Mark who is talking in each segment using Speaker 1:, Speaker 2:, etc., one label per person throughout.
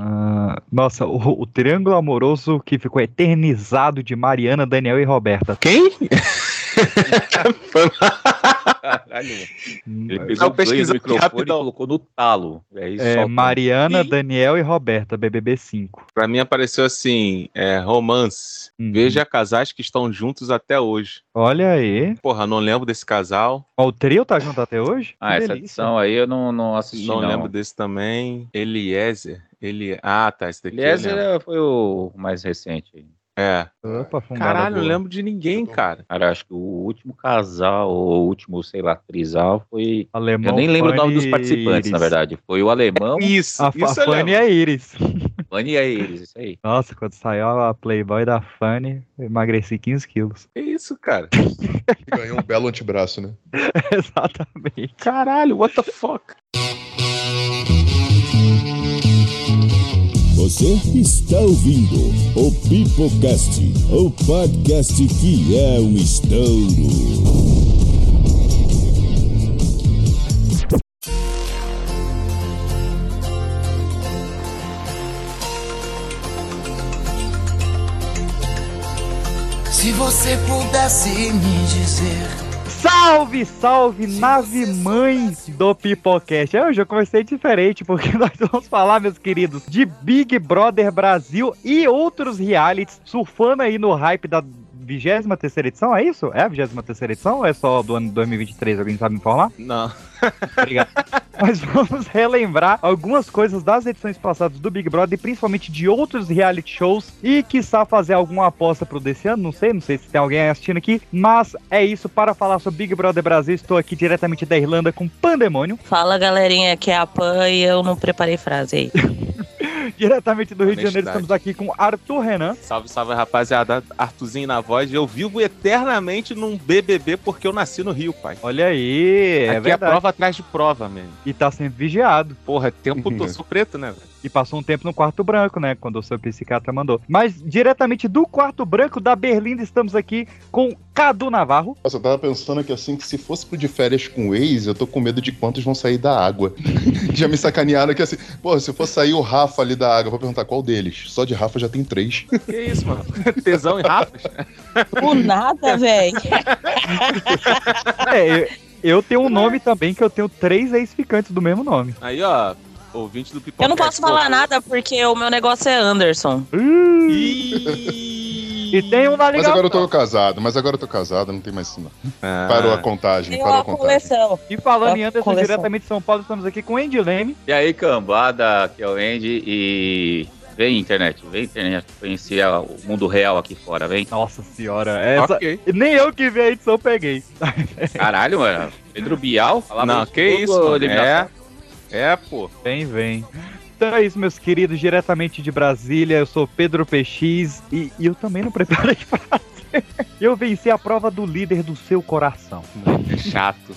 Speaker 1: Ah, nossa, o, o triângulo amoroso que ficou eternizado de Mariana, Daniel e Roberta.
Speaker 2: Quem?
Speaker 3: Caralho.
Speaker 1: Hum,
Speaker 3: Ele
Speaker 2: Ah,
Speaker 3: pegou
Speaker 2: eu pesquisei
Speaker 3: dois microfones
Speaker 2: rapidão.
Speaker 3: e colocou no talo. É isso.
Speaker 1: É,
Speaker 3: só.
Speaker 1: Mariana,
Speaker 2: Ih.
Speaker 1: Daniel e Roberta, BBB 5.
Speaker 2: Pra mim apareceu assim, é, romance.
Speaker 1: Uhum.
Speaker 2: Veja casais que estão juntos até hoje.
Speaker 1: Olha aí.
Speaker 2: Porra, não lembro desse casal.
Speaker 1: Ó, o trio tá junto até hoje?
Speaker 3: Ah,
Speaker 1: Que
Speaker 3: essa
Speaker 1: delícia.
Speaker 3: edição aí eu não, não assisti.
Speaker 2: Não,
Speaker 3: Não,
Speaker 2: lembro desse também. Eliezer. Ele... Ah, tá. Esse daqui. eu
Speaker 3: Aliás,
Speaker 2: lembro.
Speaker 3: é- foi o mais recente.
Speaker 2: É.
Speaker 1: Opa, afundada
Speaker 2: Caralho, não
Speaker 1: boa.
Speaker 2: lembro de ninguém,
Speaker 4: Eu tô-
Speaker 2: cara.
Speaker 3: Cara, acho que o último casal, ou o último, sei lá, trisal foi.
Speaker 1: Alemão,
Speaker 3: Eu nem lembro o nome dos
Speaker 1: Fanny e
Speaker 3: participantes, na
Speaker 1: Iris.
Speaker 3: verdade. Foi o alemão,
Speaker 2: Isso,
Speaker 1: A,
Speaker 2: isso
Speaker 1: a
Speaker 2: eu
Speaker 1: Fanny
Speaker 2: lembro.
Speaker 1: é a Iris.
Speaker 3: Fanny e a eles, isso aí.
Speaker 1: Nossa, quando saiu a Playboy da Fanny, eu emagreci 15 quilos.
Speaker 2: É isso, cara.
Speaker 4: Ganhou um belo antebraço, né?
Speaker 1: Exatamente.
Speaker 3: é-
Speaker 2: Caralho, what the fuck?
Speaker 5: Você está ouvindo o Pipocast, o podcast que é um estouro.
Speaker 6: Se você pudesse me dizer
Speaker 1: Salve, salve, nave mãe do Pipocast. É, Hoje eu comecei diferente, porque nós vamos falar, meus queridos, de Big Brother Brasil e outros realities, surfando aí no hype da 23 edição, é isso? É a 23 edição ou é só do ano 2023? Alguém sabe me informar?
Speaker 2: Não.
Speaker 1: Obrigado. Mas vamos relembrar algumas coisas das edições passadas do Big Brother e principalmente de outros reality shows e quiçá fazer alguma aposta pro desse ano, não sei, não sei se tem alguém assistindo aqui, mas é isso para falar sobre Big Brother Brasil. Estou aqui diretamente da Irlanda com Pandemônio,
Speaker 7: Fala galerinha, aqui é a Pan e eu não preparei frase é aí.
Speaker 1: diretamente do Rio de Janeiro
Speaker 2: Honestidade.
Speaker 1: estamos aqui com Arthur Renan
Speaker 2: Salve, salve, rapaziada. Artuzinho na voz. Eu vivo eternamente num BBB porque eu nasci no Rio, pai.
Speaker 1: Olha aí, é
Speaker 2: Aqui é
Speaker 1: verdade.
Speaker 2: prova atrás de prova, mesmo.
Speaker 1: E tá sendo vigiado.
Speaker 2: Porra, é tempo todo. Sou preto, né? velho?
Speaker 1: E passou um tempo no quarto branco, né? Quando o seu psiquiatra mandou. Mas diretamente do quarto branco da Berlinda, estamos aqui com Cadu Navarro.
Speaker 4: Nossa, eu tava pensando que assim, que se fosse pro de férias com o ex, eu tô com medo de quantos vão sair da água. já me sacanearam que assim, pô, se eu for sair o Rafa ali da água, eu vou perguntar qual deles. Só de Rafa já tem três.
Speaker 2: Que isso, mano? Tesão e Rafa?
Speaker 7: Do nada, velho.
Speaker 1: É, eu- eu tenho um nome também que eu tenho três ex-ficantes do mesmo nome.
Speaker 2: Aí, ó, ouvinte do Pipoca.
Speaker 7: Eu não posso falar nada porque o meu negócio é Anderson.
Speaker 1: E tem um na
Speaker 4: Mas agora eu
Speaker 1: ligação.
Speaker 4: tô casado, mas agora eu tô casado, não tem mais isso não. Parou a contagem,
Speaker 7: Tem
Speaker 4: parou
Speaker 7: uma
Speaker 4: a contagem.
Speaker 7: coleção.
Speaker 1: E falando em
Speaker 7: Tá,
Speaker 1: Anderson,
Speaker 7: coleção.
Speaker 1: diretamente de São Paulo, estamos aqui com o Andy Leme.
Speaker 3: E aí, cambada, aqui é o Andy e. Vem internet, vem internet, conhecer a- o mundo real aqui fora, vem.
Speaker 1: Nossa senhora, essa.
Speaker 2: Ok.
Speaker 1: Nem eu que vi a edição peguei.
Speaker 3: Caralho, mano. Pedro Bial? Falava
Speaker 2: Não,
Speaker 3: de
Speaker 2: que
Speaker 3: tudo,
Speaker 2: isso, mano.
Speaker 3: eliminação.
Speaker 2: É, é, pô.
Speaker 1: Vem, vem. Então é isso, meus queridos, diretamente de Brasília. Eu sou Pedro PX e, e eu também não preparei pra Eu venci a prova do líder do seu coração.
Speaker 2: É chato.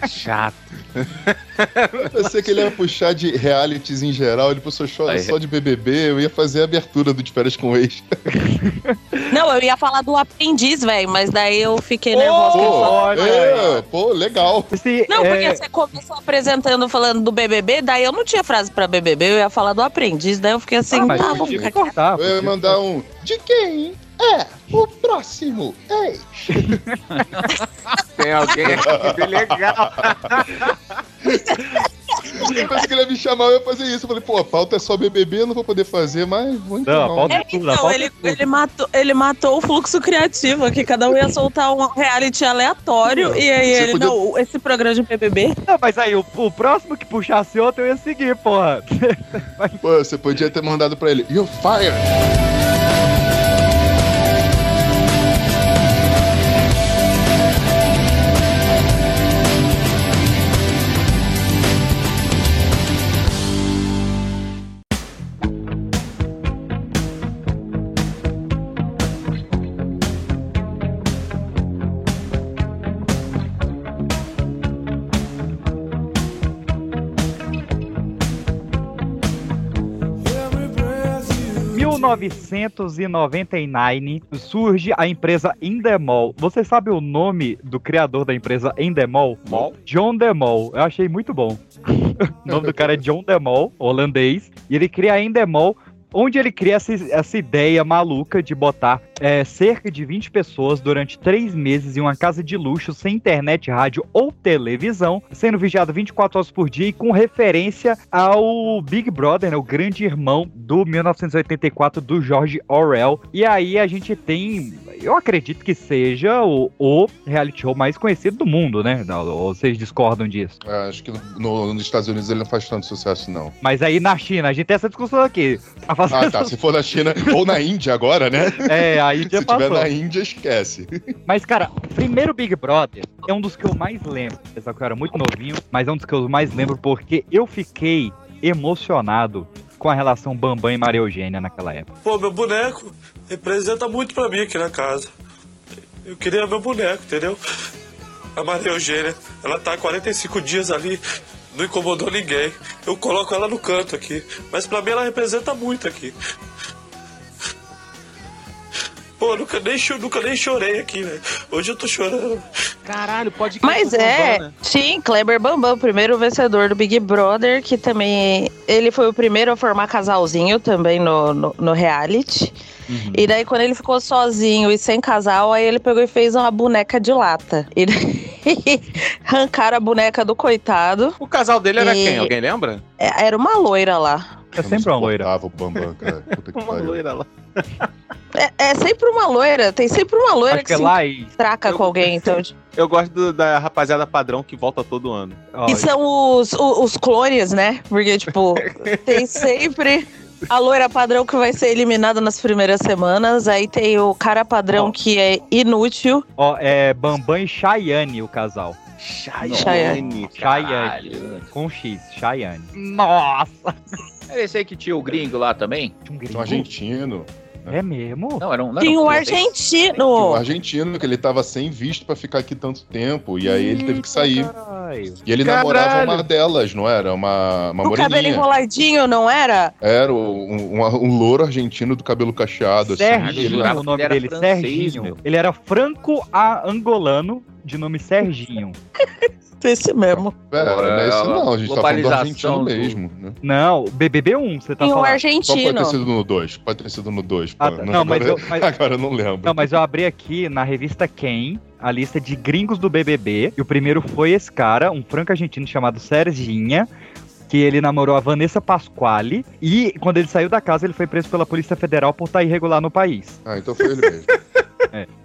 Speaker 2: É chato.
Speaker 4: Eu pensei que ele ia puxar de realities em geral, ele puxou só,
Speaker 3: Aí.
Speaker 4: só de BBB, eu ia fazer a abertura do de férias com o ex.
Speaker 7: Não, eu ia falar do aprendiz, velho, mas daí eu fiquei nervosa. que eu
Speaker 4: Pô,
Speaker 7: falei-
Speaker 1: Olha
Speaker 4: é, pô, legal.
Speaker 1: Esse,
Speaker 7: Não, porque
Speaker 1: é,
Speaker 7: você começou apresentando falando do BBB, daí eu não tinha frase pra BBB, eu ia falar do aprendiz, daí eu fiquei assim,
Speaker 1: ah, mas
Speaker 7: tá,
Speaker 2: tipo
Speaker 7: vou
Speaker 1: podia
Speaker 7: ficar quieto.
Speaker 1: cortar.
Speaker 4: Eu ia
Speaker 1: podia
Speaker 4: mandar um. De quem é o próximo ex?
Speaker 2: Tem alguém aqui bem legal.
Speaker 4: Eu pensei que ele ia me chamar, eu ia fazer isso. Eu falei, pô, a pauta é só BBB, eu não vou poder fazer, mas vou
Speaker 1: Não, a
Speaker 4: encarar.
Speaker 1: pauta é tudo, a
Speaker 7: Então,
Speaker 1: pauta é
Speaker 7: ele,
Speaker 1: tudo.
Speaker 7: ele, matou, ele matou o fluxo criativo aqui, cada um ia soltar um reality aleatório, e aí
Speaker 4: Você
Speaker 7: ele,
Speaker 4: podia-
Speaker 7: não, esse programa de BBB,
Speaker 1: Não, mas aí, o, o próximo que puxasse outro, eu ia seguir, porra.
Speaker 4: Pô, você podia ter mandado pra ele, you're fired.
Speaker 1: Em 1999 surge a empresa Endemol. Você sabe o nome do criador da empresa Endemol?
Speaker 2: Mol?
Speaker 1: John Demol. Eu achei muito bom. O nome do cara é John Demol, holandês. E ele cria a Endemol, onde ele cria essa, essa ideia maluca de botar é, cerca de 20 pessoas durante três meses em uma casa de luxo, sem internet, rádio ou televisão, sendo vigiado 24 horas por dia e com referência ao Big Brother, né, o grande irmão do 1984 do George Orwell. E aí a gente tem, eu acredito que seja o, o reality show mais conhecido do mundo, né? Não, ou vocês discordam disso?
Speaker 4: Ah, acho que no- nos Estados Unidos ele não faz tanto sucesso, não.
Speaker 1: Mas aí na China, a gente tem essa discussão aqui. A fazer
Speaker 4: Ah, tá. Se for na China ou na Índia agora, né?
Speaker 1: É, aí já
Speaker 4: Se tiver
Speaker 1: passou.
Speaker 4: na Índia, esquece.
Speaker 1: Mas, cara, primeiro Big Brother é um dos que eu mais lembro. Apesar que eu era muito novinho, mas é um dos que eu mais lembro porque eu fiquei emocionado com a relação Bambam e Maria Eugênia naquela época.
Speaker 8: Pô, meu boneco representa muito pra mim aqui na casa. Eu queria meu boneco, entendeu? A Maria Eugênia, ela tá há 45 dias ali, não incomodou ninguém. Eu coloco ela no canto aqui, mas pra mim ela representa muito aqui. Pô, nunca nem, cho- nunca nem chorei aqui, né? Hoje eu tô chorando.
Speaker 2: Caralho, pode crer
Speaker 7: Mas
Speaker 2: que eu tô
Speaker 7: é,
Speaker 2: bom, né?
Speaker 7: sim, Kleber Bambam, o primeiro vencedor do Big Brother, que também. Ele foi o primeiro a formar casalzinho também no, no, no reality.
Speaker 2: Hum.
Speaker 7: E daí, quando ele ficou sozinho e sem casal, aí ele pegou e fez uma boneca de lata. E daí, arrancaram a boneca do coitado.
Speaker 2: O casal dele era
Speaker 7: E-
Speaker 2: quem? Alguém lembra?
Speaker 7: É- Era uma loira lá.
Speaker 1: É sempre uma loira.
Speaker 4: Tava o Bambam, cara. Puta que
Speaker 2: Uma
Speaker 4: pariu.
Speaker 2: loira lá.
Speaker 7: É, é sempre uma loira, tem sempre uma loira
Speaker 1: Acho
Speaker 7: que
Speaker 1: que é
Speaker 7: se
Speaker 1: lá e.
Speaker 7: traca
Speaker 2: Eu-
Speaker 7: com alguém. Então,
Speaker 2: Eu gosto do- da rapaziada padrão que volta todo ano.
Speaker 1: ó,
Speaker 7: E são os, o- os clones, né? Porque, tipo, tem sempre a loira padrão que vai ser eliminada nas primeiras semanas. Aí tem o cara padrão
Speaker 1: Ó.
Speaker 7: que é inútil.
Speaker 1: ó, é Bambam e Cheyenne, o casal.
Speaker 2: Cheyenne.
Speaker 1: Cheyenne. Com X, Cheyenne. Nossa!
Speaker 3: Eu sei É que tinha o gringo lá também.
Speaker 1: Um
Speaker 4: Um
Speaker 1: gringo.
Speaker 4: argentino. né?
Speaker 1: É mesmo?
Speaker 3: Não, era um. não era
Speaker 7: Tem
Speaker 3: um
Speaker 7: o
Speaker 3: holandês?
Speaker 4: Um
Speaker 7: argentino.
Speaker 4: argentino que ele tava sem visto pra ficar aqui tanto tempo. E aí ele teve que sair.
Speaker 1: Caralho.
Speaker 4: E ele
Speaker 2: Caralho.
Speaker 4: namorava uma delas, não era? Uma, uma
Speaker 7: O cabelo
Speaker 4: moreninha.
Speaker 7: enroladinho, não era?
Speaker 4: Era um, um, um louro argentino do cabelo cacheado, assim.
Speaker 1: Serginho,
Speaker 4: Ele-
Speaker 3: jurava
Speaker 1: o
Speaker 3: que
Speaker 1: nome
Speaker 3: ele era
Speaker 1: dele,
Speaker 3: francês,
Speaker 1: Serginho.
Speaker 3: meu.
Speaker 1: Ele era franco-angolano, de nome Serginho.
Speaker 7: Esse mesmo.
Speaker 4: Pera, não é isso não, a gente tá falando do
Speaker 3: Globalização
Speaker 4: argentino
Speaker 3: do-
Speaker 4: mesmo. Né?
Speaker 1: Não, BBB1, você tá
Speaker 7: Tem
Speaker 1: falando.
Speaker 7: o
Speaker 4: Só pode
Speaker 7: um argentino.
Speaker 4: ter sido no 2, pode ter sido no 2.
Speaker 1: Ah, tá. Não, mas
Speaker 4: agora,
Speaker 1: eu- mas-
Speaker 4: agora eu não lembro.
Speaker 1: Não, mas eu abri aqui na revista Quem a lista de gringos do BBB. E o primeiro foi esse cara, um franco-argentino chamado Serginha. Que ele namorou a Vanessa Pasquale. E quando ele saiu da casa, ele foi preso pela Polícia Federal por estar irregular no país.
Speaker 4: Ah, então foi ele mesmo.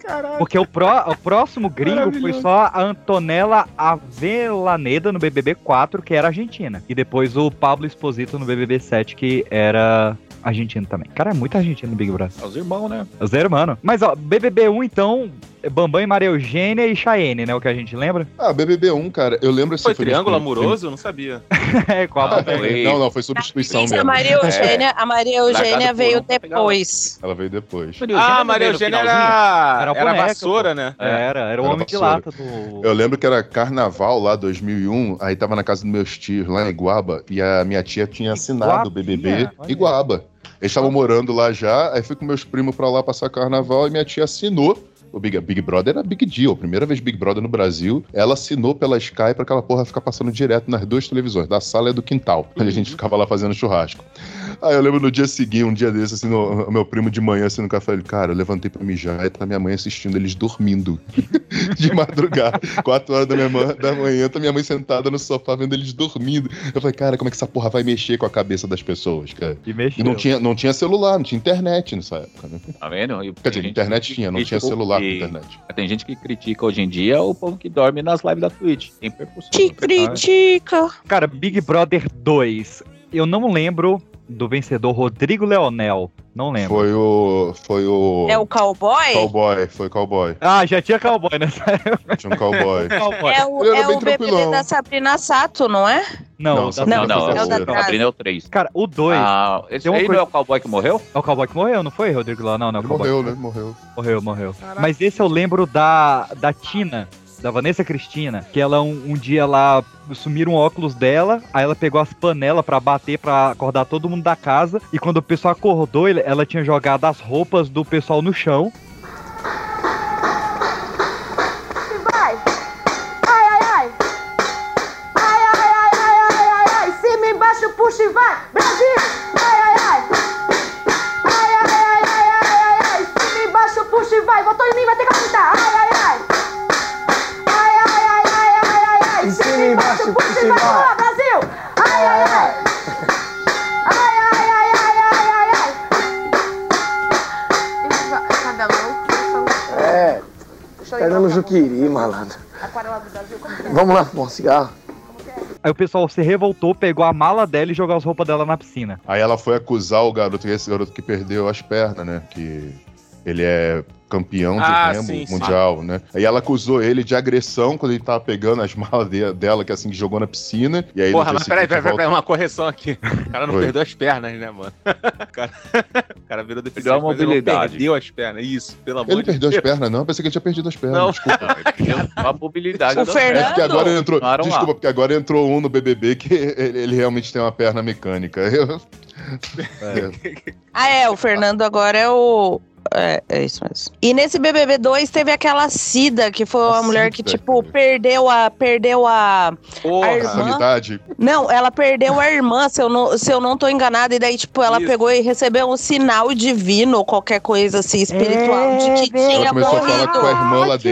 Speaker 2: Caralho.
Speaker 1: Porque o, pró- o próximo gringo foi
Speaker 2: Maravilhoso.
Speaker 1: só a Antonella Avelaneda no BBB 4, que era argentina. E depois o Pablo Esposito no BBB 7, que era argentino também. Cara, é muito argentino no Big Brother.
Speaker 3: É Os irmãos, né?
Speaker 1: Zero, mano. Mas, ó, BBB1, então, é Bambam e Maria Eugênia e Cheyenne, né? O que a gente lembra?
Speaker 4: Ah, BBB1, cara, eu lembro assim.
Speaker 2: um Foi triângulo
Speaker 4: no-
Speaker 2: amoroso? Eu não sabia.
Speaker 1: é, qual
Speaker 4: Ah,
Speaker 1: a
Speaker 3: foi-
Speaker 4: é, não, não, foi substituição
Speaker 7: Gente,
Speaker 4: mesmo. É.
Speaker 7: a Maria Eugênia, a Maria Eugênia
Speaker 3: Largado por
Speaker 7: veio
Speaker 3: um pra pegar lá.
Speaker 7: depois.
Speaker 4: Ela veio depois.
Speaker 2: Ah, Maria Eugênia era,
Speaker 1: Era
Speaker 2: era,
Speaker 1: a boneca,
Speaker 2: vassoura, né?
Speaker 1: É, Era, era o
Speaker 4: Era
Speaker 1: homem de
Speaker 4: vassoura.
Speaker 1: lata do...
Speaker 4: Eu lembro que era carnaval lá, 2001, aí tava na casa dos meus tios, lá em Iguaba, e a minha tia tinha assinado o BBB
Speaker 1: Olha. Ah.
Speaker 4: Iguaba. Eles estavam morando lá já, aí fui com meus primos pra lá passar carnaval e minha tia assinou. O Big, Big Brother era Big Deal, primeira vez Big Brother no Brasil. Ela assinou pela Sky pra aquela porra ficar passando direto nas duas televisões, da sala e do quintal,
Speaker 1: Uhum.
Speaker 4: onde a gente ficava lá fazendo churrasco. Aí eu lembro no dia seguinte, um dia desse, assim, no- o meu primo de manhã, assim, no café, ele, cara, eu levantei pra mijar, e tá minha mãe assistindo eles dormindo de madrugada. Quatro horas da minha ma- da manhã, tá minha mãe sentada no sofá vendo eles dormindo. Eu falei, cara, como é que essa porra vai mexer com a cabeça das pessoas, cara?
Speaker 1: E
Speaker 4: E
Speaker 1: mexeu.
Speaker 4: não tinha, não tinha celular, não tinha internet nessa época, né?
Speaker 3: Tá vendo? E
Speaker 4: Quer dizer,
Speaker 3: tem
Speaker 4: internet tinha, não tinha celular com
Speaker 3: e-
Speaker 4: internet.
Speaker 3: gente- Tem gente que critica hoje em dia o povo que dorme nas lives da Twitch. Tem percussão.
Speaker 7: Que critica.
Speaker 1: Cara, Big Brother 2. Eu não lembro do vencedor Rodrigo Leonel. Não lembro.
Speaker 4: Foi o. Foi o.
Speaker 7: É o cowboy?
Speaker 4: Cowboy, foi cowboy.
Speaker 1: Ah, já tinha cowboy nessa época.
Speaker 2: né?
Speaker 4: Tinha um cowboy.
Speaker 1: Cowboy.
Speaker 7: É o,
Speaker 4: Ele era
Speaker 7: é
Speaker 4: bem
Speaker 7: o BBB
Speaker 4: tranquilão.
Speaker 7: da Sabrina Sato, não é?
Speaker 1: Não, tá
Speaker 4: Não,
Speaker 1: o
Speaker 4: só-
Speaker 3: Não,
Speaker 1: Sabrina
Speaker 3: não,
Speaker 1: Sato.
Speaker 7: é o da
Speaker 3: o
Speaker 7: trave.
Speaker 3: Sabrina é o 3.
Speaker 1: Cara, o 2
Speaker 3: Ah, esse
Speaker 1: Tem uma
Speaker 3: aí não
Speaker 1: coisa-
Speaker 3: é o cowboy que morreu?
Speaker 1: é o cowboy que morreu, não foi, Rodrigo Leonel? Não, é
Speaker 4: Ele
Speaker 1: cowboy
Speaker 4: morreu, né? Morreu.
Speaker 1: Morreu, morreu. Mas esse eu lembro da, da Tina, da Vanessa Cristina, que ela um, um dia lá sumiram o óculos dela, aí ela pegou as panelas pra bater, pra acordar todo mundo da casa, e quando o pessoal acordou, ele- ela tinha jogado as roupas do pessoal no chão.
Speaker 9: Ai, ai, ai, ai, ai, ai, ai, ai, ai, ai, É. Juquiri, malandro. Vamos lá fumar um cigarro.
Speaker 1: Aí o pessoal se revoltou, pegou a mala dela e jogou as roupas dela na piscina.
Speaker 4: Aí ela foi acusar o garoto, esse garoto que perdeu as pernas, né? Que ele é campeão de
Speaker 2: Ah,
Speaker 4: remo
Speaker 2: sim, sim.
Speaker 4: mundial, né? Aí ela acusou ele de agressão quando ele tava pegando as malas de- dela, que assim, que jogou na piscina. E aí no
Speaker 2: Porra,
Speaker 4: dia
Speaker 2: mas peraí,
Speaker 4: seguinte
Speaker 2: peraí, peraí,
Speaker 4: volta-
Speaker 2: peraí, uma correção aqui. O cara não
Speaker 4: Oi.
Speaker 2: perdeu as pernas, né, mano? O cara, o cara virou deficiente,
Speaker 3: Perdeu a
Speaker 2: mas ele não
Speaker 3: mobilidade.
Speaker 2: perdeu as pernas. Isso, pelo amor
Speaker 4: Ele
Speaker 2: de
Speaker 4: perdeu
Speaker 2: Deus.
Speaker 4: as pernas, não? Eu pensei que ele tinha perdido as pernas.
Speaker 2: Não.
Speaker 4: Desculpa.
Speaker 3: A mobilidade
Speaker 7: O
Speaker 3: da-
Speaker 7: Fernando-
Speaker 4: É porque agora entrou.
Speaker 3: Claro, lá.
Speaker 4: desculpa, porque agora entrou um no BBB que ele, ele realmente tem uma perna mecânica. Eu- É.
Speaker 7: Ah, é, o Fernando agora é o. É, é isso mesmo. E nesse BBB 2 teve aquela Cida, que foi
Speaker 4: A
Speaker 7: uma mulher que,
Speaker 4: Cida,
Speaker 7: tipo,
Speaker 4: cara.
Speaker 7: perdeu a. Perdeu a.
Speaker 2: Porra,
Speaker 7: Irmã.
Speaker 4: Sanidade.
Speaker 7: Não, ela perdeu a irmã, se eu não, se eu não tô enganada. E daí, tipo, ela
Speaker 2: Isso.
Speaker 7: pegou e recebeu um sinal divino, ou qualquer coisa assim, espiritual,
Speaker 1: É,
Speaker 7: de
Speaker 1: verdade.
Speaker 7: que tinha
Speaker 4: Ela começou a falar com a
Speaker 7: morrido.
Speaker 4: irmã lá
Speaker 1: Caraca.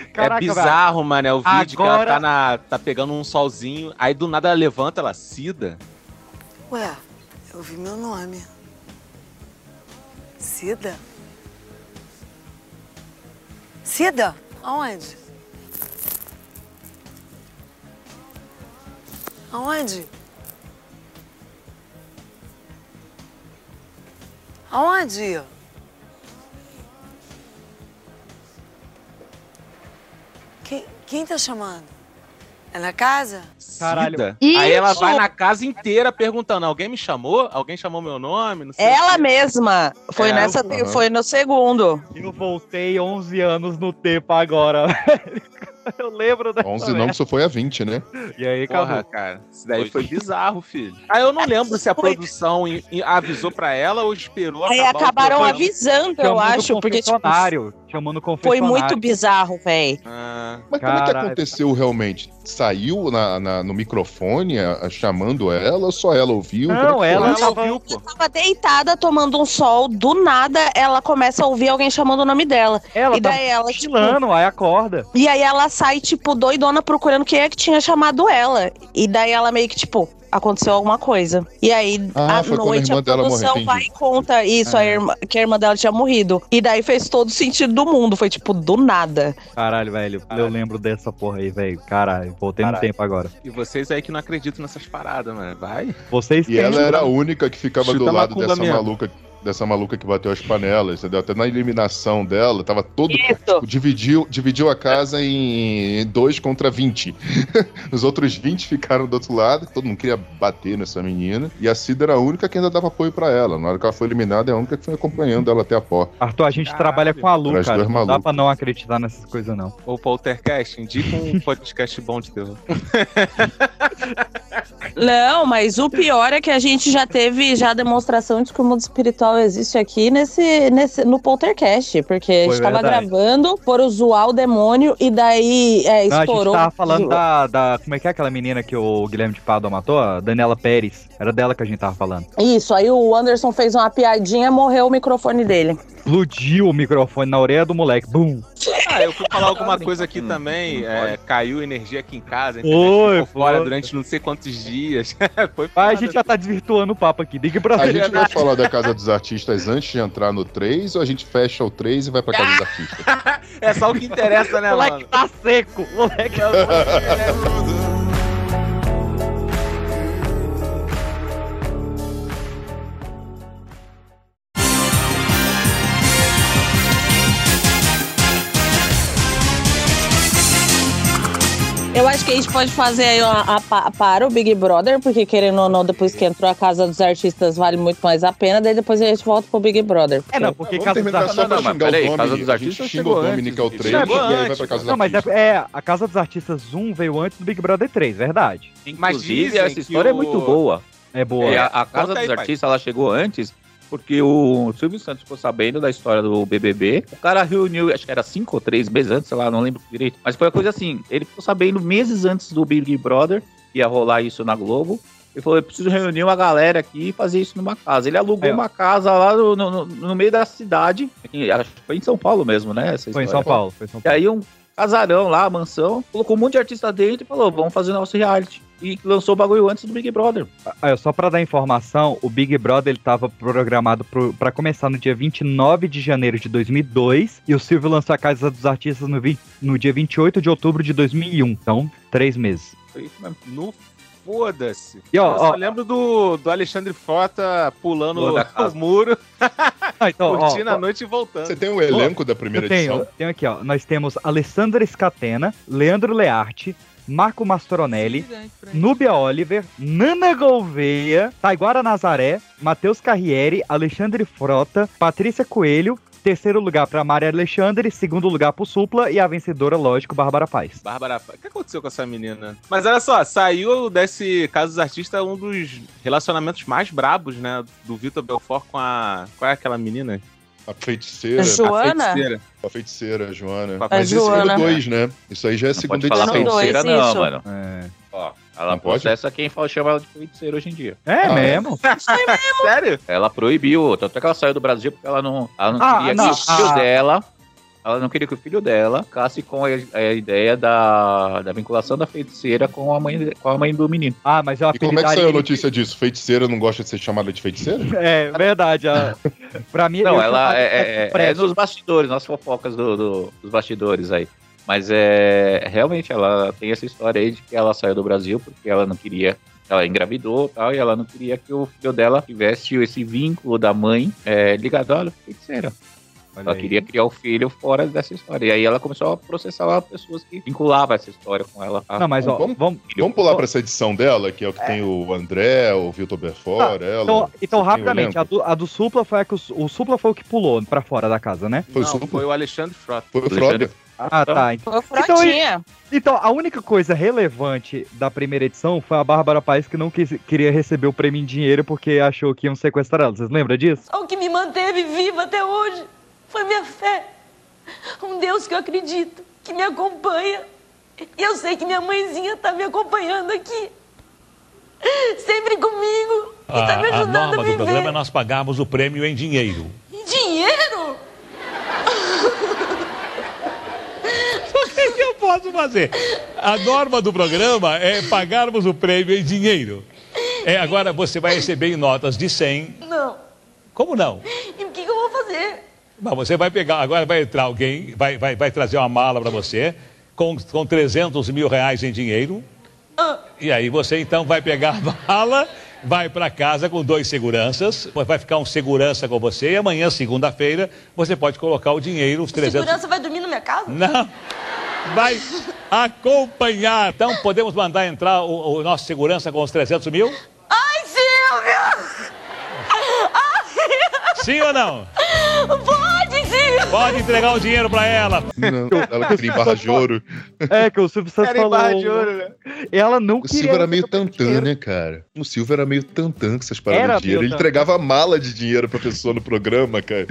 Speaker 4: dentro.
Speaker 2: é bizarro, mano. É o vídeo que ela
Speaker 1: Agora-
Speaker 2: tá, na, tá pegando um solzinho, aí do nada ela levanta, ela cida.
Speaker 10: Ué, eu vi meu nome. Cida? Cida? Aonde? Aonde? Aonde? Quem, quem tá chamando? É na casa?
Speaker 2: Cida.
Speaker 1: Caralho.
Speaker 2: Aí ela
Speaker 7: Isso.
Speaker 2: vai na casa inteira perguntando: alguém me chamou? Alguém chamou meu nome? Não sei
Speaker 7: Ela
Speaker 2: o quê.
Speaker 7: mesma. Foi
Speaker 2: É,
Speaker 7: nessa.
Speaker 4: aham.
Speaker 7: Foi no segundo.
Speaker 1: Eu voltei 11 anos no tempo agora. eu lembro dessa
Speaker 4: 11 não,
Speaker 1: merda.
Speaker 4: que só foi a 20, né?
Speaker 1: E aí,
Speaker 2: Porra,
Speaker 1: acabou.
Speaker 2: cara. Isso daí foi bizarro, filho. Aí eu não lembro se a produção em- em- avisou pra ela ou esperou.
Speaker 7: Aí
Speaker 2: acabar o
Speaker 7: acabaram
Speaker 2: programa.
Speaker 7: avisando, eu acho, porque, tipo,
Speaker 1: é um confessionário, chamando
Speaker 7: foi
Speaker 1: confessionário.
Speaker 7: muito bizarro, véi.
Speaker 2: Ah,
Speaker 4: Mas como é que
Speaker 1: Caralho.
Speaker 4: aconteceu realmente? Saiu na- na- no microfone a- a- chamando ela ou só ela ouviu?
Speaker 1: Não,
Speaker 4: Como é que foi?
Speaker 1: ela
Speaker 2: ela
Speaker 1: tava-
Speaker 2: ouviu, pô.
Speaker 7: Ela tava deitada tomando um sol, do nada ela começa a ouvir alguém chamando o nome dela.
Speaker 1: Ela
Speaker 7: e
Speaker 1: tá
Speaker 7: daí ela, tipo,
Speaker 1: cochilando, aí acorda.
Speaker 7: E aí ela sai, tipo, doidona procurando quem é que tinha chamado ela. E daí ela meio que, tipo, aconteceu alguma coisa. E aí,
Speaker 4: Ah,
Speaker 7: à
Speaker 4: foi quando a
Speaker 7: noite,
Speaker 4: irmã
Speaker 7: a,
Speaker 4: dela morreu,
Speaker 7: produção
Speaker 4: entendi. É.
Speaker 7: vai e conta isso, a irmã- que a irmã dela tinha morrido. E daí fez todo o sentido do mundo. Foi, tipo, do nada.
Speaker 1: Caralho, velho, eu lembro dessa porra aí, velho. Caralho, voltei no tempo agora.
Speaker 2: E vocês aí que não acreditam nessas paradas, mano. Vai.
Speaker 1: Vocês
Speaker 4: E ela era a única que ficava
Speaker 2: Chuta
Speaker 4: do
Speaker 2: a
Speaker 4: lado
Speaker 2: macumba
Speaker 4: dessa
Speaker 2: mesmo.
Speaker 4: maluca, dessa maluca que bateu as panelas, entendeu? Até na eliminação dela, tava todo. tipo, Dividiu, dividiu a casa em 2 contra 20. Os outros 20 ficaram do outro lado, todo mundo queria bater nessa menina. E a Cida era a única que ainda dava apoio pra ela. Na hora que ela foi eliminada, é a única que foi acompanhando ela até a porta.
Speaker 1: Arthur, a gente
Speaker 2: Caralho.
Speaker 1: trabalha com a Lu,
Speaker 4: Traz
Speaker 1: cara.
Speaker 4: dois
Speaker 1: Não dá
Speaker 4: malucos.
Speaker 1: pra não acreditar nessas coisas, não.
Speaker 2: Ô, Poltercast, indica um podcast bom de terror.
Speaker 7: Não, mas o pior é que a gente já teve já a demonstração de que o mundo espiritual existe aqui nesse, nesse no poltercast, porque a
Speaker 1: Foi
Speaker 7: gente tava
Speaker 1: verdade.
Speaker 7: gravando, foram zoar o demônio e daí é,
Speaker 1: Não, a gente
Speaker 7: estourou.
Speaker 1: tava falando da, da- Como é que é aquela menina que o Guilherme de Pádua matou? A Daniela Pérez. Era dela que a gente tava falando.
Speaker 7: Isso, aí o Anderson fez uma piadinha, morreu o microfone dele.
Speaker 1: Explodiu o microfone na orelha do moleque. Bum!
Speaker 2: Ah, eu fui falar alguma coisa aqui também. é, caiu energia aqui em casa. a internet
Speaker 1: Oi,
Speaker 2: ficou fora
Speaker 1: Hum, foi.
Speaker 2: durante não sei quantos dias. Foi
Speaker 1: Mas
Speaker 2: foda.
Speaker 1: a gente já tá desvirtuando o papo aqui. Diga pra
Speaker 4: A
Speaker 1: você.
Speaker 4: gente vai falar da Casa dos Artistas antes de entrar no 3, ou a gente fecha o 3 e vai pra Casa dos Artistas?
Speaker 3: Ah!
Speaker 2: É só o que interessa, né,
Speaker 1: O moleque
Speaker 2: mano?
Speaker 1: tá seco. O moleque tá
Speaker 7: Eu acho que a gente pode fazer aí uma- a pa- para o Big Brother, porque querendo ou não, depois que entrou a Casa dos Artistas, vale muito mais a pena, daí depois a gente volta pro Big Brother.
Speaker 1: É, não, porque
Speaker 4: Vamos
Speaker 1: Casa dos
Speaker 4: terminar
Speaker 1: Artistas.
Speaker 4: só pra
Speaker 3: Não, não, mas
Speaker 4: xingar
Speaker 3: peraí,
Speaker 4: o nome.
Speaker 3: Casa dos
Speaker 4: a gente
Speaker 3: Artistas
Speaker 4: xinga
Speaker 3: chegou
Speaker 4: o nome,
Speaker 3: antes.
Speaker 4: que é o 3, e
Speaker 2: Chegou
Speaker 4: aí vai
Speaker 2: antes.
Speaker 4: pra Casa dos
Speaker 1: Não, mas
Speaker 4: Artistas.
Speaker 1: é, é, a Casa dos Artistas 1 veio antes do Big Brother 3, verdade.
Speaker 2: Mas
Speaker 3: Inclusive,
Speaker 2: dizem
Speaker 3: essa
Speaker 2: que
Speaker 3: história é
Speaker 2: o-
Speaker 3: muito boa.
Speaker 1: É boa.
Speaker 3: É, a, a Casa
Speaker 2: Conta aí,
Speaker 3: dos
Speaker 2: pai.
Speaker 3: Artistas ela chegou antes porque o Silvio Santos ficou sabendo da história do BBB. O cara reuniu, acho que era cinco ou três meses antes, sei lá, não lembro direito. Mas foi uma coisa assim, ele ficou sabendo meses antes do Big Brother, que ia rolar isso na Globo. Ele falou, eu preciso reunir uma galera aqui e fazer isso numa casa. Ele alugou
Speaker 1: Aí, ó.
Speaker 3: uma casa lá no, no- no meio da cidade. Aqui, acho que foi em São Paulo mesmo, né? essa
Speaker 1: Foi em
Speaker 3: história.
Speaker 1: São Paulo. Foi em São
Speaker 3: E
Speaker 1: Paulo.
Speaker 3: aí um casarão lá, mansão, colocou um monte de artista dentro e falou, vamos fazer o nosso reality. e lançou o bagulho antes do Big Brother.
Speaker 1: Olha, Ah, só pra dar informação, o Big Brother ele tava programado pro, pra começar no dia 29 de janeiro de 2002 e o Silvio lançou a Casa dos Artistas no, vi- no dia 28 de outubro de 2001. Então, três meses.
Speaker 3: Foi isso mesmo.
Speaker 2: No foda-se.
Speaker 1: E, ó,
Speaker 2: Eu só
Speaker 1: ó.
Speaker 2: lembro do, do Alexandre Frota pulando
Speaker 3: Pulando a
Speaker 2: o
Speaker 3: casa.
Speaker 2: muro,
Speaker 1: Ah, então, ó,
Speaker 2: curtindo a noite e voltando.
Speaker 4: Você tem o elenco da primeira
Speaker 1: eu tenho,
Speaker 4: edição?
Speaker 1: tenho aqui, ó. Nós temos Alessandra Scatena, Leandro Learte, Marco Mastromelli, Núbia Oliver, Nana Gouveia, Taiguara Nazaré, Matheus Carriere, Alexandre Frota, Patrícia Coelho, terceiro lugar pra Maria Alexandre, segundo lugar pro Supla e a vencedora, lógico, Bárbara Paz.
Speaker 2: Bárbara, o que aconteceu com essa menina? Mas olha só, saiu desse caso dos artistas um dos relacionamentos mais brabos, né? Do Vitor Belfort com a. Qual é aquela menina?
Speaker 4: A feiticeira.
Speaker 7: Ju- Joana?
Speaker 2: A feiticeira.
Speaker 4: A feiticeira, a Joana.
Speaker 2: A
Speaker 4: Mas isso foi
Speaker 7: Joana.
Speaker 4: no 2, né? Isso aí já é a
Speaker 3: Não
Speaker 4: segunda
Speaker 3: pode falar
Speaker 4: edição.
Speaker 7: feiticeira.
Speaker 3: feiticeira,
Speaker 7: Dois,
Speaker 3: não,
Speaker 7: isso.
Speaker 3: mano.
Speaker 1: É,
Speaker 3: Ó, ela
Speaker 4: Não pode?
Speaker 3: processa quem fala, chama ela de feiticeira hoje em dia.
Speaker 1: é
Speaker 4: Ah,
Speaker 1: mesmo?
Speaker 2: Sério?
Speaker 3: Ela proibiu, tanto é que ela saiu do Brasil porque ela não, ela não
Speaker 1: Ah,
Speaker 3: queria
Speaker 1: não,
Speaker 3: que o filho
Speaker 1: ah.
Speaker 3: dela. Ela não queria que o filho dela ficasse com a, a ideia da, da vinculação da feiticeira com a mãe, com a mãe do menino.
Speaker 1: Ah, mas eu
Speaker 4: E como é que
Speaker 1: apelidaria
Speaker 4: saiu a
Speaker 1: ele-
Speaker 4: notícia disso? Feiticeira não gosta de ser chamada de feiticeira?
Speaker 1: É, verdade. A... pra mim,
Speaker 3: Não,
Speaker 1: eu
Speaker 3: ela
Speaker 1: chamaria
Speaker 3: é, é- é,
Speaker 1: Express.
Speaker 3: nos bastidores, nas fofocas do- do- dos bastidores aí. Mas é realmente ela tem essa história aí de que ela saiu do Brasil porque ela não queria. Ela engravidou e tal, e ela não queria que o filho dela tivesse esse vínculo da mãe é, ligado à feiticeira.
Speaker 1: Olha
Speaker 3: Ela
Speaker 1: aí.
Speaker 3: queria criar o filho fora dessa história. E aí ela começou a processar lá pessoas que vinculavam essa história com ela. tá?
Speaker 1: Ah, Não, mas ó,
Speaker 4: Vamos-
Speaker 1: vamos,
Speaker 4: Vamos pular pra essa edição dela, que é o que tem o André, o Vitor Belfort, ela.
Speaker 1: Então, então
Speaker 4: Você tem
Speaker 1: rapidamente,
Speaker 4: o
Speaker 1: a
Speaker 4: elenco?
Speaker 1: do, a do Supla foi a que o, Su- o Supla foi o que pulou pra fora da casa, né?
Speaker 4: Foi o
Speaker 2: não,
Speaker 4: Supla?
Speaker 2: foi o Alexandre Frota.
Speaker 4: Foi o
Speaker 3: Alexandre-
Speaker 4: Frota.
Speaker 1: Ah, tá. Então,
Speaker 7: Foi
Speaker 1: Então,
Speaker 7: frotinha.
Speaker 1: então, a única coisa relevante da primeira edição foi a Bárbara Paes que não quis- queria receber o prêmio em dinheiro porque achou que iam sequestrar ela. Vocês lembram disso?
Speaker 11: O que me manteve viva até hoje foi minha fé. Um Deus que eu acredito, que me acompanha. E eu sei que minha mãezinha tá me acompanhando aqui. Sempre comigo. E tá me
Speaker 12: A, a
Speaker 11: ajudando
Speaker 12: norma
Speaker 11: a
Speaker 12: do programa é
Speaker 11: viver.
Speaker 12: nós pagarmos o prêmio em dinheiro.
Speaker 11: E dinheiro?
Speaker 12: O que, que eu posso fazer? A norma do programa é pagarmos o prêmio em dinheiro. É, agora você vai receber em notas de 100.
Speaker 11: Não.
Speaker 12: Como não?
Speaker 11: E o que, que eu vou fazer?
Speaker 12: Mas você vai pegar, agora vai entrar alguém, vai, vai, vai trazer uma mala para você com, com 300 mil reais em dinheiro.
Speaker 11: Ah,
Speaker 12: E aí você então vai pegar a mala, vai para casa com dois seguranças, vai ficar um segurança com você e amanhã, segunda-feira, você pode colocar o dinheiro, os
Speaker 11: o
Speaker 12: 300
Speaker 11: segurança vai dormir na minha casa?
Speaker 12: não. Vai acompanhar. Então, podemos mandar entrar o, o nosso segurança com os 300 mil?
Speaker 11: Ai, Silvio! Ai,
Speaker 12: Sim ou não?
Speaker 11: pode, Silvio!
Speaker 12: Pode entregar o dinheiro pra ela.
Speaker 4: Não, ela que queria em barra de ouro.
Speaker 1: É, que o Silvio Santos
Speaker 2: Era em
Speaker 1: falou.
Speaker 2: barra de ouro, né?
Speaker 1: Ela não
Speaker 4: O
Speaker 1: queria.
Speaker 4: Silvio era meio
Speaker 1: receber o dinheiro.
Speaker 4: tantã, né, cara? O Silvio era meio tantã com essas
Speaker 1: Era
Speaker 4: paradas de dinheiro.
Speaker 1: meio
Speaker 4: Ele
Speaker 1: tantã.
Speaker 4: entregava mala de dinheiro pra pessoa no programa, cara.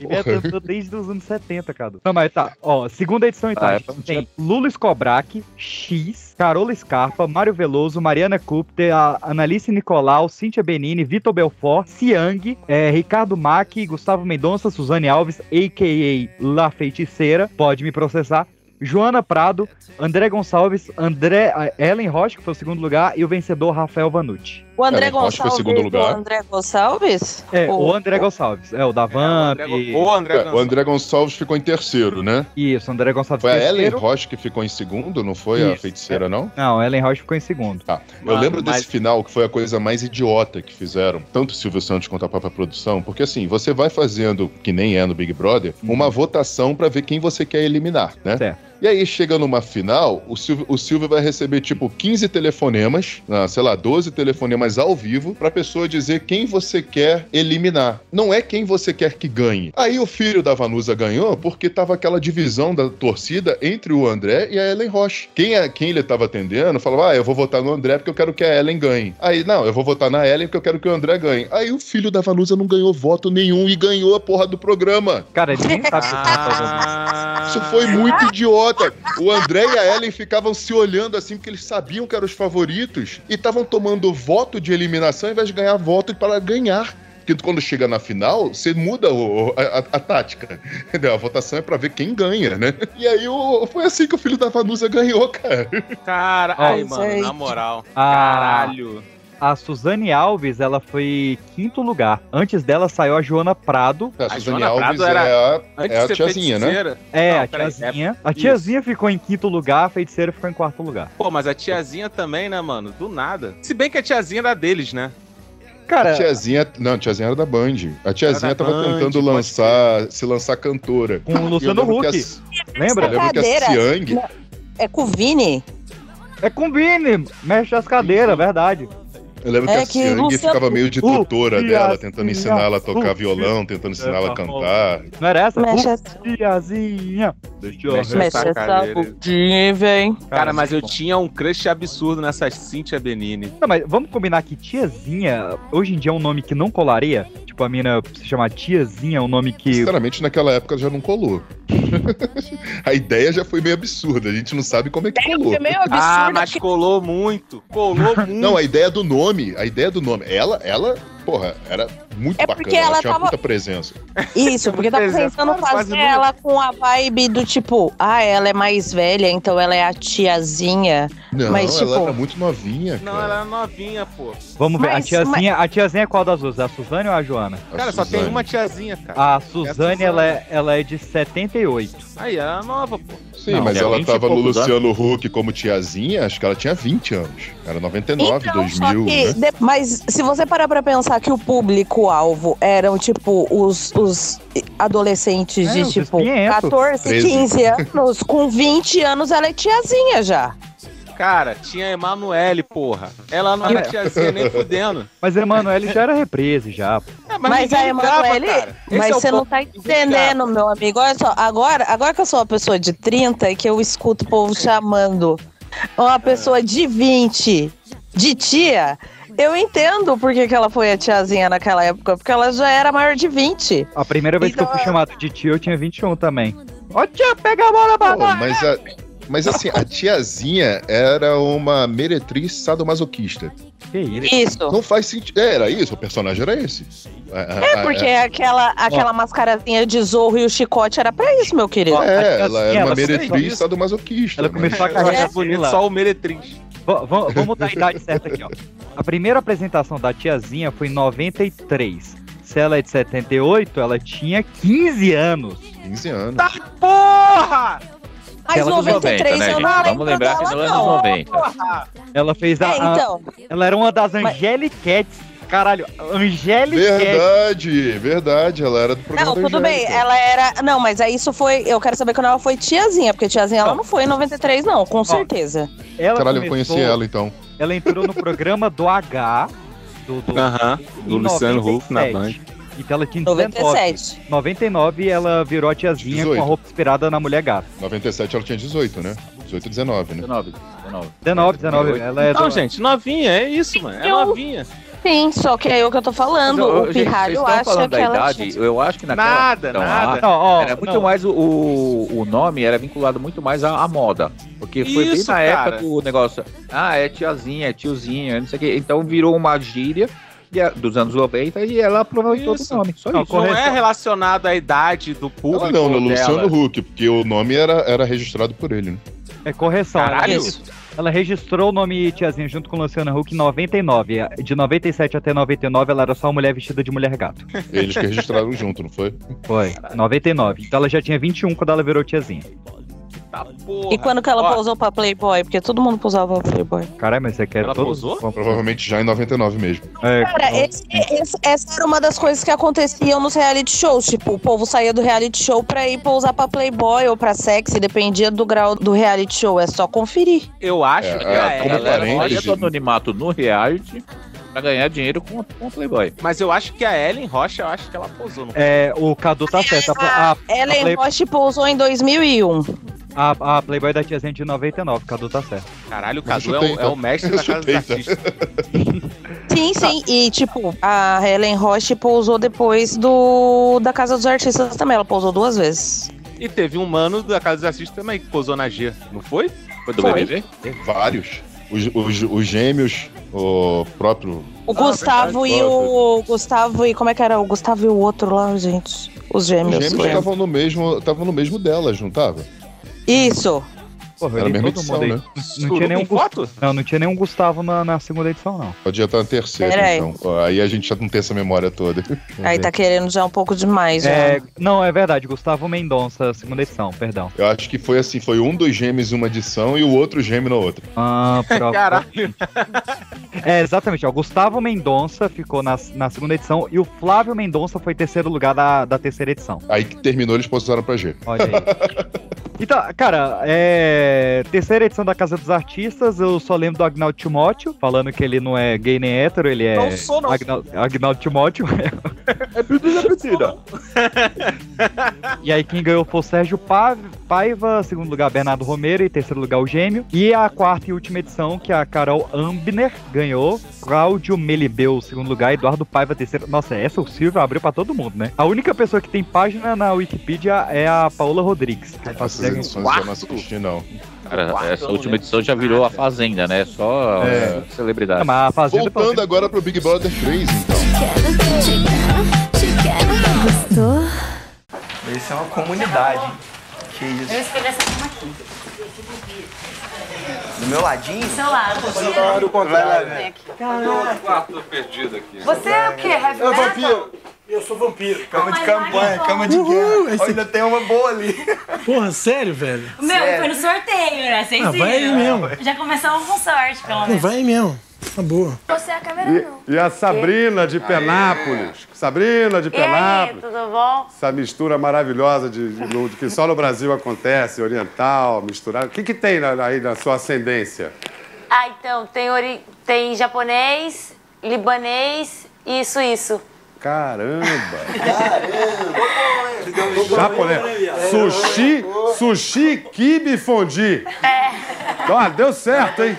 Speaker 1: Ele é tantã desde os anos 70, cara. Não, mas tá. Ó, segunda edição então.
Speaker 3: Ah,
Speaker 1: a
Speaker 3: é
Speaker 1: gente
Speaker 3: pra não
Speaker 1: tem Lula Escobrac, X, Carola Scarpa, Mário Veloso, Mariana Kupter, a Analice Nicolau, Cíntia Benini, Vitor Belfort, Siang, eh, Ricardo Mack, Gustavo Mendonça, Suzane Alves, a.k.a. La Feiticeira, pode me processar. Joana Prado, André Gonçalves, André ah, Ellen Rocha, que foi o segundo lugar, e o vencedor Rafael Vanucci.
Speaker 7: O André
Speaker 4: Ellen Rocha foi
Speaker 7: Gonçalves.
Speaker 4: segundo lugar.
Speaker 7: O André Gonçalves?
Speaker 1: É, o, André Gonçalves, é o da Vamp.
Speaker 2: O André
Speaker 4: É, O André Gonçalves ficou em terceiro, né?
Speaker 1: Isso, André Gonçalves.
Speaker 4: Foi a Ellen
Speaker 1: terceiro.
Speaker 4: Roche que ficou em segundo, não foi a
Speaker 1: Isso. é.
Speaker 4: feiticeira, não?
Speaker 1: Não, Ellen Rocha ficou em segundo.
Speaker 4: Tá. Eu
Speaker 1: Ah,
Speaker 2: Mano,
Speaker 4: lembro
Speaker 2: mas-
Speaker 4: desse final que foi a coisa mais idiota que fizeram, tanto o Silvio Santos quanto a própria produção, porque assim, você vai fazendo, que nem é no Big Brother, uma votação pra ver quem você quer eliminar, né?
Speaker 1: Certo.
Speaker 4: E aí, chega numa final, o Silvio, o Silvio vai receber, tipo, 15 telefonemas, ah, sei lá, 12 telefonemas ao vivo, pra pessoa dizer quem você quer eliminar. Não é quem você quer que ganhe. Aí o filho da Vanusa ganhou porque tava aquela divisão da torcida entre o André e a Ellen Roche. Quem, a, quem ele tava atendendo falava, ah, eu vou votar no André porque eu quero que a Ellen ganhe. Aí, não, eu vou votar na Ellen porque eu quero que o André ganhe. Aí o filho da Vanusa não ganhou voto nenhum e ganhou a porra do programa.
Speaker 1: Cara, ele nem sabe o que ele tá fazendo.
Speaker 2: Ah,
Speaker 4: Isso foi muito idiota. O André e a Ellen ficavam se olhando assim, porque eles sabiam que eram os favoritos e estavam tomando voto de eliminação ao invés de ganhar voto para ganhar. Porque quando chega na final, você muda o- a, a- a tática. Entendeu? A votação é pra ver quem ganha, né? E aí o- foi assim que o filho da Vanusa ganhou, cara.
Speaker 2: Cara,
Speaker 1: Ó,
Speaker 2: ai, mano, na moral.
Speaker 1: Ah.
Speaker 2: Caralho.
Speaker 1: A Suzane Alves, ela foi quinto lugar. Antes dela saiu a Joana Prado.
Speaker 4: A Suzane Joana Alves Prado era- é a- antes é a de ser tiazinha, né? feiticeira-
Speaker 1: É,
Speaker 2: Não,
Speaker 1: a
Speaker 2: peraí,
Speaker 1: tiazinha.
Speaker 2: é-
Speaker 1: A tiazinha ficou em quinto lugar, a feiticeira ficou em quarto lugar.
Speaker 2: Pô, mas a tiazinha também, né, mano? Do nada. Se bem que a tiazinha era deles, né?
Speaker 4: a tiazinha. Não, a tiazinha era da Band. A tiazinha
Speaker 2: Era da
Speaker 4: tava
Speaker 2: Band,
Speaker 4: tentando
Speaker 2: pode
Speaker 4: lançar, se lançar cantora.
Speaker 1: Com o Luciano Huck.
Speaker 4: Lembra? Eu lembro que a Siang.
Speaker 7: É com o Vini?
Speaker 1: É com o Vini. Mexe as cadeiras, verdade.
Speaker 4: Eu lembro que
Speaker 1: É
Speaker 4: a
Speaker 1: que
Speaker 4: Siang
Speaker 1: Luciano-
Speaker 4: ficava meio de
Speaker 1: Huck,
Speaker 4: tutora dela, tentando
Speaker 1: Luciano
Speaker 4: ensinar ela a tocar
Speaker 1: Huck.
Speaker 4: violão, tentando ensinar ela a cantar.
Speaker 1: Não era essa?
Speaker 7: Mexe
Speaker 1: Uh,
Speaker 7: as-
Speaker 1: tiazinha. Deixa eu
Speaker 2: Mexe
Speaker 1: arrastar
Speaker 2: essa
Speaker 1: a cadeira.
Speaker 2: bunda.
Speaker 7: vem.
Speaker 2: Cara, mas eu tinha um crush absurdo nessa Cintia Benini.
Speaker 1: Não, mas vamos combinar que tiazinha, hoje em dia é um nome que não colaria. Tipo, a mina se chamar tiazinha, é um nome que.
Speaker 4: Sinceramente, naquela época já não colou. A ideia já foi meio absurda, a gente não sabe como é que colou.
Speaker 2: foi meio absurda Ah, mas porque- colou muito. Colou muito.
Speaker 4: Não, a ideia do nome, a ideia do nome. Ela, ela, porra, era muito
Speaker 7: É
Speaker 4: bacana,
Speaker 7: porque
Speaker 4: ela,
Speaker 7: ela
Speaker 4: tinha
Speaker 7: tava-
Speaker 4: uma puta presença.
Speaker 7: Isso, porque tava
Speaker 4: Pois é,
Speaker 7: tentando
Speaker 4: quase, quase
Speaker 7: fazer
Speaker 4: não.
Speaker 7: ela com a vibe do tipo, ah, ela é mais velha, então ela é a tiazinha.
Speaker 4: Não,
Speaker 7: mas, tipo,
Speaker 4: Então, ela era muito novinha,
Speaker 2: Não, ela era novinha, pô.
Speaker 1: Vamos ver,
Speaker 2: Mas-
Speaker 1: a tiazinha, a tiazinha é qual das duas? A Suzane ou a Joana?
Speaker 2: Cara, só tem uma tiazinha, cara.
Speaker 1: A Suzane, ela é, ela é de 78.
Speaker 2: Aí, ela é nova, pô.
Speaker 4: Sim,
Speaker 1: Não,
Speaker 4: mas
Speaker 1: tinha
Speaker 4: ela
Speaker 1: 20 e
Speaker 4: tava no
Speaker 1: poucos
Speaker 4: Luciano Huck como tiazinha, acho que ela tinha 20 anos. Era 99,
Speaker 7: Então, só
Speaker 4: 2000,
Speaker 7: que
Speaker 4: né?
Speaker 7: de- mas se você parar pra pensar que o público-alvo eram, tipo, os, os adolescentes
Speaker 1: É,
Speaker 7: de,
Speaker 1: os
Speaker 7: tipo,
Speaker 1: espinhentos.
Speaker 7: 14,
Speaker 2: 13.
Speaker 7: 15 anos, com 20 anos ela é tiazinha já.
Speaker 2: Cara, tinha a Emanuele, porra. Ela
Speaker 4: é.
Speaker 2: não era tiazinha nem fudendo.
Speaker 1: Ah, Mas Emanuele já era reprise, já. pô.
Speaker 2: É,
Speaker 7: Mas,
Speaker 2: ninguém
Speaker 7: a
Speaker 2: ligava,
Speaker 7: Emanuele,
Speaker 2: cara. Esse
Speaker 7: mas
Speaker 2: é o
Speaker 7: você não
Speaker 2: ponto.
Speaker 7: tá entendendo, meu amigo. Olha só, agora, agora que eu sou uma pessoa de 30 e que eu escuto o povo chamando uma pessoa de 20 de tia, eu entendo por que, que ela foi a tiazinha naquela época, porque ela já era maior de 20.
Speaker 1: A primeira vez que eu
Speaker 2: Então,
Speaker 1: fui chamado de tio, eu tinha 21 também. Ó, tia, pega a bola pra
Speaker 4: Pô, mas, a- mas assim, a tiazinha era uma meretriz sadomasoquista.
Speaker 1: Que
Speaker 7: Isso.
Speaker 4: Não faz sentido. É, Era isso, o personagem era esse.
Speaker 7: É, porque aquela, aquela mascarazinha de zorro e o chicote era pra isso, meu querido.
Speaker 4: É, ela era uma
Speaker 1: fez
Speaker 4: meretriz
Speaker 1: isso.
Speaker 4: sadomasoquista.
Speaker 1: Ela começou a carreira
Speaker 2: É bonito,
Speaker 1: dela.
Speaker 2: só o meretriz.
Speaker 1: Va- va- Vamos dar a idade certa aqui, ó. A primeira apresentação da tiazinha foi em 93. Se ela é de 78, ela tinha 15 anos.
Speaker 4: 15 anos.
Speaker 1: Tá
Speaker 2: porra!
Speaker 7: Mas 93 eu não lembro
Speaker 3: Vamos lembrar que
Speaker 7: dela,
Speaker 3: não é
Speaker 7: não.
Speaker 3: anos 90.
Speaker 1: né, Ela fez a.
Speaker 7: É, então.
Speaker 1: a- ela era uma das Angeliquettes. Caralho, Angeliquettes.
Speaker 4: Verdade, verdade, ela era do programa
Speaker 7: Não,
Speaker 4: da
Speaker 7: tudo bem,
Speaker 4: Angélica.
Speaker 7: ela era. Não, mas aí isso foi. Eu quero saber quando ela foi tiazinha, porque tiazinha ela não foi em 93, não, com certeza.
Speaker 1: Ela
Speaker 4: Caralho, eu
Speaker 1: começou-
Speaker 4: conheci ela então.
Speaker 1: Ela entrou no programa do H. Do, do,
Speaker 2: Aham, do
Speaker 1: em
Speaker 2: Luciano Huck na
Speaker 1: 97.
Speaker 2: Band.
Speaker 1: Então ela tinha
Speaker 7: 97.
Speaker 1: 19. 99 ela virou a tiazinha
Speaker 4: 18.
Speaker 1: com a roupa inspirada na mulher gata.
Speaker 4: 97 ela tinha 18, né? 18 e 19, né?
Speaker 3: 19, 19.
Speaker 1: 19, 19. Ela é
Speaker 2: Então,
Speaker 1: do-
Speaker 2: gente, novinha, é isso, mano. É
Speaker 7: Eu-
Speaker 2: novinha.
Speaker 7: Sim, só que é o que eu tô falando.
Speaker 3: Mas, ô,
Speaker 7: o
Speaker 3: gente, vocês
Speaker 7: pirralho
Speaker 3: tão
Speaker 7: acha
Speaker 3: falando
Speaker 7: que
Speaker 3: da
Speaker 7: ela.
Speaker 3: idade, eu acho que naquela
Speaker 2: Nada,
Speaker 3: então,
Speaker 2: nada.
Speaker 3: ah,
Speaker 2: Não, ó,
Speaker 3: era muito
Speaker 2: não.
Speaker 3: mais o, o, o nome era vinculado muito mais à, à moda, porque foi bem
Speaker 2: Isso,
Speaker 3: na
Speaker 2: cara.
Speaker 3: época do negócio. Ah, é tiazinha, é tiozinho, é não sei o quê. Então virou uma gíria e a- dos anos 90 e ela aproveitou o nome. Só isso.
Speaker 2: Não é relacionado à idade é do público.
Speaker 4: Ela não, né?
Speaker 2: ou dela.
Speaker 4: Luciano Huck, porque o nome era, era registrado por ele, né?
Speaker 1: É correção.
Speaker 2: Caralho.
Speaker 1: Ela, regis- ela registrou o nome Tiazinha junto com Luciana Huck em 99. De 97 até 99, ela era só uma mulher vestida de mulher gato.
Speaker 4: Eles que registraram junto, não foi?
Speaker 1: Foi, 99. Então ela já tinha 21 quando ela virou Tiazinha.
Speaker 7: E quando que ela pousou pra Playboy? Porque todo mundo pousava pra Playboy.
Speaker 1: Caralho, mas você quer
Speaker 2: Ela
Speaker 1: todo-
Speaker 2: pousou?
Speaker 4: Provavelmente já em 99 mesmo.
Speaker 1: É,
Speaker 7: Cara, esse- esse- essa era uma das coisas que aconteciam nos reality shows. Tipo, o povo saía do reality show pra ir pousar pra Playboy ou pra sexy, dependia do grau do reality show. É só conferir.
Speaker 2: Eu acho que
Speaker 3: É,
Speaker 2: era
Speaker 3: como
Speaker 2: ela.
Speaker 3: parente
Speaker 2: Rocha-
Speaker 3: do anonimato no reality pra ganhar dinheiro com, com o Playboy.
Speaker 2: Mas eu acho que a Ellen Rocha, eu acho que ela posou. Não
Speaker 1: É, o Cadu tá certo. A, a-
Speaker 7: Ellen
Speaker 1: a Play-
Speaker 7: Roche pousou em 2001.
Speaker 1: a- a Playboy da Tiazinha é de 99, Cadu tá certo.
Speaker 2: Caralho, o
Speaker 1: Mas eu
Speaker 2: Cadu é,
Speaker 1: chutei,
Speaker 2: o, é
Speaker 1: então.
Speaker 2: o mestre
Speaker 1: Eu
Speaker 2: da casa dos
Speaker 1: chutei, então.
Speaker 2: artistas.
Speaker 7: Sim, sim. E, tipo, a Helen Roche pousou depois do da Casa dos Artistas também. Ela pousou duas vezes.
Speaker 2: E teve um mano da casa dos artistas também que posou na G, não foi? Foi
Speaker 7: Foi.
Speaker 4: Vários. Os, os, os gêmeos, o próprio.
Speaker 7: O Gustavo e o. Gustavo e. Como é que era? O Gustavo e o outro lá, gente. Os
Speaker 4: Os
Speaker 7: gêmeos.
Speaker 4: gêmeos estavam no mesmo, estavam no mesmo delas, não tava?
Speaker 7: Isso.
Speaker 4: Porra,
Speaker 1: eu
Speaker 4: Era a
Speaker 1: li
Speaker 4: mesma
Speaker 1: todo
Speaker 4: edição,
Speaker 1: mundo aí.
Speaker 4: né?
Speaker 1: Não tinha nenhum Gustavo. Não, não tinha nenhum Gustavo na, na segunda edição, não.
Speaker 4: Pode já tá na terceira,
Speaker 7: Pera aí.
Speaker 4: então. Ó, Aí a gente já não tem essa memória toda.
Speaker 7: Aí tá querendo já um pouco demais,
Speaker 1: É,
Speaker 7: né?
Speaker 1: não, é verdade, Gustavo Mendonça, segunda edição, perdão.
Speaker 4: Eu acho que foi assim, foi um dos gêmeos em uma edição e o outro gêmeo na outra.
Speaker 1: Ah, É, exatamente, ó, Gustavo Mendonça ficou na, na segunda edição e o Flávio Mendonça foi terceiro lugar da, da terceira edição.
Speaker 4: Aí que terminou, eles postaram pra G.
Speaker 1: Olha aí. Então, cara, é. Terceira edição da Casa dos Artistas, eu só lembro do Agnaldo Timóteo, falando que ele não é gay nem hétero, ele é.
Speaker 2: Não sou, não.
Speaker 1: Agnaldo, Agnaldo Timóteo.
Speaker 2: É Priscila Priscila.
Speaker 1: E aí quem ganhou foi o Sérgio Pa- Paiva, segundo lugar Bernardo Romero e terceiro lugar o Gêmeo. E a quarta e última edição, que a Carol Ambner ganhou, Cláudio Melibeu, segundo lugar, Eduardo Paiva, terceiro. Nossa, essa o Silvio abriu pra todo mundo, né? A única pessoa que tem página na Wikipedia é a Paula Rodrigues. que faz-
Speaker 4: Essas edições eu não assisti, não.
Speaker 3: Cara, essa última edição já virou a Fazenda, né? Só
Speaker 4: É.
Speaker 3: é. celebridade.
Speaker 1: é
Speaker 4: Voltando agora pro Big Brother 3, então.
Speaker 13: Gostou?
Speaker 14: Isso é uma comunidade. Que isso?
Speaker 15: Eu escolhi essa cama aqui.
Speaker 14: Do meu ladinho?
Speaker 15: Seu lado.
Speaker 14: Claro, o contrário.
Speaker 15: Vem aqui.
Speaker 14: quarto perdido aqui.
Speaker 15: Você é o quê? Heavy
Speaker 14: Eu
Speaker 15: metal?
Speaker 14: vampiro. Eu sou vampiro. Cama de
Speaker 15: Mas
Speaker 14: campanha,
Speaker 15: olha
Speaker 14: cama de
Speaker 15: só.
Speaker 14: guerra. Ainda tem uma boa ali.
Speaker 16: Porra, sério, velho?
Speaker 15: O meu foi no sorteio, né? Vocês
Speaker 16: Ah,
Speaker 15: viram.
Speaker 16: vai mesmo.
Speaker 15: Já começamos com sorte, pelo
Speaker 16: Não
Speaker 15: menos.
Speaker 16: vai mesmo. Tá boa.
Speaker 15: Você é a câmera,
Speaker 17: E, e a Sabrina de Penápolis. Sabrina de
Speaker 15: E aí,
Speaker 17: Penápolis.
Speaker 15: tudo bom?
Speaker 17: Essa mistura maravilhosa de, de- de- que só no Brasil acontece, oriental, misturado. O que, que tem na- aí na sua ascendência?
Speaker 15: Ah, então, tem, ori... tem japonês, libanês e suíço.
Speaker 17: Caramba!
Speaker 15: Caramba!
Speaker 17: Japonês. Sushi, sushi, kibe fondue.
Speaker 15: É.
Speaker 17: Ó, deu certo, hein?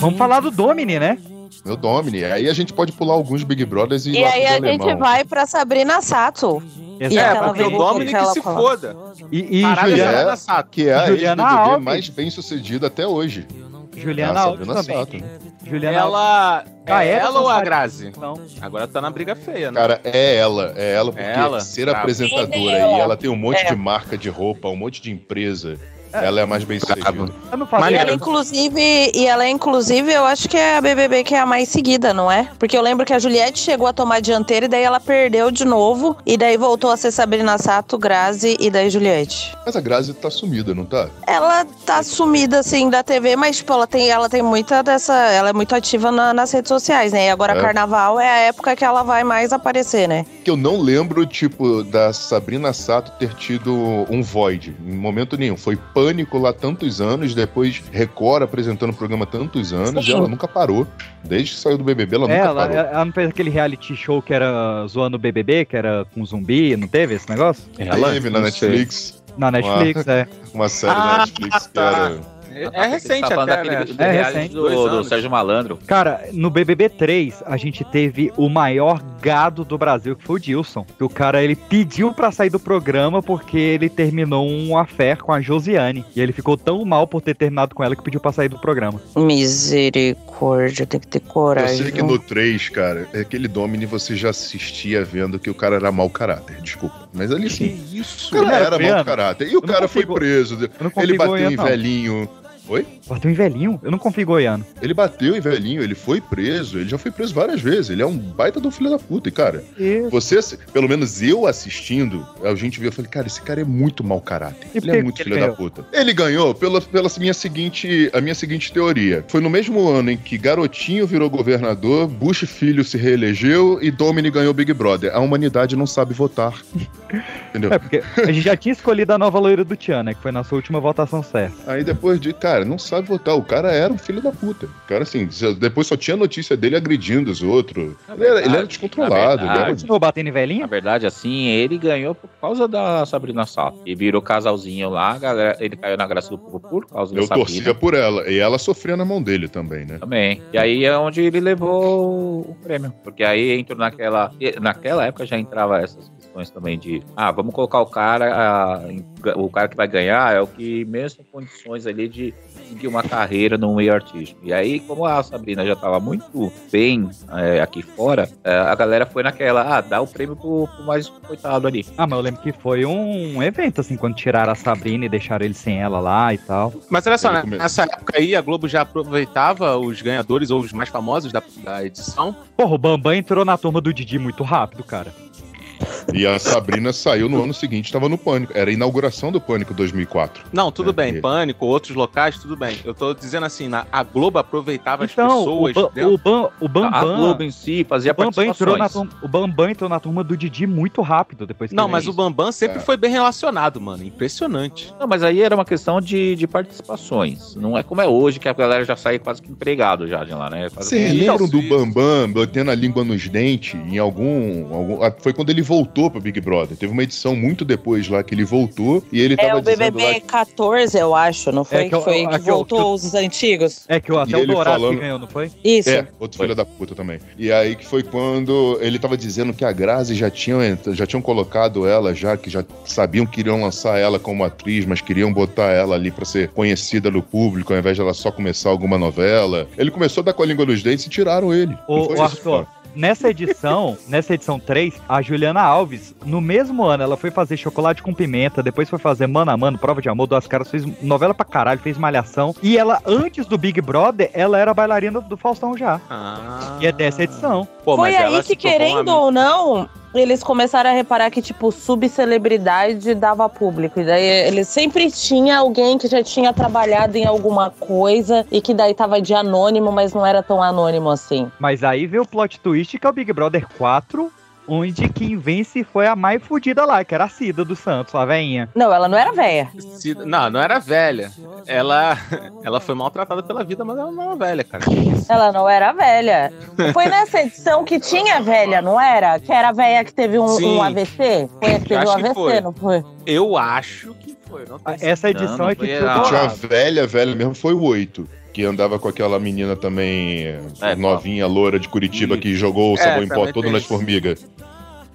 Speaker 1: Vamos falar do Domini, né?
Speaker 4: Meu Domini. Aí a gente pode pular alguns Big Brothers e,
Speaker 7: E
Speaker 4: lá
Speaker 1: é
Speaker 7: aí
Speaker 4: pro
Speaker 7: a gente
Speaker 4: alemão.
Speaker 7: vai pra Sabrina Sato. E
Speaker 4: É,
Speaker 7: aquela
Speaker 4: porque o
Speaker 7: vergonha
Speaker 4: Domini
Speaker 7: que ela
Speaker 4: que se
Speaker 7: fala.
Speaker 2: Foda.
Speaker 1: E, e
Speaker 4: Caralho,
Speaker 1: Juliana,
Speaker 4: que é, que é a
Speaker 1: Juliana
Speaker 4: ex do BBB
Speaker 1: Alves.
Speaker 4: mais bem sucedida até hoje.
Speaker 1: Juliana
Speaker 4: a
Speaker 1: Alves
Speaker 4: Sabrina
Speaker 1: também.
Speaker 4: Sato.
Speaker 1: Juliana
Speaker 2: ela.
Speaker 1: Ah,
Speaker 2: é
Speaker 1: é?
Speaker 2: ela ou a Grazi?
Speaker 1: Não.
Speaker 2: Agora tá na briga feia, né?
Speaker 4: Cara, é ela, é ela, porque
Speaker 2: Ela?
Speaker 4: ser
Speaker 2: Brava.
Speaker 4: apresentadora
Speaker 2: Ela.
Speaker 4: e ela tem um monte
Speaker 7: É.
Speaker 4: de marca de roupa, um monte de empresa. Ela é a mais bem sucedida.
Speaker 1: Eu não
Speaker 7: E ela, inclusive, e ela, inclusive, eu acho que é a BBB que é a mais seguida, não é? Porque eu lembro que a Juliette chegou a tomar a dianteira e daí ela perdeu de novo. E daí voltou a ser Sabrina Sato, Grazi e daí Juliette.
Speaker 4: Mas a Grazi tá sumida, não tá?
Speaker 7: Ela tá sumida, assim, da TV, mas, tipo, ela tem, ela tem muita dessa... Ela é muito ativa na- nas redes sociais, né? E agora
Speaker 4: É.
Speaker 7: Carnaval é a época que ela vai mais aparecer, né?
Speaker 4: Que eu não lembro, tipo, da Sabrina Sato ter tido um void, em momento nenhum. Foi pânico lá tantos anos, depois Record apresentando o programa tantos anos,
Speaker 1: Sim.
Speaker 4: e ela nunca parou. Desde que saiu do BBB, ela
Speaker 1: É,
Speaker 4: nunca
Speaker 1: ela,
Speaker 4: parou.
Speaker 1: ela não fez aquele reality show que era zoando o BBB, que era com zumbi, não teve esse negócio?
Speaker 4: Ela? Teve na Não sei. Netflix.
Speaker 1: Na Netflix,
Speaker 4: Uma-
Speaker 1: é.
Speaker 4: Uma série
Speaker 1: Ah,
Speaker 4: na Netflix que era...
Speaker 2: É, é recente
Speaker 3: Tá
Speaker 2: até,
Speaker 3: falando
Speaker 2: né?
Speaker 3: daquele do,
Speaker 1: É
Speaker 3: reality
Speaker 1: recente.
Speaker 3: do-
Speaker 1: Dois
Speaker 3: do
Speaker 1: anos.
Speaker 3: Sérgio Malandro.
Speaker 1: Cara, no BBB 3, a gente teve o maior gado do Brasil, que foi o Dilson. Que o cara, ele pediu pra sair do programa porque ele terminou um affair com a Josiane. E ele ficou tão mal por ter terminado com ela que pediu pra sair do programa.
Speaker 7: Misericórdia, tem que ter
Speaker 4: Eu
Speaker 7: coragem.
Speaker 4: sei que
Speaker 1: então.
Speaker 4: no 3, cara, é aquele Domini você já assistia vendo que o cara era mau caráter, desculpa. Mas ali sim.
Speaker 2: Isso.
Speaker 4: O cara
Speaker 1: Ele era
Speaker 4: era mau
Speaker 1: piano.
Speaker 4: caráter. E o
Speaker 1: Eu não
Speaker 4: cara foi
Speaker 1: consigo-
Speaker 4: preso.
Speaker 1: consigo
Speaker 4: Ele bateu
Speaker 1: olhar,
Speaker 4: em
Speaker 1: não.
Speaker 4: velhinho. Oi?
Speaker 1: Bateu em velhinho? Eu não confio em goiano.
Speaker 4: Ele bateu em velhinho, ele foi preso, ele já foi preso várias vezes. Ele é um baita do filho da puta. E, cara,
Speaker 1: Isso.
Speaker 4: você, se- pelo menos eu assistindo, a gente viu, eu falei, cara, esse cara é muito mau caráter.
Speaker 1: E por
Speaker 4: ele
Speaker 1: que
Speaker 4: é muito
Speaker 1: que ele
Speaker 4: filho da
Speaker 1: ganhou?
Speaker 4: puta. Ele ganhou pela, pela minha seguinte, a minha seguinte teoria. Foi no mesmo ano em que Garotinho virou governador, Bush Filho se reelegeu e Domini ganhou Big Brother. A humanidade não sabe votar. Entendeu?
Speaker 1: É, porque a gente já tinha escolhido a nova loira do Tchan, né? Que foi nossa última votação certa.
Speaker 4: Aí depois de, cara, não sabe votar. O cara era um filho da puta. O cara, assim, só- depois só tinha notícia dele agredindo os outros. Ele era, ele era descontrolado. Ele
Speaker 3: Na
Speaker 4: é era
Speaker 3: verdade,
Speaker 1: Continuou batendo em velhinho?
Speaker 3: na verdade, assim, ele ganhou causa da Sabrina Sato. E virou casalzinho lá, a galera, ele caiu na graça do povo por causa da
Speaker 4: Eu
Speaker 3: Sabrina.
Speaker 4: torcia por ela. E ela sofria na mão dele também, né?
Speaker 3: Também. E aí é onde ele levou o prêmio. Porque aí entrou naquela. Naquela época já entrava essas questões também de. Ah, vamos colocar o cara. ah, em- o cara que vai ganhar é o que mesmo com condições ali de seguir uma carreira no meio artístico. E aí, como a Sabrina já tava muito bem é, aqui fora, é, a galera foi naquela, ah, dá o prêmio pro, pro mais coitado ali.
Speaker 1: Ah, mas eu lembro que foi um evento, assim, quando tiraram a Sabrina e deixaram ele sem ela lá e tal.
Speaker 2: Mas olha só, né, nessa época aí a Globo já aproveitava os ganhadores ou os mais famosos da, da edição.
Speaker 1: Porra, o Bambam entrou na turma do Didi muito rápido, cara.
Speaker 4: E a Sabrina saiu no ano seguinte, estava no Pânico. Era a inauguração do Pânico 2004.
Speaker 2: Não, tudo bem, Pânico, outros locais, tudo bem. Eu tô dizendo assim, na- a Globo aproveitava as
Speaker 1: Então,
Speaker 2: pessoas.
Speaker 1: o, Ban-
Speaker 2: dentro-
Speaker 1: o, Ban- o Bambam...
Speaker 2: A Globo em si fazia
Speaker 1: o Bambam entrou na
Speaker 2: participações.
Speaker 1: turma- O Bambam entrou na turma do Didi muito rápido depois que
Speaker 2: Não,
Speaker 1: ele-
Speaker 2: mas o Bambam sempre
Speaker 1: É.
Speaker 2: foi bem relacionado, mano. Impressionante.
Speaker 3: Não, mas aí era uma questão de, de participações. Não é como é hoje, que a galera já sai quase que empregado já de lá, né? Quase
Speaker 4: Vocês
Speaker 1: É,
Speaker 3: que-
Speaker 4: lembram do Bambam batendo a língua nos dentes em algum, algum- ah, Foi quando ele voltou pro Big Brother. Teve uma edição muito depois lá que ele voltou e ele
Speaker 7: É
Speaker 4: tava
Speaker 7: o
Speaker 4: dizendo lá
Speaker 7: BBB 14, eu acho, não foi?
Speaker 4: É que eu-
Speaker 7: foi
Speaker 4: eu-
Speaker 7: que
Speaker 4: é que eu-
Speaker 7: voltou os antigos.
Speaker 1: É que o
Speaker 4: E ele falando-
Speaker 7: Isso.
Speaker 4: É, outro filho da puta também. E aí que foi quando ele tava dizendo que a Grazi já tinham, entra- já tinham colocado ela, já que já sabiam que iriam lançar ela como atriz, mas queriam botar ela ali pra ser conhecida do público, ao invés dela só começar alguma novela. Ele começou a dar com a língua nos dentes e tiraram ele. Não
Speaker 1: Ô,
Speaker 4: foi
Speaker 1: ô,
Speaker 4: isso,
Speaker 1: Arthur,
Speaker 4: cara?
Speaker 1: nessa edição, nessa edição 3, a Juliana Alves, no mesmo ano, ela foi fazer Chocolate com Pimenta, depois foi fazer Mano a Mano, Prova de Amor, Duas Caras, fez novela pra caralho, fez Malhação. E ela, antes do Big Brother, ela era bailarina do Faustão já.
Speaker 2: Ah.
Speaker 1: E é dessa edição.
Speaker 7: foi aí que, querendo ou não, eles começaram a reparar que, tipo, subcelebridade dava público. E daí eles sempre tinha alguém que já tinha trabalhado em alguma coisa e que daí tava de anônimo, mas não era tão anônimo assim.
Speaker 1: Mas aí veio o plot twist, que é o Big Brother 4, onde quem vence foi a mais fudida lá, que era a Cida do Santos, a veinha.
Speaker 7: Não, ela não era velha.
Speaker 2: Se- Não, não era velha. Ela, ela foi maltratada pela vida, mas ela não era velha, cara.
Speaker 7: Ela não era velha. Foi nessa edição que tinha velha, não era? Que era a velha que teve um,
Speaker 2: Sim.
Speaker 7: um AVC? Foi a
Speaker 2: Eu
Speaker 7: que teve um
Speaker 2: acho que
Speaker 7: AVC,
Speaker 2: foi.
Speaker 7: não foi?
Speaker 2: Eu acho que foi. não tenho
Speaker 1: Essa
Speaker 2: certeza.
Speaker 1: edição é que
Speaker 2: foi
Speaker 1: tudo-
Speaker 2: a-
Speaker 4: Tinha a velha, velha mesmo, foi o 8. Que andava com aquela menina também, novinha, loura de Curitiba, que jogou o
Speaker 3: É,
Speaker 4: sabão em pó
Speaker 3: também
Speaker 4: todo
Speaker 3: tem
Speaker 4: nas
Speaker 3: isso.
Speaker 4: formigas.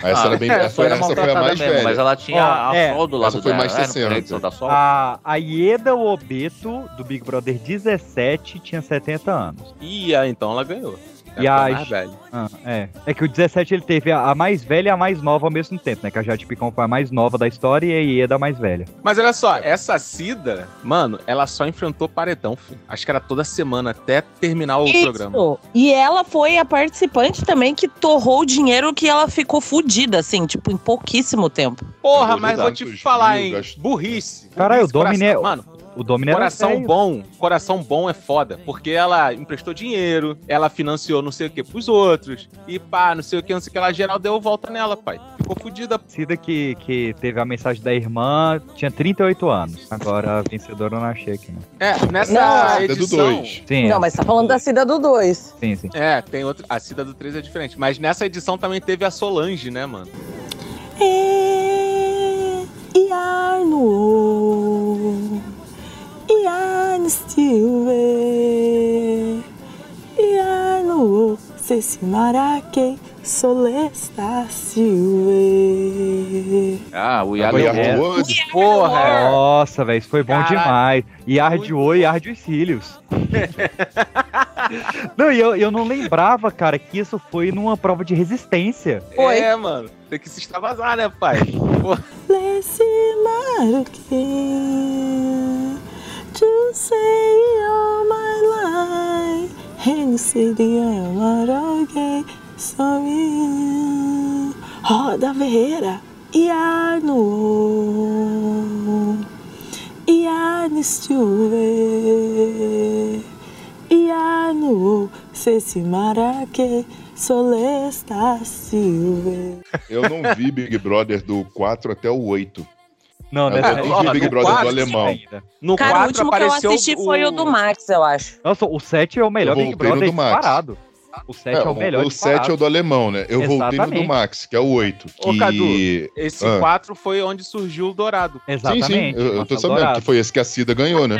Speaker 4: Essa, era bem,
Speaker 3: é,
Speaker 4: essa,
Speaker 3: era
Speaker 4: essa foi a
Speaker 3: maltratada
Speaker 4: mais
Speaker 3: mesmo,
Speaker 4: velha.
Speaker 3: Mas ela tinha
Speaker 1: Ó,
Speaker 3: a
Speaker 1: é.
Speaker 3: Sol do lado
Speaker 4: Essa foi
Speaker 3: dela.
Speaker 4: mais
Speaker 3: né? Não
Speaker 4: 60.
Speaker 3: era edição da Sol?
Speaker 1: A, a Ieda Obeto, do Big Brother 17, tinha 70 anos.
Speaker 2: E ah, então ela ganhou. Ela
Speaker 1: E
Speaker 2: foi
Speaker 1: a-
Speaker 2: mais velha.
Speaker 1: Ah, é. é que o 17 ele teve a, a mais velha e a mais nova ao mesmo tempo, né? Que a Jade Picon foi a mais nova da história e a Ieda a mais velha.
Speaker 2: Mas olha só, essa Cida, mano, ela só enfrentou paredão, filho. Acho que era toda semana até terminar o
Speaker 7: Isso.
Speaker 2: programa.
Speaker 7: E ela foi a participante também que torrou o dinheiro que ela ficou fudida, assim, tipo, em pouquíssimo tempo.
Speaker 2: Porra, mas vou te falar, hein? Burrice.
Speaker 1: Caralho, o
Speaker 2: Burrice,
Speaker 1: Domine é-
Speaker 2: coração- Mano,
Speaker 1: O é Domino era
Speaker 2: Coração
Speaker 1: velho.
Speaker 2: bom, coração bom é foda, porque ela emprestou dinheiro, ela financiou não sei o que pros outros, e pá, não sei o que, não sei o que, ela geral deu volta nela, pai. Ficou fudida.
Speaker 1: Cida que, que teve a mensagem da irmã, tinha 38 anos. Agora a vencedora eu não achei aqui, né?
Speaker 2: É, nessa
Speaker 1: Não. Cida do
Speaker 2: edição...
Speaker 1: dois. Sim, Não, é. mas
Speaker 7: tá falando da Cida do 2.
Speaker 1: Sim, sim.
Speaker 2: É, tem outra. A Cida do 3 é diferente. Mas nessa edição também teve a Solange, né, mano?
Speaker 13: E I know, e I'm still there, e I know, se si marake, solesta silve.
Speaker 3: Ah, o é
Speaker 1: Yard
Speaker 3: Yard
Speaker 1: Wood.
Speaker 13: Wood.
Speaker 1: Porra! Nossa, velho, isso foi bom
Speaker 13: Caralho.
Speaker 1: demais. E arde o olho e arde os cílios. não, e eu, eu não lembrava, cara, que isso foi numa prova de resistência.
Speaker 2: É, mano. Tem que se extravasar, né, pai? Porra.
Speaker 13: Lesse marake, to say all my life, and se di marake, sorry. Roda Ferreira, e I know. Ian Stuve Ian se si marake solesta silve
Speaker 4: Eu não vi Big Brother do 4 até o 8.
Speaker 1: Não,
Speaker 4: eu
Speaker 1: nessa-
Speaker 4: não
Speaker 1: Ó,
Speaker 4: vi Big
Speaker 1: no
Speaker 4: Brother
Speaker 1: quatro
Speaker 4: do alemão.
Speaker 1: ainda.
Speaker 7: Cara, o último que eu assisti foi o do Max, eu acho.
Speaker 1: Nossa, o 7 é o melhor
Speaker 4: Eu
Speaker 1: Big
Speaker 4: voltei no
Speaker 1: Brother
Speaker 4: do Max.
Speaker 1: disparado. O 7 é, o melhor.
Speaker 4: O 7 é o do alemão, né? Eu voltei no do
Speaker 2: Exatamente.
Speaker 4: Max, que é o 8. Que...
Speaker 2: Ô, Cadu, esse
Speaker 4: Ah.
Speaker 2: 4 foi onde surgiu o Dourado.
Speaker 4: Sim, sim, eu, eu tô sabendo que foi esse que a Cida ganhou, né?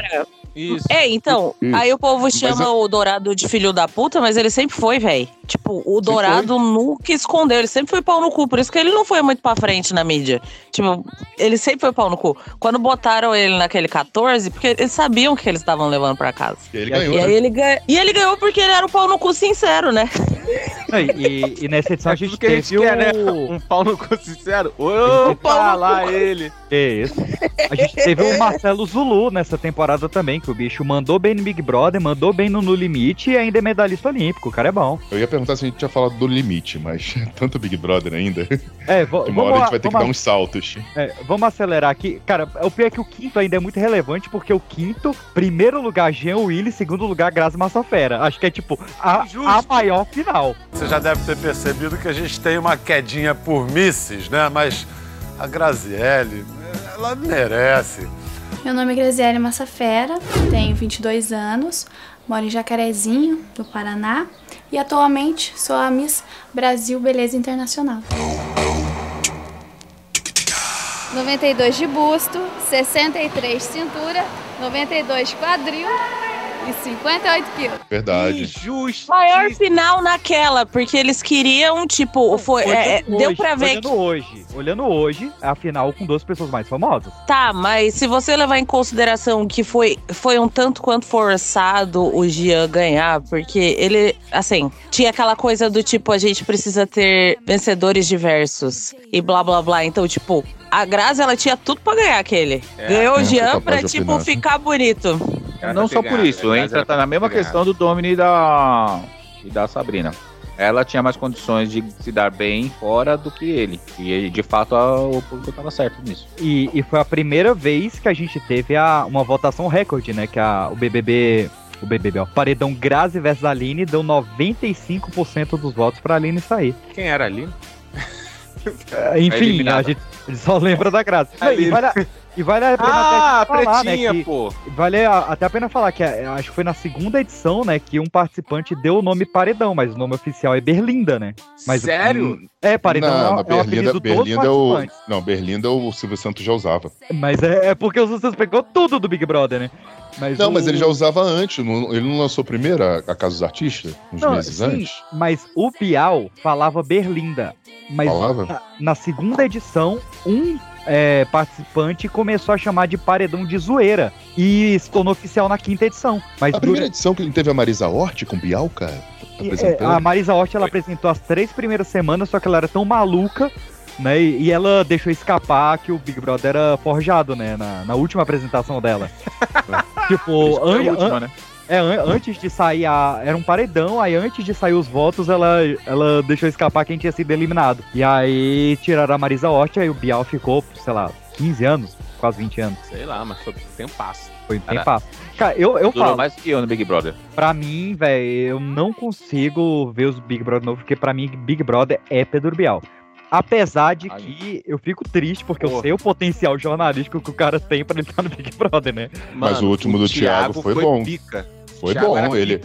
Speaker 7: É, então,
Speaker 4: Hum.
Speaker 7: aí o povo
Speaker 4: Mas
Speaker 7: chama
Speaker 4: eu-
Speaker 7: o Dourado de filho da puta, mas ele sempre foi, velho. Tipo, o Dourado nunca escondeu, ele sempre foi pau no cu, por isso que ele não foi muito pra frente na mídia. Tipo, ele sempre foi pau no cu. Quando botaram ele naquele 14, porque eles sabiam que eles estavam levando pra casa.
Speaker 4: E ele
Speaker 1: ganhou,
Speaker 7: E, aí
Speaker 1: né?
Speaker 7: ele ganha- e ele ganhou porque ele era o pau no cu sincero, né?
Speaker 1: Não, e, e- e nessa edição a
Speaker 4: É
Speaker 1: gente
Speaker 2: que a
Speaker 1: teve
Speaker 2: gente quer, né?
Speaker 1: o...
Speaker 2: Um pau no cu sincero.
Speaker 7: Tá
Speaker 2: Opa, lá ele.
Speaker 1: É isso. A gente teve o Marcelo Zulu nessa temporada também, que o bicho mandou bem no Big Brother, mandou bem no No Limite e ainda é medalhista olímpico. O cara é bom.
Speaker 4: Eu ia perguntar se a gente tinha falado do limite, mas tanto Big Brother ainda.
Speaker 1: É, vo-
Speaker 4: De uma hora
Speaker 1: vamos
Speaker 4: a
Speaker 1: lá,
Speaker 4: gente vai ter que
Speaker 1: vamos
Speaker 4: dar um
Speaker 1: lá.
Speaker 4: uns saltos.
Speaker 1: É, vamos acelerar aqui. Cara, o pior é que o quinto ainda é muito relevante, porque o quinto, primeiro lugar, Jean Willis, segundo lugar, Graça Massafera. Acho que é tipo a, a maior final.
Speaker 18: Você já deve ter percebido que a gente tem uma quedinha por misses, né? Mas a Graziele, ela
Speaker 17: É.
Speaker 18: merece.
Speaker 19: Meu nome é Graziele Massafera, tenho 22 anos, moro em Jacarezinho, no Paraná, e atualmente sou a Miss Brasil Beleza Internacional.
Speaker 20: 92 de busto, 63 cintura, 92 quadril e 58 quilos.
Speaker 4: Verdade.
Speaker 7: Maior final naquela, porque eles queriam, tipo, foi, é, é,
Speaker 1: Olhando
Speaker 7: deu
Speaker 1: hoje,
Speaker 7: pra ver
Speaker 1: olhando
Speaker 7: que.
Speaker 1: hoje, olhando hoje, a final com duas pessoas mais famosas.
Speaker 7: Tá, mas se você levar em consideração que foi, foi um tanto quanto forçado o Jean ganhar, porque ele, assim, tinha aquela coisa do tipo, a gente precisa ter vencedores diversos e blá blá blá. Então, tipo, a Grazi, ela tinha tudo pra ganhar aquele.
Speaker 3: É.
Speaker 7: Ganhou o
Speaker 3: É, sou
Speaker 7: Jean
Speaker 3: capaz
Speaker 7: pra,
Speaker 3: de
Speaker 7: tipo,
Speaker 3: opinar.
Speaker 7: ficar bonito.
Speaker 3: Não só por isso, entra tá na mesma questão do Domini e da, e da Sabrina. Ela tinha mais condições de se dar bem fora do que ele. E de fato a- o público tava certo nisso.
Speaker 1: E, e foi a primeira vez que a gente teve a, uma votação recorde, né? Que a, o BBB. O BBB, ó. Paredão Grazi versus Aline deu 95% dos votos pra Aline sair.
Speaker 2: Quem era ali?
Speaker 1: É, Enfim, a gente só lembra da Grazi. Não,
Speaker 2: Aline.
Speaker 1: E vale a, e vale a pena
Speaker 2: Ah,
Speaker 1: até falar,
Speaker 2: pretinha,
Speaker 1: né, que-
Speaker 2: pô.
Speaker 1: Vale a- até a pena falar que a- acho que foi na segunda edição, né, que um participante deu o nome Paredão, mas o nome oficial é Berlinda, né? Mas,
Speaker 4: Sério?
Speaker 1: hum, É, Paredão é,
Speaker 4: não,
Speaker 1: um-
Speaker 4: mas
Speaker 1: é um apelido
Speaker 4: Berlinda,
Speaker 1: dos
Speaker 4: Berlinda é o.
Speaker 1: participantes.
Speaker 4: Não, Berlinda o Silvio Santos já usava.
Speaker 1: Mas é, é porque o Santos pegou tudo do Big Brother, né? Mas
Speaker 4: não,
Speaker 1: o-
Speaker 4: mas ele já usava antes. não- ele não lançou primeiro a, a Casa dos Artistas? Uns
Speaker 1: Não,
Speaker 4: meses
Speaker 1: sim,
Speaker 4: antes?
Speaker 1: Mas o Bial falava Berlinda. Mas
Speaker 4: Falava?
Speaker 1: Na, na segunda edição, um é, participante começou a chamar de paredão de zoeira. E se tornou oficial na quinta edição. Mas
Speaker 4: a primeira edição que ele teve é a Marisa Hort com Bial, cara?
Speaker 3: Tá
Speaker 1: É,
Speaker 4: apresentando.
Speaker 1: a Marisa Hort, ela apresentou as três primeiras semanas, só que ela era tão maluca, né? E, e ela deixou escapar que o Big Brother era forjado, né? Na, na última apresentação dela. tipo,
Speaker 3: Foi a
Speaker 1: an-
Speaker 3: última,
Speaker 1: an-
Speaker 3: né?
Speaker 1: é, an- antes de sair a. Era um paredão, aí antes de sair os votos, ela, ela deixou escapar quem tinha sido eliminado. E aí tiraram a Marisa Hort, aí o Bial ficou, sei lá, 15 anos, quase 20 anos.
Speaker 2: Sei lá, mas foi tem passo.
Speaker 1: Foi Tem passo. Cara, eu, eu
Speaker 3: Durou
Speaker 1: falo.
Speaker 3: mais que eu no Big Brother.
Speaker 1: Pra mim, velho, eu não consigo ver os Big Brother novo, porque pra mim Big Brother é Pedro Bial. Apesar de que eu fico triste, porque eu sei o potencial jornalístico que o cara tem pra ele estar no Big Brother, né?
Speaker 4: Mas o último do Thiago, foi, bom. Foi
Speaker 1: Thiago
Speaker 4: bom,
Speaker 1: era
Speaker 4: ele.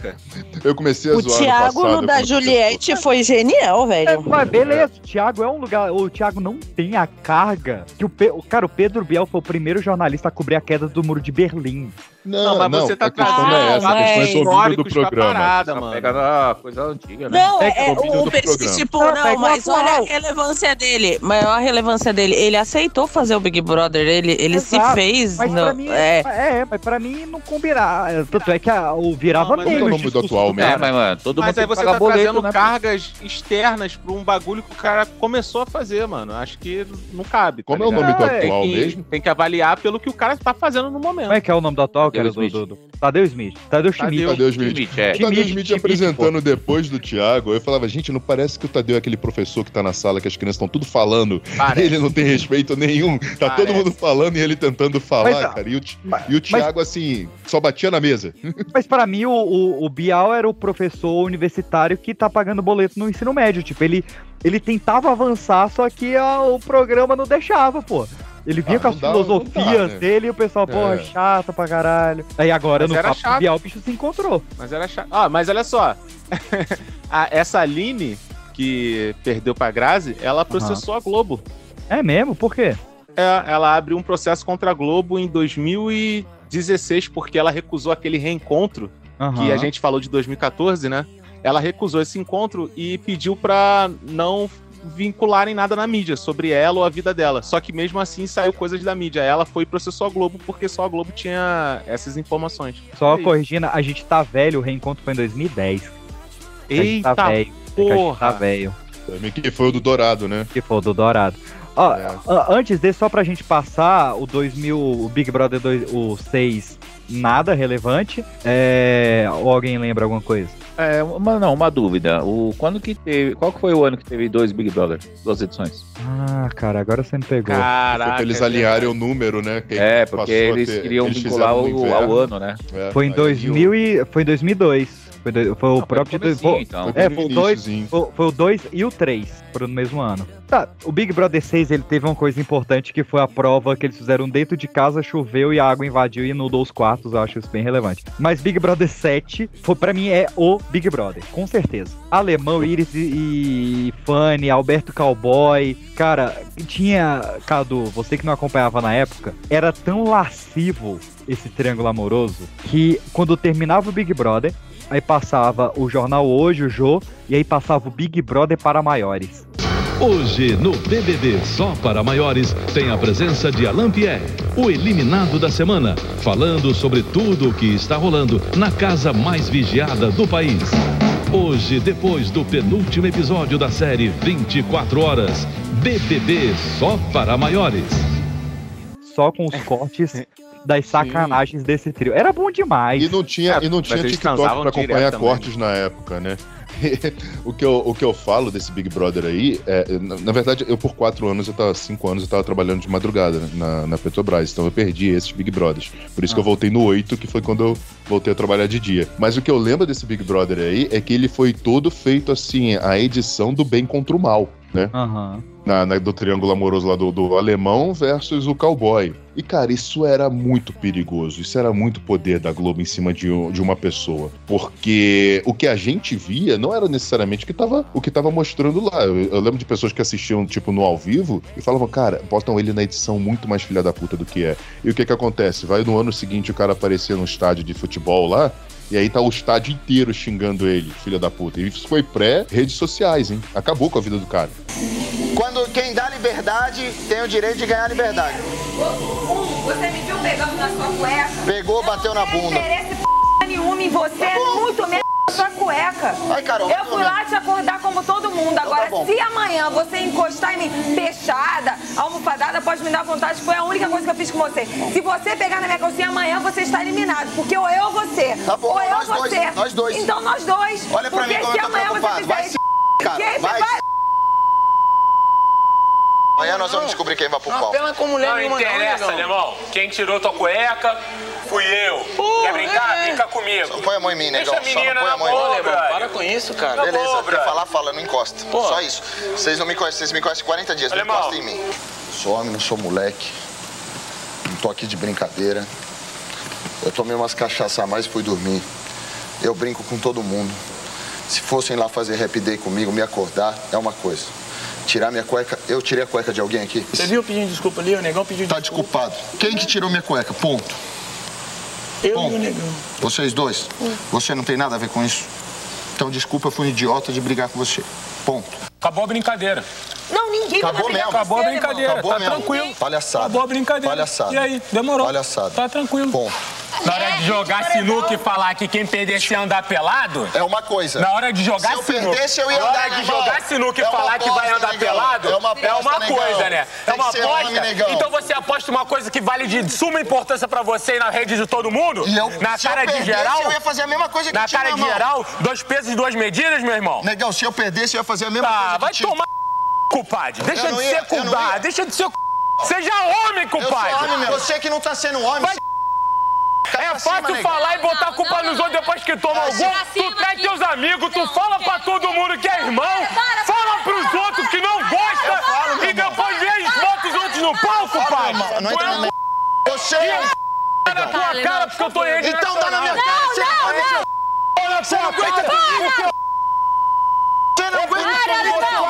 Speaker 4: Eu comecei a
Speaker 7: O
Speaker 4: zoar no
Speaker 7: Thiago
Speaker 4: passado,
Speaker 7: no da
Speaker 4: quando-
Speaker 7: Juliette foi genial,
Speaker 1: É,
Speaker 7: velho.
Speaker 1: mas beleza, o Thiago é um lugar. O Thiago não tem a carga que o. Pe... o- Cara, o Pedro Biel foi o primeiro jornalista a cobrir a queda do muro de Berlim.
Speaker 4: Não,
Speaker 1: mas
Speaker 4: não,
Speaker 1: você tá
Speaker 4: a questão não é essa, a questão é
Speaker 1: trazendo
Speaker 4: do ouvido do
Speaker 1: históricos pra
Speaker 4: programa.
Speaker 1: parada,
Speaker 3: mano. Pega na é coisa antiga, né?
Speaker 7: Não, é, é,
Speaker 3: Pega ouvido
Speaker 7: o,
Speaker 3: do programa.
Speaker 7: tipo,
Speaker 3: Ah,
Speaker 7: não,
Speaker 3: pega
Speaker 7: mas
Speaker 3: uma
Speaker 7: olha a relevância dele. Maior relevância dele. Ele aceitou fazer o Big Brother, ele, ele se
Speaker 1: Exato.
Speaker 7: fez.
Speaker 1: Mas
Speaker 7: não,
Speaker 1: pra mim, é.
Speaker 7: é.
Speaker 1: mas pra mim não combina. Tanto é que a- o
Speaker 2: Não,
Speaker 1: virava
Speaker 2: mas
Speaker 1: meme.
Speaker 2: não é o
Speaker 1: o
Speaker 2: nome do
Speaker 1: discurso
Speaker 4: atual
Speaker 1: cara.
Speaker 3: É, mas, mano, todo mundo
Speaker 2: Mas aí
Speaker 3: tem que
Speaker 2: você
Speaker 3: pagar
Speaker 2: tá
Speaker 3: boleto,
Speaker 2: trazendo
Speaker 3: né?
Speaker 2: cargas externas pra um bagulho que o cara começou a fazer, mano. Acho que não cabe.
Speaker 4: Como é o nome do atual
Speaker 2: tem que,
Speaker 4: mesmo?
Speaker 2: Tem que avaliar pelo que o cara tá fazendo no momento.
Speaker 1: Como é que é o nome do atual? Que era do, do, do- Tadeu Smith. Tadeu Schmidt.
Speaker 4: Tadeu Schmidt.
Speaker 3: é.
Speaker 1: É.
Speaker 4: O Tadeu Schmidt, apresentando
Speaker 1: pô.
Speaker 4: depois do Thiago, eu falava, gente, não parece que o Tadeu é aquele professor que tá na sala que as crianças estão tudo falando.
Speaker 2: Parece.
Speaker 4: Ele não tem respeito nenhum. Tá todo
Speaker 2: Parece.
Speaker 4: mundo falando e ele tentando falar,
Speaker 1: Mas, ó,
Speaker 4: cara. E o, Ti- e o Thiago, assim, só batia na mesa.
Speaker 1: Mas pra mim, o, o, o Bial era o professor universitário que tá pagando boleto no ensino médio. Tipo, ele, ele tentava avançar, só que ah, o programa não deixava, pô. Ele vinha
Speaker 4: Ah,
Speaker 1: com as
Speaker 4: não dá-
Speaker 1: filosofias
Speaker 4: não dá, né?
Speaker 1: dele e o pessoal, porra,
Speaker 2: É.
Speaker 1: chata pra caralho. Aí agora
Speaker 2: Mas
Speaker 1: no
Speaker 2: era
Speaker 1: Papo
Speaker 2: chato.
Speaker 1: Bial, o bicho se encontrou.
Speaker 2: Mas era chato. Ah, mas olha só. A- essa Aline, que perdeu pra Grazi, ela processou a Globo.
Speaker 1: É mesmo? Por quê?
Speaker 2: É, ela abriu um processo contra a Globo em 2016, porque ela recusou aquele reencontro
Speaker 1: Aham.
Speaker 2: que a gente falou de 2014, né? Ela recusou esse encontro e pediu pra não vincularem nada na mídia sobre ela ou a vida dela. Só que mesmo assim saiu coisas da mídia. Ela foi e processou a Globo porque só a Globo tinha essas informações.
Speaker 1: Só
Speaker 2: É isso.
Speaker 1: corrigindo, a gente tá velho, o reencontro foi em 2010. A gente
Speaker 2: Eita
Speaker 1: tá velho. É que a gente
Speaker 2: porra.
Speaker 1: Tá velho.
Speaker 4: Que foi o do Dourado, né? É.
Speaker 1: Que foi o do Dourado. Ó, a- antes desse, só pra gente passar o 2000, o Big Brother 2, o 6, nada relevante. É, ou alguém lembra alguma coisa?
Speaker 3: É, uma, não, uma dúvida. O, quando que teve. Qual que foi o ano que teve dois Big Brother? Duas edições?
Speaker 1: Ah, cara, agora você me pegou.
Speaker 4: Foi pra é eles alinharem o número, né? que
Speaker 3: É, porque
Speaker 4: passou a
Speaker 3: eles
Speaker 4: ter-
Speaker 3: queriam
Speaker 4: eles
Speaker 3: vincular
Speaker 4: fizeram no
Speaker 3: ao-
Speaker 4: inverno.
Speaker 3: ao ano, né?
Speaker 4: É,
Speaker 1: Foi em,
Speaker 4: aí
Speaker 1: 2000 e, foi em 2002. Foi, do- foi o próprio. dois-
Speaker 3: comecinho,
Speaker 1: foi-
Speaker 3: então.
Speaker 1: É,
Speaker 3: Foi
Speaker 1: foi
Speaker 3: no
Speaker 1: o 2
Speaker 3: iniciozinho.
Speaker 1: foi, foi o dois e o 3. Foram no mesmo ano. Tá, o Big Brother 6 ele teve uma coisa importante que foi a prova que eles fizeram dentro de casa, choveu e a água invadiu e inundou os quartos. Eu acho isso bem relevante. Mas Big Brother 7, foi, pra mim, é o Big Brother, com certeza. Alemão, Iris e, e Fanny, Alberto Cowboy. Cara, tinha. Cadu, você que não acompanhava na época, era tão lascivo esse triângulo amoroso que quando terminava o Big Brother, aí passava o Jornal Hoje, o Jô, e aí passava o Big Brother para maiores.
Speaker 21: Hoje, no BBB Só para Maiores, tem a presença de Alain Pierre, o eliminado da semana, falando sobre tudo o que está rolando na casa mais vigiada do país. Hoje, depois do penúltimo episódio da série 24 Horas, BBB Só para Maiores.
Speaker 1: Só com os cortes das sacanagens desse trio. Era bom demais.
Speaker 4: E não tinha, e não tinha TikTok pra acompanhar cortes na época, né? o, que eu, o que eu falo desse Big Brother aí, é, na, na verdade, eu por quatro anos, eu tava, cinco anos, eu tava trabalhando de madrugada né, na, na Petrobras, então eu perdi esses Big Brothers. Por isso que eu voltei no 8, que foi quando eu voltei a trabalhar de dia. Mas o que eu lembro desse Big Brother aí é que ele foi todo feito assim, a edição do bem contra o mal, né? na, na- do triângulo amoroso lá do, do alemão versus o cowboy. E, cara, isso era muito perigoso. Isso era muito poder da Globo em cima de, um- de uma pessoa. Porque o que a gente via não era necessariamente o que tava, o que tava mostrando lá. Eu, eu lembro de pessoas que assistiam, tipo, no ao vivo e falavam, cara, botam ele na edição muito mais filha da puta do que é. E o que que acontece? Vai no ano seguinte o cara aparecer num estádio de futebol lá e aí tá o estádio inteiro xingando ele, filha da puta. E isso foi pré-redes sociais, hein? Acabou com a vida do cara.
Speaker 6: Quando quem dá liberdade tem o direito de ganhar liberdade.
Speaker 22: Você me viu pegando na sua cueca?
Speaker 6: Pegou, bateu na bunda.
Speaker 22: Interesse p nenhuma em você, é muito menos na sua cueca.
Speaker 6: Ai, Carol,
Speaker 22: eu
Speaker 6: tudo
Speaker 22: fui
Speaker 6: bem.
Speaker 22: lá te acordar como todo mundo. Agora,
Speaker 6: tá bom.
Speaker 22: se amanhã você encostar em mim fechada, almofadada, pode me dar vontade, foi a única coisa que eu fiz com você. Se você pegar na minha calcinha amanhã, você está eliminado. Porque ou eu ou você.
Speaker 6: Tá bom,
Speaker 22: ou eu
Speaker 6: nós
Speaker 22: ou
Speaker 6: dois,
Speaker 22: você.
Speaker 6: nós dois.
Speaker 22: Então nós dois.
Speaker 6: Olha pra
Speaker 22: porque
Speaker 6: mim como é
Speaker 22: se
Speaker 6: eu tô
Speaker 22: amanhã você
Speaker 6: preocupado.
Speaker 22: fizer
Speaker 6: Vai
Speaker 22: esse
Speaker 6: se- cara,
Speaker 22: quem
Speaker 6: vai
Speaker 22: vai
Speaker 6: se- Amanhã nós vamos descobrir quem vai pro pau.
Speaker 23: não interessa, alemão. Quem tirou tua cueca fui eu. Quer brincar?
Speaker 6: é.
Speaker 23: Brinca comigo. Só
Speaker 6: põe a mão em mim, negão.
Speaker 23: Deixa a
Speaker 6: Só
Speaker 23: menina
Speaker 6: não põe
Speaker 23: na
Speaker 6: a mão em mim.
Speaker 23: mão, brother.
Speaker 6: Para com isso, cara.
Speaker 23: Na
Speaker 6: Beleza,
Speaker 23: boa,
Speaker 6: quer
Speaker 23: brother.
Speaker 6: falar, fala, não encosta. Só isso. Vocês não me conhecem, vocês me conhecem há 40 dias,
Speaker 23: Alemão.
Speaker 6: não encosta em mim. Sou homem, não sou moleque. Não tô aqui de brincadeira. Eu tomei umas cachaça a mais e fui dormir. Eu brinco com todo mundo. Se fossem lá fazer rap day comigo, me acordar, é uma coisa. Tirar minha cueca, eu tirei a cueca de alguém aqui?
Speaker 23: Você viu pedindo desculpa ali? O negão pediu
Speaker 6: Tá desculpado. Quem que tirou minha cueca? Ponto. Eu e o negão. Vocês dois? Você não tem nada a ver com isso? Então desculpa, eu fui um idiota de brigar com você. Ponto.
Speaker 23: Acabou a brincadeira.
Speaker 22: Não, ninguém
Speaker 6: Acabou mesmo.
Speaker 23: Acabou a brincadeira.
Speaker 6: Acabou
Speaker 23: tá
Speaker 6: mesmo.
Speaker 23: tranquilo.
Speaker 6: Palhaçada.
Speaker 23: Acabou a brincadeira.
Speaker 6: Palhaçada.
Speaker 23: E aí, demorou.
Speaker 6: Palhaçada.
Speaker 23: Tá tranquilo.
Speaker 6: Ponto.
Speaker 23: Na hora de jogar sinuca e falar que quem perdesse ia andar pelado.
Speaker 6: É uma coisa.
Speaker 23: Na hora de jogar
Speaker 6: Se eu
Speaker 23: sinuca.
Speaker 6: perdesse, eu ia
Speaker 23: Na hora
Speaker 6: andar,
Speaker 23: de
Speaker 6: irmão.
Speaker 23: jogar sinuca e
Speaker 6: É uma
Speaker 23: falar que vai
Speaker 6: aposta,
Speaker 23: andar
Speaker 6: negão.
Speaker 23: pelado.
Speaker 6: É uma aposta, negão.
Speaker 23: coisa, né?
Speaker 6: Tem
Speaker 23: é uma
Speaker 6: que ser homem, negão.
Speaker 23: Então você aposta uma coisa que vale de suma importância pra você e na rede de todo mundo? na
Speaker 6: se eu
Speaker 23: cara de
Speaker 6: perdesse,
Speaker 23: geral?
Speaker 6: eu ia fazer a mesma coisa que
Speaker 23: Na
Speaker 6: tinha
Speaker 23: cara
Speaker 6: na
Speaker 23: de
Speaker 6: mão.
Speaker 23: geral, dois pesos e duas medidas, meu irmão?
Speaker 6: Negão, se eu perdesse, eu ia fazer a mesma
Speaker 23: coisa. Ah, vai tomar culpado. Deixa
Speaker 6: Eu não
Speaker 23: de
Speaker 6: ia,
Speaker 23: ser
Speaker 6: eu não
Speaker 23: culpado.
Speaker 6: ia.
Speaker 23: Deixa de ser c****. Seja homem,
Speaker 6: Eu sou homem
Speaker 23: culpado.
Speaker 6: mesmo. Você que não tá sendo homem.
Speaker 23: Vai
Speaker 6: c****.
Speaker 23: É fácil
Speaker 6: negão.
Speaker 23: falar e botar a culpa nos outros depois que toma
Speaker 6: Pra
Speaker 23: algum.
Speaker 6: cima
Speaker 23: Tu trai teus amigos, tu fala pra todo mundo que é irmão, fala pros outros que não gosta e depois vê as fotos dos outros no palco, pai!
Speaker 6: Não
Speaker 23: Tu
Speaker 6: entra
Speaker 23: é
Speaker 6: na
Speaker 23: um
Speaker 6: minha. Você é um.
Speaker 23: Dá na tua cara, porque eu tô em rede
Speaker 6: Então dá na minha cara. você
Speaker 23: nacional.
Speaker 6: é um-
Speaker 23: Dá na
Speaker 6: Você não
Speaker 23: tua
Speaker 6: aguenta
Speaker 23: cara.
Speaker 6: comigo,
Speaker 8: É
Speaker 6: Você não aguenta
Speaker 23: Para,
Speaker 6: comigo,
Speaker 23: Negão!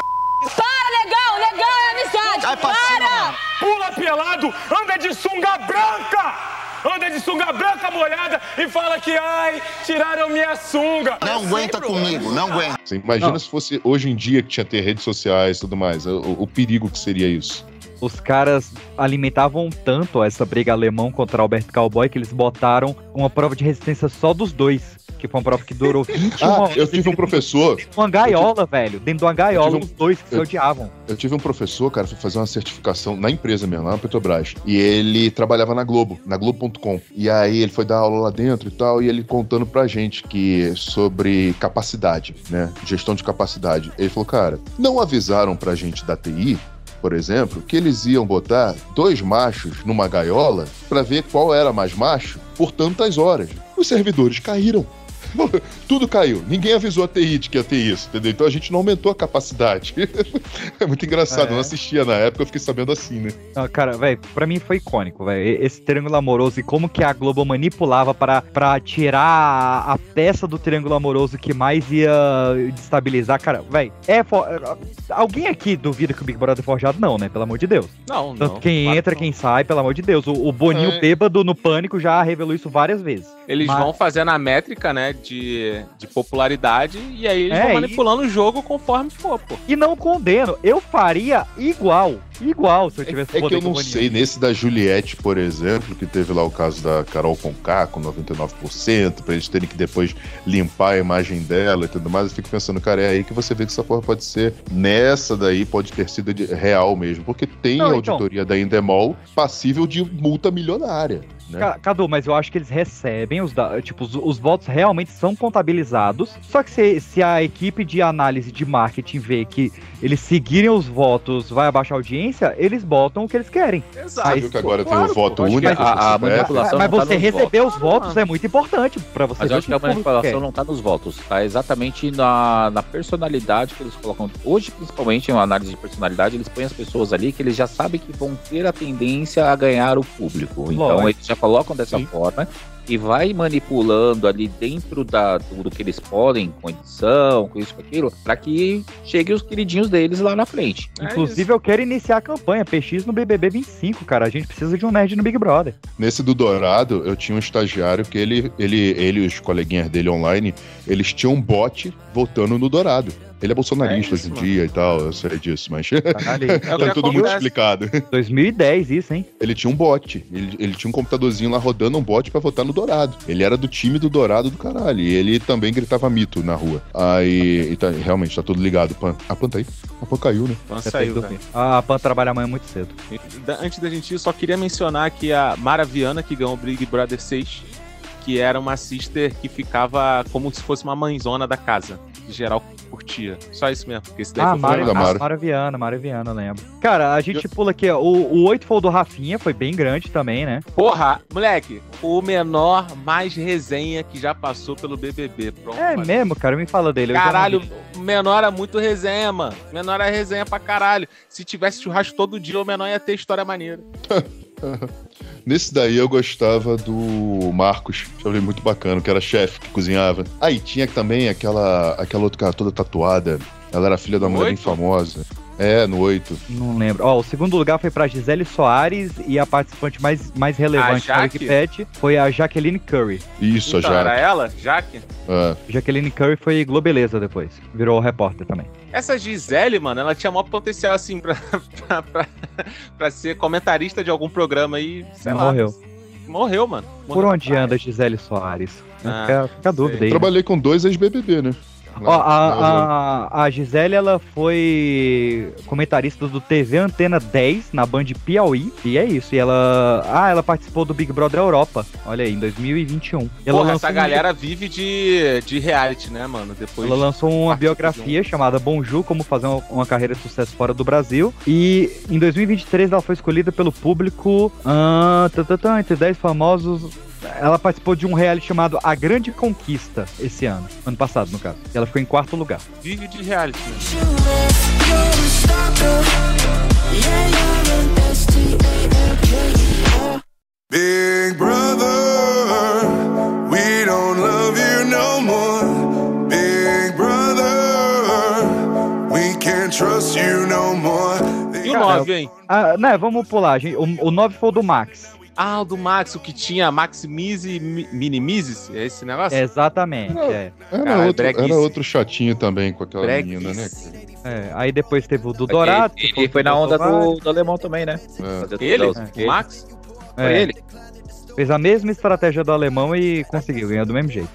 Speaker 11: Para, Negão! Negão é amizade!
Speaker 6: Vai pra cima,
Speaker 11: Para!
Speaker 6: mano.
Speaker 23: Pula pelado, anda de sunga branca! Anda de sunga branca molhada e fala que, ai, tiraram minha sunga!
Speaker 6: Não aguenta comigo, não aguenta.
Speaker 4: Você imagina
Speaker 6: Não.
Speaker 4: se fosse hoje em dia que tinha que ter redes sociais e tudo mais. O, o perigo que seria isso.
Speaker 1: Os caras alimentavam tanto essa briga alemão contra Albert Cowboy que eles botaram uma prova de resistência só dos dois. Que foi uma prova que durou 21
Speaker 4: Ah,
Speaker 1: horas.
Speaker 4: eu tive um professor. um-
Speaker 1: Uma gaiola, velho. Dentro de uma gaiola, os dois que se
Speaker 4: eu-
Speaker 1: odiavam.
Speaker 4: Eu tive um professor, cara, foi fazer uma certificação na empresa mesmo, lá na Petrobras. E ele trabalhava na Globo, na Globo.com. E aí ele foi dar aula lá dentro e tal, e ele contando pra gente que sobre capacidade, né? Gestão de capacidade. Ele falou, cara, não avisaram pra gente da TI, por exemplo, que eles iam botar dois machos numa gaiola pra ver qual era mais macho por tantas horas. Os servidores caíram. Tudo caiu. Ninguém avisou a TI de que ia ter isso, entendeu? Então a gente não aumentou a capacidade. é muito engraçado.
Speaker 1: É.
Speaker 4: Eu não assistia na época, eu fiquei sabendo assim, né?
Speaker 1: Não, Ah, cara, velho, pra mim foi icônico, velho. E- Esse triângulo amoroso e como que a Globo manipulava pra, pra tirar a, a peça do triângulo amoroso que mais ia destabilizar, cara, velho. É fo- Alguém aqui duvida que o Big Brother é forjado? Não, né? Pelo amor de Deus.
Speaker 2: Não,
Speaker 1: Tanto
Speaker 2: não.
Speaker 1: quem entra, quem sai, pelo amor de Deus. O, o Boninho
Speaker 2: É.
Speaker 1: bêbado no pânico já revelou isso várias vezes.
Speaker 2: Eles
Speaker 1: Mas-
Speaker 2: vão fazendo a métrica, né, de, de popularidade e aí eles
Speaker 1: É,
Speaker 2: vão
Speaker 1: e-
Speaker 2: manipulando o jogo conforme for, pô.
Speaker 1: E não condeno, eu faria igual, igual se eu tivesse
Speaker 4: É que
Speaker 1: poder
Speaker 4: eu
Speaker 1: com o
Speaker 4: não
Speaker 1: Boninho.
Speaker 4: sei, nesse da Juliette, por exemplo, que teve lá o caso da Carol Conká com 99%, pra eles terem que depois limpar a imagem dela e tudo mais, eu fico pensando, cara, é aí que você vê que essa porra pode ser, nessa daí, pode ter sido de- real mesmo, porque tem
Speaker 1: Não, então-
Speaker 4: auditoria da Endemol passível de multa milionária, né?
Speaker 3: É.
Speaker 1: Ca- Cadu, mas eu acho que eles recebem os da- tipo os, os votos realmente são contabilizados. Só que se, se a equipe de análise de marketing vê que eles seguirem os votos vai abaixar a audiência, eles botam o que eles querem.
Speaker 2: Exato.
Speaker 4: Viu que agora tem o voto único?
Speaker 3: a- a
Speaker 4: CPF?
Speaker 3: manipulação-
Speaker 1: Mas
Speaker 3: não tá
Speaker 1: você
Speaker 3: nos
Speaker 1: receber os votos é muito importante pra
Speaker 3: Ah.
Speaker 1: você.
Speaker 3: Mas
Speaker 1: ver é.
Speaker 3: eu acho que é
Speaker 1: o
Speaker 3: a
Speaker 1: público
Speaker 3: manipulação
Speaker 1: quer.
Speaker 3: não tá nos votos, tá exatamente na, na personalidade que eles colocam. Hoje, principalmente, em uma análise de personalidade, eles põem as pessoas ali que eles já sabem que vão ter a tendência a ganhar o público. Então,
Speaker 1: Lógico.
Speaker 3: eles já colocam dessa forma e vai manipulando ali dentro da, do, do que eles podem, com edição, com isso, com aquilo, pra que chegue os queridinhos deles lá na frente.
Speaker 1: Inclusive, eu quero iniciar a campanha PX no BBB 25, cara. A gente precisa de um nerd no Big Brother.
Speaker 4: Nesse do Dourado, eu tinha um estagiário que ele, ele, ele e os coleguinhas dele online, eles tinham um bot votando no Dourado. Ele é bolsonarista hoje em dia e tal, eu sei disso, mas
Speaker 1: Caralho, é o que
Speaker 4: tá tudo muito
Speaker 1: acontece.
Speaker 4: explicado.
Speaker 1: 2010 isso, hein?
Speaker 4: Ele tinha um bot, ele, ele tinha um computadorzinho lá rodando um bot pra votar no Dourado. Ele era do time do Dourado do caralho, e ele também gritava mito na rua. Aí, e tá- realmente, tá tudo ligado. Pan, a Pan tá aí? A Pan caiu, né?
Speaker 2: Pan
Speaker 1: Você
Speaker 2: saiu,
Speaker 1: tem que dormir.
Speaker 2: velho.
Speaker 1: Ah, a Pan trabalha amanhã muito cedo.
Speaker 2: Da- Antes da gente ir, só queria mencionar aqui a Maraviana, que ganhou o Big Brother 6, que era uma sister que ficava como se fosse uma mãezona da casa, que geral curtia. Só isso mesmo, porque esse daí
Speaker 1: Ah,
Speaker 2: foi
Speaker 1: Mara,
Speaker 2: problema.
Speaker 1: Mara. Maraviana, Maraviana, eu lembro. Cara, a gente pula aqui, ó. O, o 8 foi o do Rafinha, foi bem grande também, né?
Speaker 2: Porra, moleque, o menor mais resenha que já passou pelo BBB. Pronto,
Speaker 1: É
Speaker 2: mano.
Speaker 1: mesmo, cara, me fala dele. eu já não
Speaker 2: Caralho,
Speaker 1: vi.
Speaker 2: o menor é muito resenha, mano. O Menor é resenha pra caralho. Se tivesse churrasco todo dia, o menor ia ter história maneira.
Speaker 4: Nesse daí eu gostava do Marcos, que eu achei muito bacana, que era chefe, que cozinhava. Aí tinha também aquela, aquela outra cara toda tatuada. Ela era filha da mulher bem famosa. É, no 8.
Speaker 1: Não lembro. Ó, o segundo lugar foi pra Gisele Soares e a participante mais, mais relevante
Speaker 2: A
Speaker 1: na
Speaker 2: Jaque?
Speaker 1: Wikipet foi a Jaqueline Curry.
Speaker 4: Isso,
Speaker 2: Então,
Speaker 4: já.
Speaker 2: era ela, Jaque?
Speaker 1: Jaqueline Curry foi Globeleza depois. Virou repórter também.
Speaker 2: Essa Gisele, mano, ela tinha maior potencial, assim, pra, pra, pra, pra ser comentarista de algum programa aí, sei lá.
Speaker 1: Morreu.
Speaker 2: Morreu, mano.
Speaker 1: Uhum. Por onde anda Gisele Soares?
Speaker 2: Ah,
Speaker 1: fica, fica a dúvida aí. né?
Speaker 4: Trabalhei com dois ex-BBB, né?
Speaker 1: Ó, a, a, a Gisele, ela foi comentarista do TV Antena 10 na Band Piauí. E é isso. E ela. Ah, ela participou do Big Brother Europa. Olha aí, em 2021. Ela
Speaker 2: Porra,
Speaker 1: lançou
Speaker 2: essa
Speaker 1: um-
Speaker 2: galera vive de, de reality, né, mano? Depois.
Speaker 1: Ela lançou uma
Speaker 2: um
Speaker 1: biografia chamada Bonju, como fazer uma, uma carreira de sucesso fora do Brasil. E em 2023 ela foi escolhida pelo público ah, tã, tã, tã, entre 10 famosos. Ela participou de um reality chamado A Grande Conquista esse ano, ano passado no caso. E ela ficou em quarto lugar.
Speaker 2: Vive de reality, né?
Speaker 5: You're unstoppable. Yeah, you're indestructible.
Speaker 2: também?
Speaker 1: Ah, né, vamos pular, gente. O, o 9 foi o do Max.
Speaker 2: Ah, o do Max, o que tinha maximize e mi- minimize, é esse negócio?
Speaker 1: Exatamente, é.
Speaker 4: Era,
Speaker 2: Caralho,
Speaker 4: outro,
Speaker 2: breguice.
Speaker 4: era outro chatinho também com aquela
Speaker 2: Breguice.
Speaker 4: menina, né?
Speaker 1: É, aí depois teve o do Dourado.
Speaker 3: Ele,
Speaker 1: que
Speaker 3: ele foi na
Speaker 1: o
Speaker 3: onda
Speaker 1: Dourado.
Speaker 3: do, do alemão também, né?
Speaker 1: Ele?
Speaker 3: É.
Speaker 1: O Max? É. Fez a mesma estratégia do alemão e conseguiu, ganhou do mesmo jeito.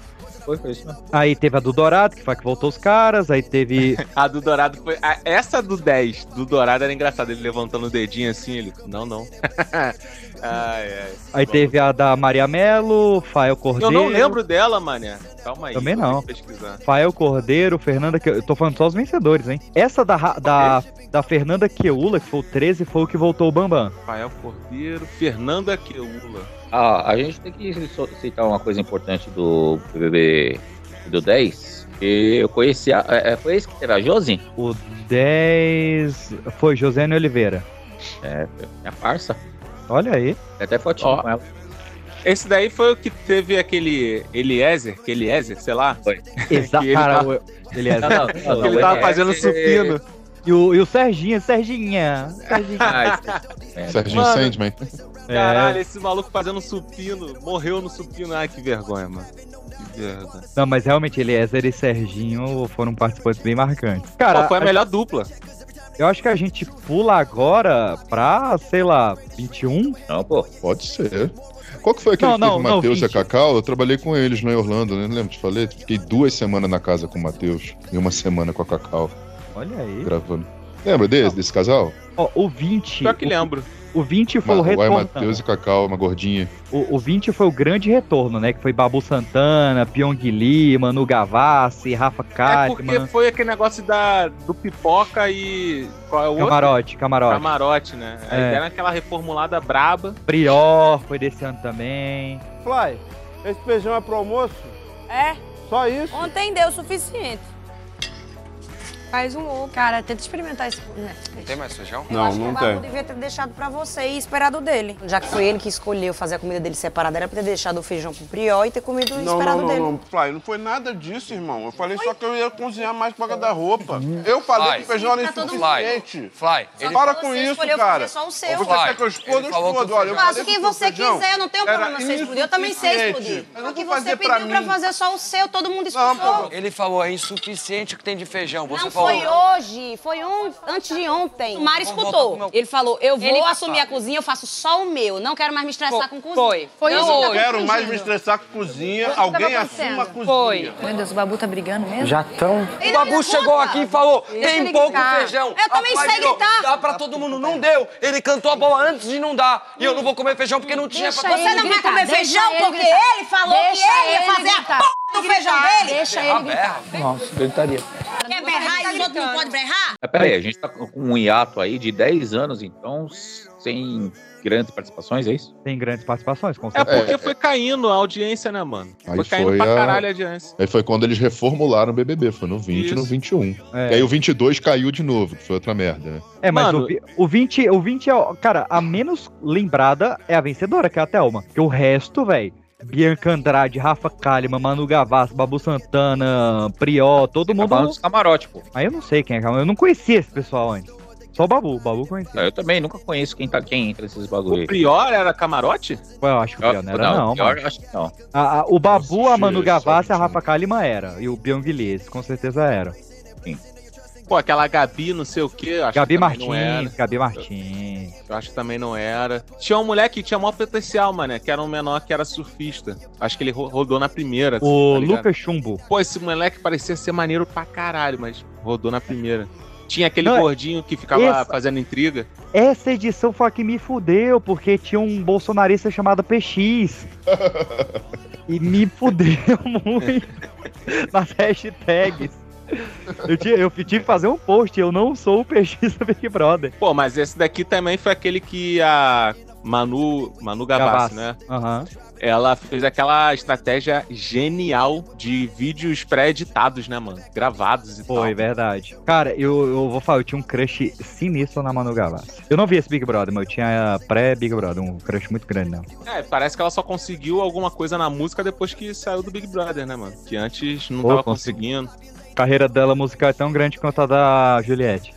Speaker 3: Foi, foi isso mesmo.
Speaker 1: Aí teve a do Dourado, que foi a que voltou os caras, aí teve.
Speaker 2: A do Dourado foi. a- essa do 10 do Dourado era engraçada, ele levantando o dedinho assim, ele. Não, não. ai, ai.
Speaker 1: Aí teve a da Maria Melo, Fael Cordeiro.
Speaker 2: Eu não lembro dela, mané. Calma aí.
Speaker 1: Também
Speaker 2: eu vou
Speaker 1: não.
Speaker 2: Pesquisar.
Speaker 1: Fael Cordeiro, Fernanda. Que... Eu tô falando só os vencedores, hein? Essa da, Ra- da, da Fernanda Queula, que foi o 13, foi o que voltou o Bambam.
Speaker 2: Rafael Cordeiro, Fernanda Queula.
Speaker 3: Ah, a gente tem que so- citar uma coisa importante do BBB do 10. Que eu conheci. A, é, é, foi esse que teve a Josi?
Speaker 1: O 10. Foi José Oliveira.
Speaker 3: É, minha parça.
Speaker 1: Olha aí.
Speaker 3: Tem até fotinho
Speaker 2: Ó.
Speaker 3: com ela.
Speaker 2: Esse daí foi o que teve aquele Eliezer, que Eliezer, sei lá.
Speaker 3: Foi.
Speaker 1: Exa- cara, o-
Speaker 2: ele,
Speaker 1: Eliezer.
Speaker 2: tava-
Speaker 1: Não, não,
Speaker 2: que ele
Speaker 1: não,
Speaker 2: tava
Speaker 1: é-
Speaker 2: fazendo
Speaker 1: é-
Speaker 2: supino.
Speaker 1: E o, e o Serginho, Serginha. Serginha.
Speaker 2: Ah,
Speaker 4: né?
Speaker 1: É,
Speaker 4: Serginho
Speaker 2: Mano,
Speaker 4: Sandman.
Speaker 2: É. Caralho, esse maluco fazendo supino, morreu no supino. Ai, que vergonha, mano. Que vergonha.
Speaker 1: Não, mas realmente Eliezer e Serginho foram participantes bem marcantes. Cara,
Speaker 2: Pô, foi a melhor dupla.
Speaker 1: eu acho que a gente pula agora pra, sei lá, 21?
Speaker 3: Não, pô.
Speaker 4: Pode ser. Qual que foi aquele
Speaker 1: Não,
Speaker 4: que teve
Speaker 1: não,
Speaker 4: o
Speaker 1: não,
Speaker 4: Matheus e a
Speaker 1: 20.
Speaker 4: Cacau? Eu trabalhei com eles lá em Orlando, né? Lembra? Te falei? Fiquei duas semanas na casa com o Matheus e uma semana com a Cacau,
Speaker 1: Olha aí.
Speaker 4: gravando. Lembra desse, desse casal?
Speaker 1: Ó, o 20.
Speaker 2: Pior que
Speaker 1: o,
Speaker 2: lembro.
Speaker 1: O 20 foi
Speaker 4: Ma-
Speaker 1: o
Speaker 4: Ué,
Speaker 1: retorno.
Speaker 4: Matheus e Cacau, uma gordinha.
Speaker 1: O, o 20 foi o grande retorno, né? Que foi Babu Santana, Pyong Lee, Manu Gavassi, Rafa
Speaker 2: É porque
Speaker 1: Kalimann.
Speaker 2: foi aquele negócio da, do pipoca e. Qual é o outro?
Speaker 1: Camarote, camarote.
Speaker 2: Camarote, né? Aí
Speaker 1: É.
Speaker 2: deram aquela reformulada braba.
Speaker 1: Prior foi desse ano também.
Speaker 5: Fly, esse feijão é pro almoço?
Speaker 8: É?
Speaker 5: Só isso?
Speaker 8: Ontem deu o suficiente. Faz um ovo.
Speaker 10: Cara, tenta experimentar esse. né,
Speaker 8: Não tem mais feijão?
Speaker 10: Eu acho que o Babu devia ter deixado pra você e esperado dele. Já que foi ele que escolheu fazer a comida dele separada, era pra ter deixado o feijão pro Prió e ter comido o
Speaker 5: Não, não,
Speaker 10: esperado
Speaker 5: não,
Speaker 10: dele.
Speaker 5: não, Fly, não foi nada disso, irmão. Eu falei só que eu ia cozinhar mais por causa da roupa. Eu falei que o feijão era
Speaker 10: Tá todo-
Speaker 5: insuficiente.
Speaker 9: Fly,
Speaker 5: ele... Para com
Speaker 10: Você
Speaker 5: isso,
Speaker 10: escolheu
Speaker 5: cara.
Speaker 10: fazer só o seu.
Speaker 5: Ou Você
Speaker 10: Fly,
Speaker 5: quer que eu exploda,
Speaker 9: ele
Speaker 5: eu
Speaker 9: falou que
Speaker 5: explodo.
Speaker 9: o
Speaker 5: Olha, eu
Speaker 10: Faça
Speaker 5: falei
Speaker 10: o que
Speaker 5: o
Speaker 10: você
Speaker 5: feijão
Speaker 10: quiser, eu não tenho
Speaker 5: era
Speaker 10: problema você explodir. Eu também sei
Speaker 5: insuficiente.
Speaker 10: explodir.
Speaker 5: Eu
Speaker 10: Só
Speaker 5: não
Speaker 10: que
Speaker 5: vou
Speaker 10: você
Speaker 5: fazer
Speaker 10: pediu
Speaker 5: pra
Speaker 10: pra
Speaker 5: mim.
Speaker 10: fazer só o seu, todo mundo escutou.
Speaker 9: Ele falou, é insuficiente o que tem de feijão. Você
Speaker 8: Não
Speaker 9: falou.
Speaker 8: foi hoje, foi on- antes de ontem. O Mário escutou. Ele falou, eu vou
Speaker 9: Ele-
Speaker 8: assumir a cozinha, eu faço só o meu. Não quero mais me estressar com cozinha. Foi.
Speaker 5: Eu
Speaker 8: isso
Speaker 5: não
Speaker 8: que tá
Speaker 5: quero mais me
Speaker 8: confundindo.
Speaker 5: estressar com cozinha.
Speaker 8: Isso que
Speaker 5: Alguém
Speaker 8: tava
Speaker 5: assuma a
Speaker 8: acontecendo.
Speaker 5: cozinha.
Speaker 8: Meu Deus, o Babu tá brigando mesmo?
Speaker 9: Já estão.
Speaker 8: Ele
Speaker 9: O
Speaker 8: não
Speaker 9: Babu
Speaker 8: me
Speaker 9: chegou
Speaker 8: conta.
Speaker 9: aqui e falou:
Speaker 8: Deixa ele
Speaker 9: tem pouco
Speaker 8: gritar.
Speaker 9: feijão.
Speaker 8: Eu também
Speaker 9: Rapaz,
Speaker 8: sei
Speaker 9: virou,
Speaker 8: gritar.
Speaker 9: Dá pra todo mundo, não deu. Ele cantou a bola antes de não dar. E eu não vou comer feijão porque não tinha
Speaker 8: Deixa
Speaker 9: pra todo
Speaker 8: ele
Speaker 9: mundo.
Speaker 8: Você não vai gritar, comer deixa feijão ele porque gritar. ele falou que Deixa ele ia ele fazer a gritar. porra do feijão dele? Deixa ele gritar.
Speaker 9: Nossa, gritaria.
Speaker 8: Quer berrar e os outros não podem berrar?
Speaker 3: Mas peraí, a gente tá com um hiato aí de 10 anos, então, sem grandes participações, é isso? tá
Speaker 1: Tem grandes participações, com
Speaker 2: É porque
Speaker 4: É,
Speaker 2: foi caindo a audiência, né, mano?
Speaker 4: Aí
Speaker 2: foi caindo
Speaker 4: foi
Speaker 2: pra
Speaker 4: a-
Speaker 2: caralho a audiência.
Speaker 4: Aí foi quando eles reformularam o BBB, foi no 20 e no 21.
Speaker 2: É.
Speaker 4: E aí o 22 caiu de novo, que foi outra merda, né?
Speaker 1: É, mas o, vi- o 20, o 20 é, o- cara, a menos lembrada é a vencedora, que é a Thelma. Porque o resto, velho, Bianca Andrade, Rafa Kalimann, Manu Gavassi, Babu Santana, Prió, todo mundo.
Speaker 3: Acabaram os camarote, pô.
Speaker 1: Aí eu não sei quem é, eu não conhecia esse pessoal antes. Só o Babu, o Babu conhecia.
Speaker 3: Ah, Eu também nunca conheço quem, tá, quem entra nesses bagulho aí.
Speaker 2: O Prior era camarote?
Speaker 1: Pô, eu acho que o Prior não era, não,
Speaker 3: Pior,
Speaker 1: mano.
Speaker 3: acho que não.
Speaker 1: A- a- o Babu, a Manu
Speaker 3: Jesus,
Speaker 1: Gavassi, a Rafa Kalimann era. E o Bianca esse com certeza era.
Speaker 2: Pô, aquela Gabi, não sei o quê. eu Acho
Speaker 1: Gabi
Speaker 2: que também não
Speaker 1: Martins, Gabi Martins.
Speaker 2: era. Eu acho que também não era. Tinha um moleque que tinha maior potencial, mano, que era um menor que era surfista. Acho que ele ro- rodou na primeira.
Speaker 1: O
Speaker 2: tá ligado?
Speaker 1: Lucas Chumbo.
Speaker 2: Pô, esse moleque parecia ser maneiro pra caralho, mas rodou na primeira. Tinha aquele
Speaker 1: Não, é-
Speaker 2: gordinho que ficava
Speaker 1: essa-
Speaker 2: fazendo intriga.
Speaker 1: Essa edição foi a que me fudeu, porque tinha um bolsonarista chamado PX. e me fudeu muito nas hashtags. Eu ti- eu tive que fazer um post, eu não sou o PX do Big Brother.
Speaker 2: Pô, mas esse daqui também foi aquele que a Manu, Manu Gavassi,
Speaker 1: Gavassi.
Speaker 2: né?
Speaker 1: Aham.
Speaker 2: Ela fez aquela estratégia genial de vídeos pré-editados, né, mano? Gravados e tal.
Speaker 1: Foi, verdade. Cara, eu, eu vou falar, eu tinha um crush sinistro na Manu Gavassi. Eu não vi esse Big Brother, mas eu tinha eh, pré-Big Brother, um crush muito grande, não.
Speaker 2: É, parece que ela só conseguiu alguma coisa na música depois que saiu do Big Brother, né, mano? Que antes não
Speaker 1: Pô,
Speaker 2: tava
Speaker 1: consegui.
Speaker 2: conseguindo.
Speaker 1: carreira dela musical é tão grande quanto a da Juliette.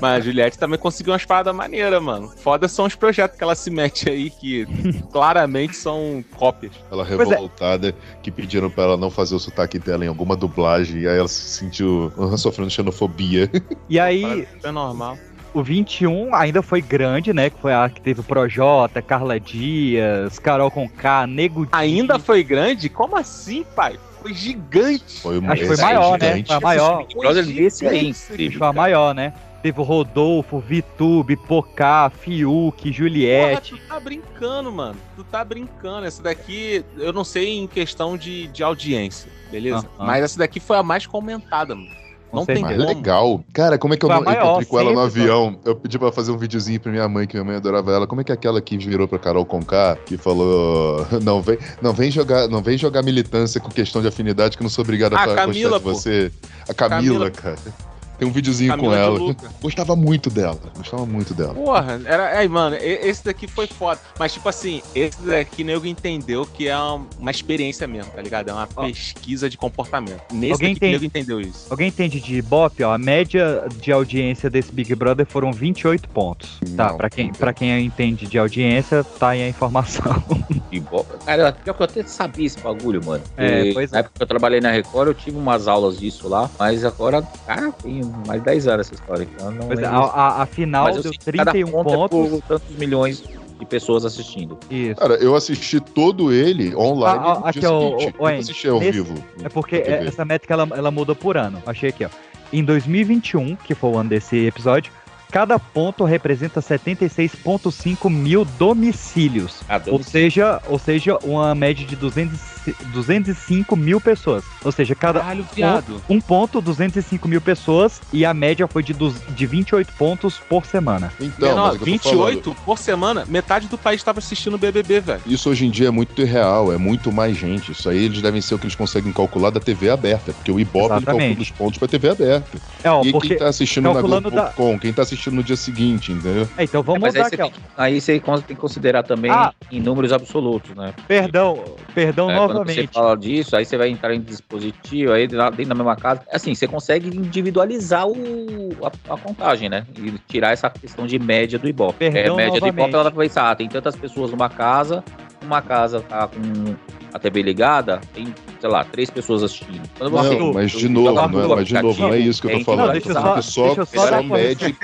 Speaker 2: Mas a Juliette também conseguiu umas paradas maneiras, mano. Foda são os projetos que ela se mete aí, que claramente são cópias.
Speaker 4: Ela
Speaker 2: Pois é.
Speaker 4: revoltada, que pediram pra ela não fazer o sotaque dela em alguma dublagem, e aí ela se sentiu ah, sofrendo xenofobia.
Speaker 1: E aí.
Speaker 2: É normal.
Speaker 1: O 21 ainda foi grande, né? Que foi a que teve o Projota, Carla Dias, Carol Conká, Nego
Speaker 2: Ainda foi grande? Como assim, pai? Foi gigante.
Speaker 4: Foi
Speaker 1: Acho que foi maior, né? Foi a maior.
Speaker 3: Big Brother desse aí,
Speaker 1: Foi a maior, né? Teve o Rodolfo, Vitube, Pocá, Fiuk,
Speaker 2: Porra,
Speaker 1: Juliette.
Speaker 2: tu tá brincando, mano. Tu tá brincando. Essa daqui, eu não sei em questão de, de audiência, beleza?
Speaker 4: Aham.
Speaker 2: Mas essa daqui foi a mais comentada, mano. Não tem
Speaker 4: Mas
Speaker 2: como.
Speaker 4: legal. Cara, como é que eu
Speaker 2: Foi a
Speaker 4: não eu
Speaker 2: maior,
Speaker 4: encontrei com ela no
Speaker 2: sempre,
Speaker 4: avião? Eu pedi pra ela fazer um videozinho pra minha mãe, que minha mãe adorava ela. Como é que é aquela que virou pra Carol Conká, que falou: não vem, não vem, jogar, não vem jogar militância com questão de afinidade, que eu não sou obrigada
Speaker 2: Ah,
Speaker 4: a gostar de
Speaker 2: Camila, pô.
Speaker 4: você. A Camila,
Speaker 2: Camila.
Speaker 4: cara. Tem um videozinho
Speaker 2: Camila de
Speaker 4: com
Speaker 2: Luca.
Speaker 4: ela. Gostava muito dela. Gostava muito dela.
Speaker 2: Porra, era. Aí, mano, e- esse daqui foi foda. Mas, tipo assim, esse daqui nego entendeu que é um- uma experiência mesmo, tá ligado? É uma pesquisa de comportamento. Nesse
Speaker 1: Alguém
Speaker 2: daqui
Speaker 1: tem-
Speaker 2: nego entendeu isso.
Speaker 1: Alguém entende de Ibope? Ó, a média de audiência desse Big Brother foram 28 pontos. Tá, pra quem, pra quem entende de audiência, tá aí a informação.
Speaker 3: Ibope. Cara, eu- pior que eu até sabia esse bagulho, mano.
Speaker 1: É,
Speaker 3: E
Speaker 1: pois
Speaker 3: na época que eu trabalhei na Record, eu tive umas aulas disso lá, mas agora, cara, tem mais de 10 anos essa história. aqui, eu não
Speaker 1: Pois é,
Speaker 3: lembro.
Speaker 1: a- a- a final
Speaker 3: Mas eu
Speaker 1: deu
Speaker 3: sei que cada
Speaker 1: 31
Speaker 3: conta é
Speaker 1: pontos.
Speaker 3: por tantos milhões de pessoas assistindo.
Speaker 1: Isso.
Speaker 4: Cara, eu assisti todo ele online.
Speaker 1: Ah, ah,
Speaker 4: no
Speaker 1: aqui,
Speaker 4: dia
Speaker 1: ó, o-
Speaker 4: seguinte.
Speaker 1: o- o
Speaker 4: Eu
Speaker 1: Andy,
Speaker 4: assisti ao
Speaker 1: nesse-
Speaker 4: vivo.
Speaker 1: É porque
Speaker 4: na TV.
Speaker 1: essa métrica ela, ela muda por ano. Achei aqui, ó. Em 2021, que foi o ano desse episódio, cada ponto representa 76,5 mil domicílios. Ou seja, ou seja, uma média de 200, e- 205 mil pessoas. Ou seja, cada
Speaker 2: Caralho, viado.
Speaker 1: um, um ponto, 205 mil pessoas, e a média foi de, duz- de 28 pontos por semana.
Speaker 4: Então,
Speaker 2: Menor, 28 por semana, metade do país tava assistindo o BBB, velho.
Speaker 4: Isso hoje em dia é muito irreal, é muito mais gente. Isso aí eles devem ser o que eles conseguem calcular da TV aberta, porque o Ibope ele
Speaker 1: Exatamente.
Speaker 4: calcula os pontos pra TV aberta.
Speaker 1: É, ó,
Speaker 4: e
Speaker 1: porque
Speaker 4: quem tá assistindo na
Speaker 1: calculando da-
Speaker 4: Globo.com, quem tá assistindo no dia seguinte, entendeu?
Speaker 1: É, então vamos
Speaker 3: Mas aí
Speaker 1: mudar
Speaker 3: você,
Speaker 1: aqui, ó.
Speaker 3: tem, que- aí você con- tem que considerar também
Speaker 1: Ah.
Speaker 3: em números absolutos, né?
Speaker 1: Perdão, perdão
Speaker 3: É, Quando você
Speaker 1: Então, novamente.
Speaker 3: fala disso, aí você vai entrar em dispositivo, aí lá dentro da mesma casa. Assim, você consegue individualizar o, a, a contagem, né? E tirar essa questão de média do Ibope.
Speaker 1: Perdão
Speaker 3: é, média do
Speaker 1: novamente.
Speaker 3: Ibope, ela vai pensar, ah, tem tantas pessoas numa casa, uma casa tá com a TV ligada, tem, sei lá, três pessoas assistindo. Quando você-
Speaker 4: Não, mas de
Speaker 3: joga
Speaker 4: novo,
Speaker 3: no
Speaker 4: não é, mas de novo, não é isso que eu tô falando.
Speaker 3: individualizado.
Speaker 4: eu tô falando que só,
Speaker 1: deixa eu só dar
Speaker 4: só
Speaker 1: uma
Speaker 4: mede,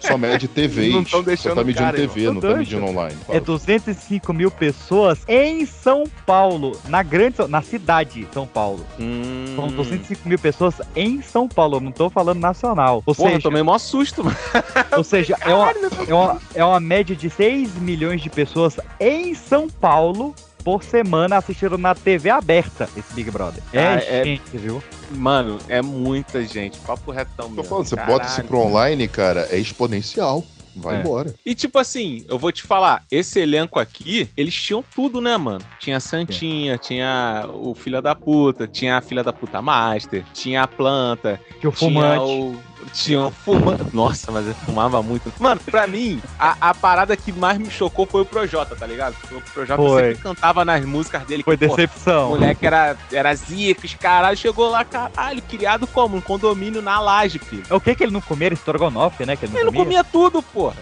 Speaker 4: só mede TVs.
Speaker 1: Não tão
Speaker 4: só
Speaker 1: deixando
Speaker 4: tá
Speaker 1: o
Speaker 4: medindo
Speaker 1: cara,
Speaker 4: TV,
Speaker 1: irmão.
Speaker 4: não
Speaker 1: Não
Speaker 4: tá
Speaker 1: deixa.
Speaker 4: medindo online.
Speaker 1: É 205 mil pessoas em São Paulo, na grande, São- na cidade de São Paulo.
Speaker 4: Hum.
Speaker 1: São 205 mil pessoas em São Paulo, eu não tô falando nacional. Ou
Speaker 2: Porra,
Speaker 1: seja,
Speaker 2: tomei mó susto, mano.
Speaker 1: ou seja é, uma, é, uma, é uma média de 6 milhões de pessoas em São Paulo por semana assistindo na TV aberta esse Big Brother. É,
Speaker 2: Ah, é-
Speaker 1: gente, viu?
Speaker 2: Mano, é muita gente. Papo retão mesmo.
Speaker 4: Tô falando, você
Speaker 2: Caralho.
Speaker 4: bota isso pro online, cara, é exponencial. Vai
Speaker 2: É.
Speaker 4: embora.
Speaker 2: E tipo assim, eu vou te falar, esse elenco aqui, eles tinham tudo, né, mano? Tinha a
Speaker 1: É.
Speaker 2: Santinha, tinha o Filha da Puta, tinha a Filha da Puta Master, tinha a Planta,
Speaker 1: Que o
Speaker 2: tinha
Speaker 1: fumante.
Speaker 2: o... Tinha o fumante. Nossa, mas eu fumava muito. Mano, pra mim, a, a parada que mais me chocou foi o Projota, tá ligado? O Projota
Speaker 1: Foi.
Speaker 2: sempre cantava nas músicas dele.
Speaker 1: Foi
Speaker 2: que, pô,
Speaker 1: decepção.
Speaker 2: o moleque era, era zica, os caralho. Chegou lá, caralho, criado como? Um condomínio na laje, filho.
Speaker 1: É o que que ele não comia? Era estrogonofe, né? Que ele não
Speaker 2: Ele não
Speaker 1: comia?
Speaker 2: comia tudo, porra.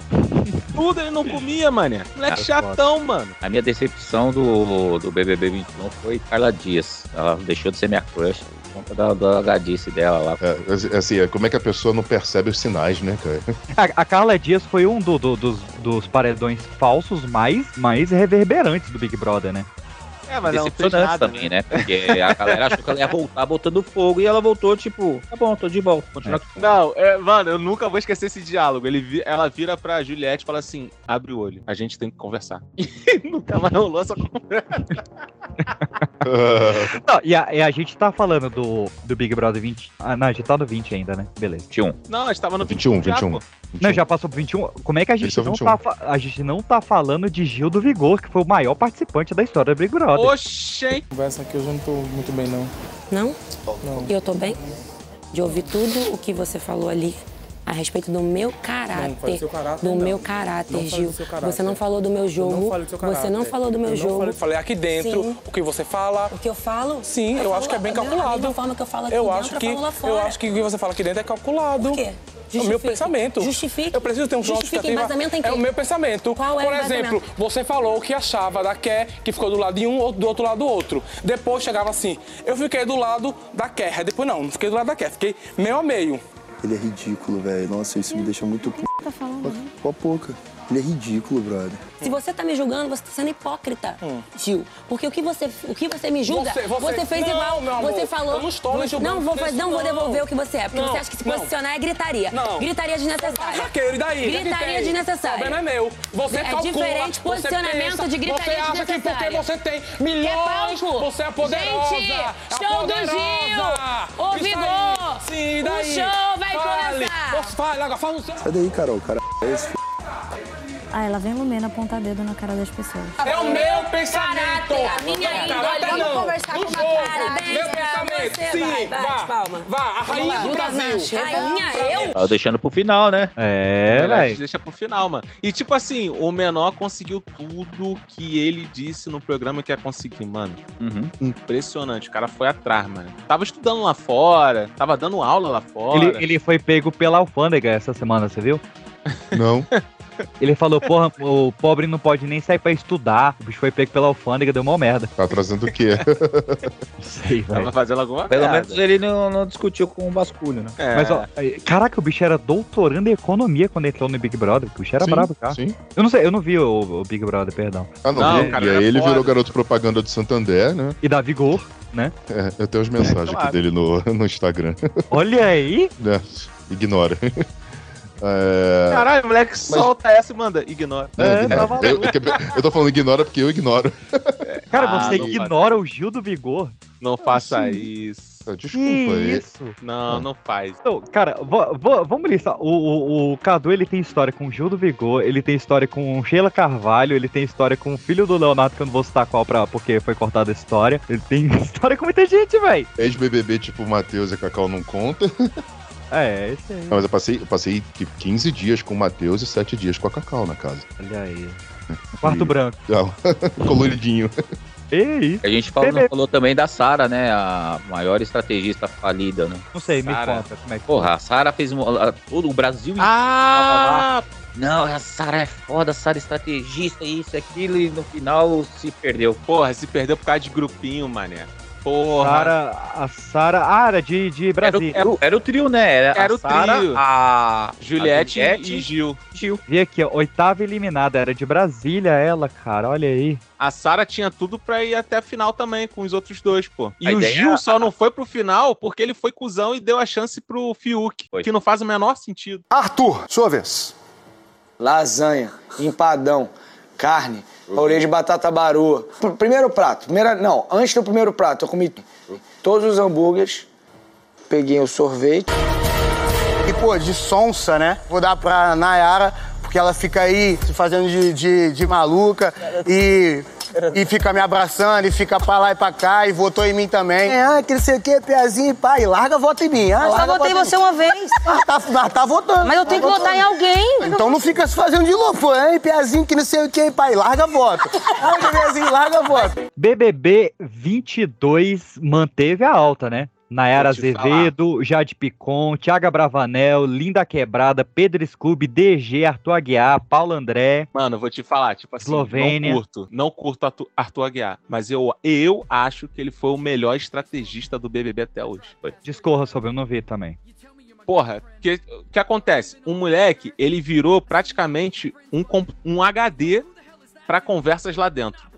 Speaker 2: Tudo ele não comia, mané. Moleque
Speaker 3: Cara,
Speaker 2: chatão, mano.
Speaker 3: A minha decepção do, do BBB 21 foi Carla Dias. Ela deixou de ser minha crush por conta da, da gadice dela lá.
Speaker 4: É, assim, é, como é que a pessoa não percebe os sinais, né, cara?
Speaker 1: A, a Carla Dias foi um do- do- dos, dos paredões falsos mais, mais reverberantes do Big Brother, né?
Speaker 2: É,
Speaker 1: mas ela não fez
Speaker 3: Decepcionante
Speaker 1: nada,
Speaker 3: também, né? Porque a galera achou que ela ia voltar botando fogo e ela voltou, tipo, tá bom, tô de volta. Continua aqui.
Speaker 2: Não, é, mano, eu nunca vou esquecer esse diálogo. Ele, vi- ela vira pra Juliette e fala assim: abre o olho, a gente tem que conversar. nunca mais rolou essa conversa.
Speaker 1: Não, e, a, e a gente tá falando do, do Big Brother 20. Ah, não, a gente tá no 20 ainda, né? Beleza.
Speaker 3: 21.
Speaker 2: Não, a gente tava no
Speaker 4: 21,
Speaker 2: já,
Speaker 4: 21.
Speaker 2: pô.
Speaker 1: Não, já passou pro 21. Como é que a gente,
Speaker 4: Esse é o
Speaker 1: não
Speaker 4: 21.
Speaker 1: tá, fa- a gente não tá falando de Gil do Vigor, que foi o maior participante da história do Big Brother?
Speaker 2: Oxê!
Speaker 12: Conversa aqui, eu já não tô muito bem, não.
Speaker 14: Não? E eu tô bem? De ouvir tudo o que você falou ali, a respeito do meu
Speaker 23: Não, fale do
Speaker 14: caráter.
Speaker 23: seu caráter,
Speaker 14: do
Speaker 23: não.
Speaker 14: meu
Speaker 23: Não
Speaker 14: caráter,
Speaker 23: fale do
Speaker 14: Gil.
Speaker 23: seu caráter.
Speaker 14: Você não falou do meu jogo.
Speaker 23: Eu não falei do seu caráter.
Speaker 14: Você não falou do meu
Speaker 23: Eu não
Speaker 14: jogo.
Speaker 23: falei, falei aqui dentro
Speaker 14: Sim.
Speaker 23: o que você fala. O
Speaker 14: que eu falo?
Speaker 23: Sim, eu,
Speaker 14: Eu
Speaker 23: acho que é
Speaker 14: falo
Speaker 23: bem
Speaker 14: da mesma-
Speaker 23: calculado.
Speaker 14: da mesma forma que eu falo aqui
Speaker 23: eu
Speaker 14: dentro,
Speaker 23: acho
Speaker 14: eu
Speaker 23: que
Speaker 14: falo lá
Speaker 23: eu
Speaker 14: fora.
Speaker 23: acho que o que você fala aqui dentro é calculado.
Speaker 14: Por quê?
Speaker 23: É o meu
Speaker 14: Justifique.
Speaker 23: pensamento.
Speaker 14: Justifique.
Speaker 23: Eu preciso ter um
Speaker 14: Justifique,
Speaker 23: justificativa.
Speaker 14: embasamento em quê?
Speaker 23: É o meu pensamento.
Speaker 14: Qual é o
Speaker 23: Por exemplo,
Speaker 14: embasamento?
Speaker 23: você falou o que achava da Ké, que ficou do lado de um, outro do outro lado do outro. Depois chegava assim, eu fiquei do lado da Ké. Aí Depois não, não fiquei do lado da Ké, fiquei meio a meio.
Speaker 6: Ele é ridículo, velho. Nossa, isso me deixa muito p.
Speaker 14: Tá
Speaker 8: né?
Speaker 14: falando.
Speaker 6: Com a pouca. Ele é ridículo, brother.
Speaker 14: Se você tá me julgando, você tá sendo hipócrita, Gil. Porque o que você, o que você me julga,
Speaker 23: Hum. Você-
Speaker 14: você,
Speaker 23: você-
Speaker 14: fez
Speaker 23: Não,
Speaker 14: igual.
Speaker 23: meu amor,
Speaker 14: você falou.
Speaker 23: eu não estou me julgando
Speaker 14: Não vou, fazer,
Speaker 23: nesse-
Speaker 14: não vou
Speaker 23: não.
Speaker 14: devolver o que você é, porque
Speaker 23: Não,
Speaker 14: você acha que se
Speaker 23: não.
Speaker 14: posicionar é gritaria.
Speaker 23: Não.
Speaker 14: Gritaria desnecessária.
Speaker 23: Raqueiro, e É daí?
Speaker 14: Gritaria
Speaker 23: Tem.
Speaker 14: desnecessária.
Speaker 23: O problema é meu. Você
Speaker 14: é
Speaker 23: calcula,
Speaker 14: diferente posicionamento
Speaker 23: você pensa,
Speaker 14: de gritaria
Speaker 23: Você acha que porque
Speaker 14: desnecessária.
Speaker 23: você tem milhões, você é poderosa.
Speaker 14: Gente,
Speaker 23: é
Speaker 14: show
Speaker 23: poderosa.
Speaker 14: do Gil! O
Speaker 23: Isso aí.
Speaker 14: Vigor!
Speaker 23: Sim, e
Speaker 14: O
Speaker 23: daí?
Speaker 14: show vai
Speaker 23: fale.
Speaker 14: começar.
Speaker 23: Nossa, fale, agora fala no seu...
Speaker 6: Sai daí, Carol, cara. É esse f...
Speaker 24: Ah, ela vem Lumena apontar dedo na cara das pessoas.
Speaker 23: É o meu pensamento.
Speaker 14: Caráter, a minha
Speaker 23: Não,
Speaker 14: índole.
Speaker 23: caráter
Speaker 14: Vamos
Speaker 23: não.
Speaker 14: conversar
Speaker 23: No
Speaker 14: com uma
Speaker 23: jogo.
Speaker 14: cara
Speaker 23: Meu
Speaker 14: dessa,
Speaker 23: pensamento.
Speaker 14: você
Speaker 23: Sim,
Speaker 14: vai, vai,
Speaker 23: vá.
Speaker 14: palma.
Speaker 23: Vá, a raiz
Speaker 14: Vamos
Speaker 23: do
Speaker 14: lá.
Speaker 23: Brasil.
Speaker 14: Rainha, eu?
Speaker 3: Tá deixando pro final, né?
Speaker 1: É,
Speaker 3: velho.
Speaker 1: velho.
Speaker 2: Deixa pro final, mano. E tipo assim, o menor conseguiu tudo que ele disse no programa que ia conseguir, mano.
Speaker 1: Uhum.
Speaker 2: Impressionante. O cara foi atrás, mano. Tava estudando lá fora, tava dando aula lá fora.
Speaker 1: Ele, ele foi pego pela alfândega essa semana, você viu?
Speaker 4: Não.
Speaker 1: Ele falou, porra, o pobre não pode nem sair pra estudar. O bicho foi pego pela alfândega, deu mó merda.
Speaker 4: Tá trazendo o quê?
Speaker 1: Não sei, velho.
Speaker 2: fazendo alguma É.
Speaker 3: Pelo
Speaker 1: merda.
Speaker 3: menos ele não, não discutiu com o Basculho, né?
Speaker 1: Mas, ó, aí, caraca, o bicho era doutorando em economia quando entrou no Big Brother. O bicho era
Speaker 4: Sim,
Speaker 1: brabo, cara.
Speaker 4: sim.
Speaker 1: Eu não sei, eu não vi o, o Big Brother, perdão.
Speaker 4: Ah, não. e, e aí ele virou garoto propaganda do Santander, né?
Speaker 1: E da Vigor, né?
Speaker 4: É, eu tenho as mensagens
Speaker 1: claro.
Speaker 4: aqui dele no, no Instagram.
Speaker 1: Olha aí!
Speaker 4: ignora. É...
Speaker 2: Caralho, moleque, solta né? Tá essa e manda. Ignora.
Speaker 4: É, ignora. eu, é que eu- eu tô falando ignora porque eu ignoro.
Speaker 1: Cara,
Speaker 2: Ah,
Speaker 1: você
Speaker 2: não
Speaker 1: ignora o Gil do Vigor.
Speaker 2: Não faça
Speaker 1: Assim.
Speaker 2: isso.
Speaker 1: Desculpa
Speaker 2: é
Speaker 1: aí. isso?
Speaker 2: Não, não faz.
Speaker 1: Então, cara, vo- vo- vamos listar. O, o- o Cadu, ele tem história com o Gil do Vigor, ele tem história com Sheila Carvalho, ele tem história com o filho do Leonardo, que eu não vou citar qual pra, porque foi cortada a história. Ele tem história com muita gente, velho.
Speaker 4: Ex-BBB tipo Matheus e Cacau não conta.
Speaker 1: É, isso aí.
Speaker 4: Não, mas eu passei, eu passei que- 15 dias com o Matheus e 7 dias com a Cacau na casa. É.
Speaker 1: Olha aí. Quarto branco.
Speaker 4: Não, coloridinho.
Speaker 1: Ei,
Speaker 3: A gente falou,
Speaker 1: Bebê.
Speaker 3: falou também da Sara, né? A maior estrategista falida, né?
Speaker 1: Não sei, me
Speaker 3: Sara.
Speaker 1: conta como é que
Speaker 3: Porra, a Sara fez. mo- a- Todo o Brasil.
Speaker 2: Ah!
Speaker 3: Não, a Sara é foda, a Sara é estrategista, isso, aquilo, e no final se perdeu.
Speaker 2: Porra, se perdeu por causa de grupinho, mané. Porra.
Speaker 1: Sara, a Sara. Ah, era de, de Brasília.
Speaker 3: Era, o- era o trio, né?
Speaker 2: É,
Speaker 3: Era,
Speaker 1: Era
Speaker 3: a
Speaker 1: o
Speaker 3: Sara,
Speaker 1: trio.
Speaker 3: A
Speaker 2: Juliette,
Speaker 3: a Juliette
Speaker 2: e Gil.
Speaker 3: Gil.
Speaker 1: Vi aqui, ó, oitava eliminada. Era de Brasília ela, cara. Olha aí.
Speaker 2: A Sara tinha tudo pra ir até a final também com os outros dois, pô. E
Speaker 1: A
Speaker 2: o
Speaker 1: ideia
Speaker 2: Gil
Speaker 1: era-
Speaker 2: só não foi pro final porque ele foi cuzão e deu a chance pro Fiuk, que não faz o menor sentido.
Speaker 13: Ah.
Speaker 25: Arthur, sua vez. Lasanha, empadão, carne, orelha de batata barua. Pr- Primeiro prato, primeira, não, antes do primeiro prato, eu comi todos os hambúrgueres, peguei o sorvete. E, pô, de sonsa, né? Vou dar pra Nayara, porque ela fica aí se fazendo de, de, de maluca e, e fica me abraçando e fica pra lá e pra cá e votou em mim também. É, ah, que não sei o quê, piazinho, pai, larga, vota em mim. Ah,
Speaker 26: Eu só
Speaker 25: larga,
Speaker 26: votei
Speaker 25: vota em
Speaker 26: você
Speaker 25: mim.
Speaker 26: uma vez.
Speaker 25: Mas tá, mas tá votando.
Speaker 26: Mas eu tenho
Speaker 25: tá
Speaker 26: que votar em alguém.
Speaker 25: Então não fica se fazendo de louco, pô, hein, piazinho, que não sei o quê, pai, larga, vota. Larga, piazinho, larga, vota.
Speaker 1: BBB 22 manteve a alta, né? Nayara
Speaker 3: Vou te
Speaker 1: Azevedo, Jade Picon, Thiago Bravanel, Linda Quebrada, Pedro Scooby, DG, Arthur Aguiar, Paulo André.
Speaker 2: Mano, eu vou te falar, tipo assim,
Speaker 1: Eslovênia.
Speaker 2: não curto, não curto Arthur, Arthur Aguiar, mas eu, eu acho que ele foi o melhor estrategista do BBB até hoje.
Speaker 1: Discorra sobre, eu não vi também.
Speaker 2: Porra, o que, que acontece? Um moleque, ele virou praticamente um, comp- um HD pra conversas lá dentro.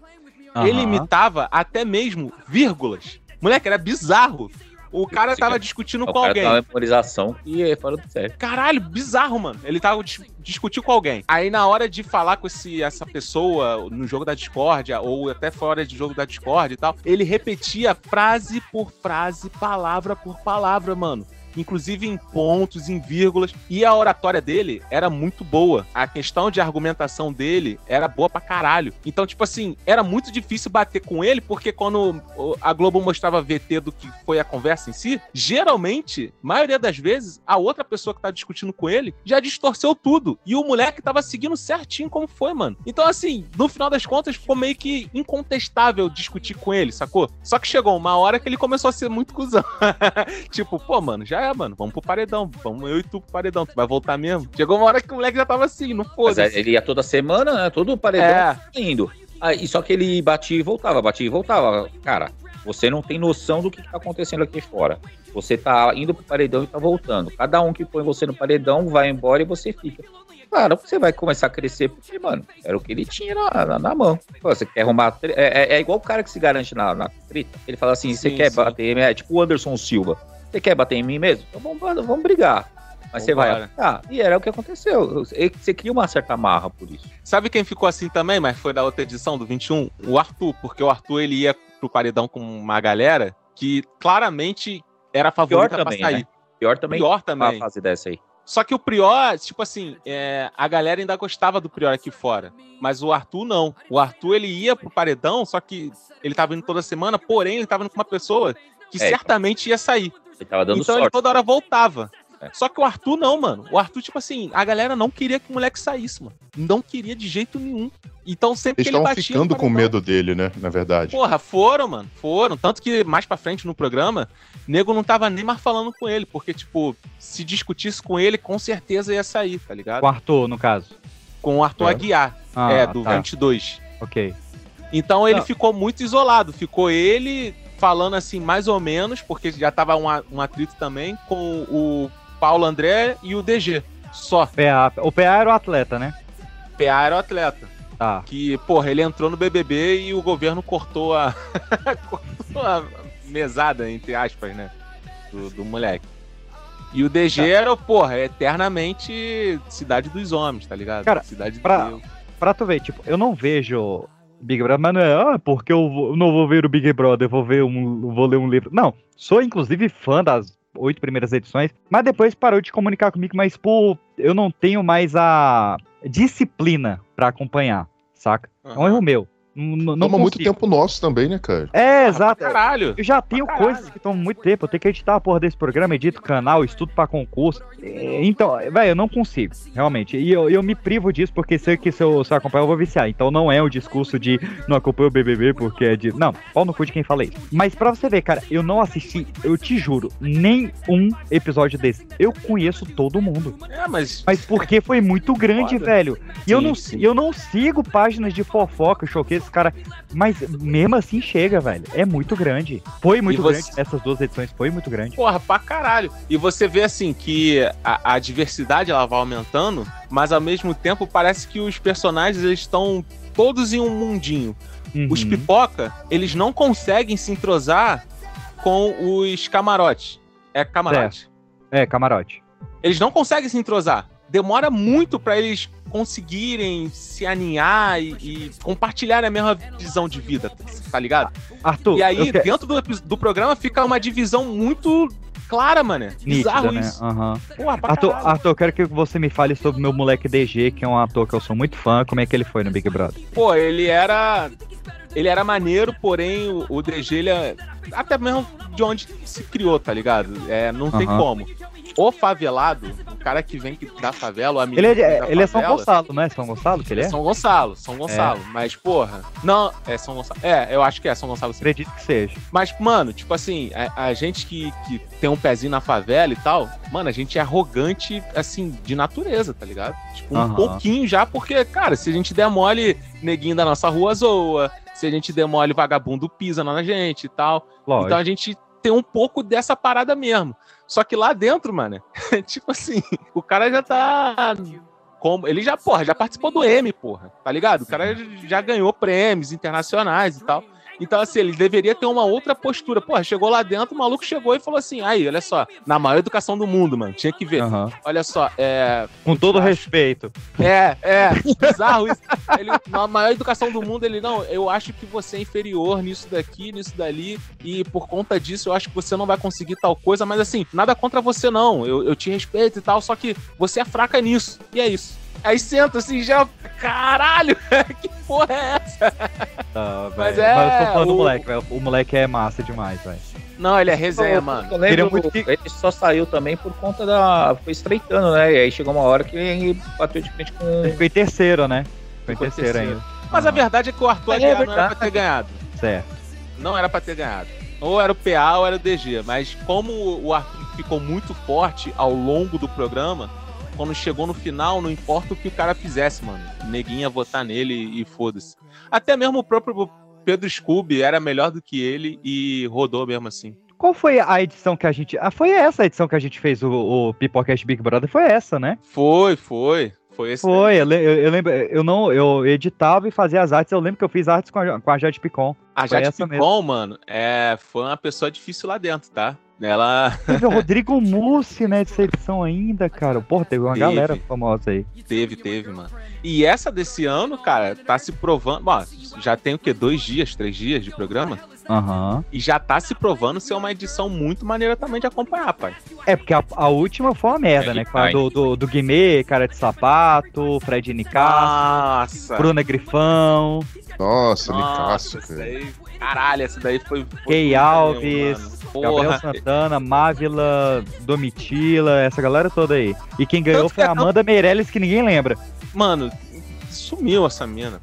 Speaker 1: Aham.
Speaker 2: Ele imitava até mesmo vírgulas. Moleque, era bizarro. O cara tava discutindo
Speaker 3: O
Speaker 2: com
Speaker 3: cara tem uma
Speaker 2: alguém.
Speaker 3: memorização e é fora do sério.
Speaker 2: Caralho, bizarro, mano. Ele tava dis discutindo com alguém. Aí na hora de falar com esse, essa pessoa no jogo da discórdia, ou até fora de jogo da discórdia e tal, ele repetia frase por frase, palavra por palavra, mano. inclusive em pontos, em vírgulas. E a oratória dele era muito boa. A questão de argumentação dele era boa pra caralho. Então, tipo assim, era muito difícil bater com ele, porque quando o- a Globo mostrava VT do que foi a conversa em si, geralmente, maioria das vezes, a outra pessoa que tá discutindo com ele já distorceu tudo. E o moleque tava seguindo certinho como foi, mano. Então, assim, no final das contas, ficou meio que incontestável discutir com ele, sacou? Só que chegou uma hora que ele começou a ser muito cuzão. tipo, pô, mano, já é, mano, vamos pro paredão. Vamos eu e tu pro paredão. Tu vai voltar mesmo? Chegou uma hora que o moleque já tava assim, não
Speaker 3: Mas é,
Speaker 2: foda-se.
Speaker 3: ele ia toda semana, né? Todo paredão
Speaker 2: É.
Speaker 3: indo. Aí, só que ele batia e voltava, batia e voltava. Cara, você não tem noção do que tá acontecendo aqui fora. Você tá indo pro paredão e tá voltando. Cada um que põe você no paredão vai embora e você fica. Claro, você vai começar a crescer, porque, mano, era o que ele tinha é, na, na- na mão. Pô, Você quer arrumar. tre- É, é- é igual o cara que se garante na, na treta. Ele fala assim: você
Speaker 2: Sim,
Speaker 3: quer
Speaker 2: sim.
Speaker 3: bater em mim? É tipo o Anderson Silva. Você quer bater em mim mesmo? Então vamos, vamos brigar. Mas você vai
Speaker 2: Vambora.
Speaker 3: apanhar. E era o que aconteceu. E Você cria uma certa marra por isso.
Speaker 2: Sabe quem ficou assim também, mas foi da outra edição do 21? O Arthur, porque o Arthur ele ia pro paredão com uma galera que claramente era a
Speaker 3: Pior
Speaker 2: favorita
Speaker 3: também,
Speaker 2: pra sair.
Speaker 3: né? Pior também.
Speaker 2: Pior também.
Speaker 3: A fase dessa aí.
Speaker 2: Só que o Prior, tipo assim, é, a galera ainda gostava do Prior aqui fora. Mas o Arthur não. O Arthur ele ia pro paredão, só que ele tava indo toda semana, porém ele tava indo com uma pessoa que
Speaker 3: É, então.
Speaker 2: certamente ia sair.
Speaker 3: Ele tava dando
Speaker 2: então ele
Speaker 3: sorte. É.
Speaker 2: toda hora voltava. Só que o Arthur não, mano. O Arthur, tipo assim, a galera não queria que o moleque saísse, mano. Não queria de jeito nenhum. Então sempre
Speaker 4: Eles
Speaker 2: que ele
Speaker 4: estavam
Speaker 2: batia. ele
Speaker 4: ficando com medo dele, né? Na verdade.
Speaker 2: Porra, foram, mano, foram. Tanto que mais pra frente no programa, nego não tava nem mais falando com ele, porque, tipo, se discutisse com ele, com certeza ia sair, tá ligado?
Speaker 1: Com o Arthur, no caso.
Speaker 2: Com o Arthur
Speaker 1: É.
Speaker 2: Aguiar,
Speaker 1: Ah,
Speaker 2: é, do
Speaker 1: tá.
Speaker 2: 22.
Speaker 1: Ok.
Speaker 2: Então ele
Speaker 1: Não.
Speaker 2: ficou muito isolado, ficou ele falando assim, mais ou menos, porque já tava um, a- um atrito também, com o Paulo André e o DG. Só.
Speaker 1: PA. O PA era o atleta, né?
Speaker 2: PA era o atleta.
Speaker 1: Tá.
Speaker 2: Que, porra, ele entrou no BBB e o governo cortou a. cortou a mesada, entre aspas, né? Do, do moleque. E o DG
Speaker 1: Tá.
Speaker 2: era, porra, eternamente Cidade dos Homens, tá ligado?
Speaker 1: Cara,
Speaker 2: Cidade de
Speaker 1: pra,
Speaker 2: Deus.
Speaker 1: pra tu ver, tipo, eu não vejo Big Brother, mas não é, ah, porque eu vou- não vou ver o Big Brother, eu vou ver um, vou ler um livro. Não, sou inclusive fã das oito primeiras edições, mas depois parou de comunicar comigo, mas pô, eu não tenho mais a disciplina pra acompanhar, saca? É um erro meu. N- n- Não,
Speaker 4: Toma muito
Speaker 1: consigo.
Speaker 4: tempo nosso também, né, cara?
Speaker 1: É, exato.
Speaker 2: caralho.
Speaker 1: Eu já tenho coisas que tomam muito tempo. Eu tenho que editar a porra desse programa, edito canal, estudo pra concurso. É, Então, velho, eu não consigo, realmente. E eu, eu me privo disso porque sei que se eu, se eu acompanhar, eu vou viciar. Então não é o discurso de não acompanho o BBB porque é de. Não, pau no cu de quem fala isso. Mas pra você ver, cara, eu não assisti, eu te juro, nem um episódio desse. Eu conheço todo mundo.
Speaker 2: É, mas.
Speaker 1: Mas porque foi muito grande,
Speaker 2: Foda.
Speaker 1: velho. E eu,
Speaker 2: Sim,
Speaker 1: não,
Speaker 2: sim.
Speaker 1: eu não sigo páginas de fofoca, choquei esse cara. Mas mesmo assim chega, velho. É muito grande. Foi muito
Speaker 2: você-
Speaker 1: grande. Essas duas edições foi muito grande.
Speaker 2: Porra, pra caralho. E você vê assim que a, a diversidade ela vai aumentando, mas ao mesmo tempo parece que os personagens eles estão todos em um mundinho. Os pipoca, eles não conseguem se entrosar com os camarotes. É camarote.
Speaker 1: É, camarote.
Speaker 2: Eles não conseguem se entrosar. Demora muito pra eles conseguirem se aninhar e, e compartilhar a mesma visão de vida, tá ligado?
Speaker 1: Arthur,
Speaker 2: e aí,
Speaker 1: eu que-
Speaker 2: dentro do, epi- do programa, fica uma divisão muito clara, mano. Bizarro
Speaker 1: Nítida, né?
Speaker 2: isso.
Speaker 1: Aham.
Speaker 2: Porra, pra
Speaker 1: Arthur,
Speaker 2: caralho.
Speaker 1: Arthur, eu quero que você me fale sobre meu moleque DG, que é um ator que eu sou muito fã. Como é que ele foi no Big Brother?
Speaker 2: Pô, ele era. Ele era maneiro, porém o, o DG, ele é. Até mesmo de onde se criou, tá ligado? É, não tem
Speaker 1: Aham.
Speaker 2: como. O favelado, o cara que vem que- da favela, o amigo
Speaker 1: Ele é,
Speaker 2: que vem da
Speaker 1: de- ele é São
Speaker 2: favela,
Speaker 1: Gonçalo, né? São Gonçalo que ele é?
Speaker 2: São Gonçalo, São Gonçalo. Mas, porra. Não, é São Gonçalo. É, eu acho que é São Gonçalo. sim.
Speaker 1: Acredito que seja.
Speaker 2: Mas, mano, tipo assim, a, a gente que, que tem um pezinho na favela e tal, mano, a gente é arrogante, assim, de natureza, tá ligado? Tipo, um
Speaker 1: Aham.
Speaker 2: pouquinho já, porque, cara, se a gente der mole, neguinho da nossa rua zoa, se a gente der mole, vagabundo pisa na gente e tal.
Speaker 1: Lógico.
Speaker 2: Então a gente tem um pouco dessa parada mesmo. Só que lá dentro, mano, é tipo assim, o cara já tá. Como, ele já, porra, já participou do M, porra, tá ligado? O cara já ganhou prêmios internacionais e tal. Então, assim, ele deveria ter uma outra postura. Porra, chegou lá dentro, o maluco chegou e falou assim: aí, olha só, na maior educação do mundo, mano, tinha que ver. Olha só, é.
Speaker 1: Com todo respeito.
Speaker 2: É, é, bizarro isso. Ele, na maior educação do mundo, ele, não, eu acho que você é inferior nisso daqui, nisso dali, e por conta disso eu acho que você não vai conseguir tal coisa, mas assim, nada contra você não, eu, eu te respeito e tal, só que você é fraca nisso, e é isso. Aí senta assim, já, caralho, que porra é essa?
Speaker 1: Não,
Speaker 2: Mas
Speaker 1: mas
Speaker 2: é,
Speaker 1: é. Mas eu sou fã do
Speaker 2: o-
Speaker 1: moleque, velho. O moleque é massa demais, velho.
Speaker 2: Não, ele é resenha,
Speaker 3: Eu-
Speaker 2: mano.
Speaker 3: Eu lembro,
Speaker 1: Queria muito
Speaker 3: ele só saiu também por conta da... Foi estreitando, né? E aí chegou uma hora que ele bateu de frente com...
Speaker 1: Ele ficou em terceiro, né? Ficou em
Speaker 3: Ficou em
Speaker 1: terceiro
Speaker 3: terceiro.
Speaker 1: ainda.
Speaker 2: Mas a verdade é que o Arthur
Speaker 3: É
Speaker 2: Aguiar não era
Speaker 3: verdade.
Speaker 2: pra ter ganhado.
Speaker 1: Certo.
Speaker 2: Não era pra ter ganhado. Ou era o PA ou era o DG. Mas como o Arthur ficou muito forte ao longo do programa, quando chegou no final, não importa o que o cara fizesse, mano. Neguinha votar nele e foda-se. Até mesmo o próprio Pedro Scooby era melhor do que ele e rodou mesmo assim.
Speaker 1: Qual foi a edição que a gente. Ah, foi essa a edição que a gente fez o, o Pipocast Big Brother? Foi essa, né?
Speaker 2: Foi, foi. Foi esse.
Speaker 1: Foi, eu, le- eu- eu lembro. Eu não. Eu editava e fazia as artes. Eu lembro que eu fiz artes com a, com a Jade Picon.
Speaker 2: A
Speaker 1: Foi
Speaker 2: Jade
Speaker 1: essa mesmo.
Speaker 2: Picon, mano, é, foi uma pessoa difícil lá dentro, tá? Ela.
Speaker 1: Teve o Rodrigo Mussi, né? Dessa edição ainda, cara. Porra, teve uma
Speaker 2: Teve.
Speaker 1: galera famosa aí.
Speaker 2: Teve, teve, mano. E essa desse ano, cara, tá se provando. Bom, já tem o quê? Dois dias, três dias de programa?
Speaker 1: Aham.
Speaker 2: E já tá se provando ser uma edição muito maneira também de acompanhar, pai.
Speaker 1: É, porque a, a última foi uma merda, né? Com a do, do, do Guimê, cara de sapato, Fred Nicasso,
Speaker 2: Nossa.
Speaker 1: Bruna Grifão,
Speaker 4: Nossa,
Speaker 2: Nossa,
Speaker 4: Nicasso,
Speaker 2: essa
Speaker 4: cara.
Speaker 2: daí. Caralho, essa daí foi. foi
Speaker 1: Key
Speaker 2: muito maneiro,
Speaker 1: Alves,
Speaker 2: mano.
Speaker 1: Gabriel
Speaker 2: Porra.
Speaker 1: Santana, Mávila, Domitila, essa galera toda aí. E quem ganhou
Speaker 2: que
Speaker 1: foi
Speaker 2: é
Speaker 1: a
Speaker 2: tanto-
Speaker 1: Amanda Meirelles, que ninguém lembra.
Speaker 2: Mano, sumiu essa mina.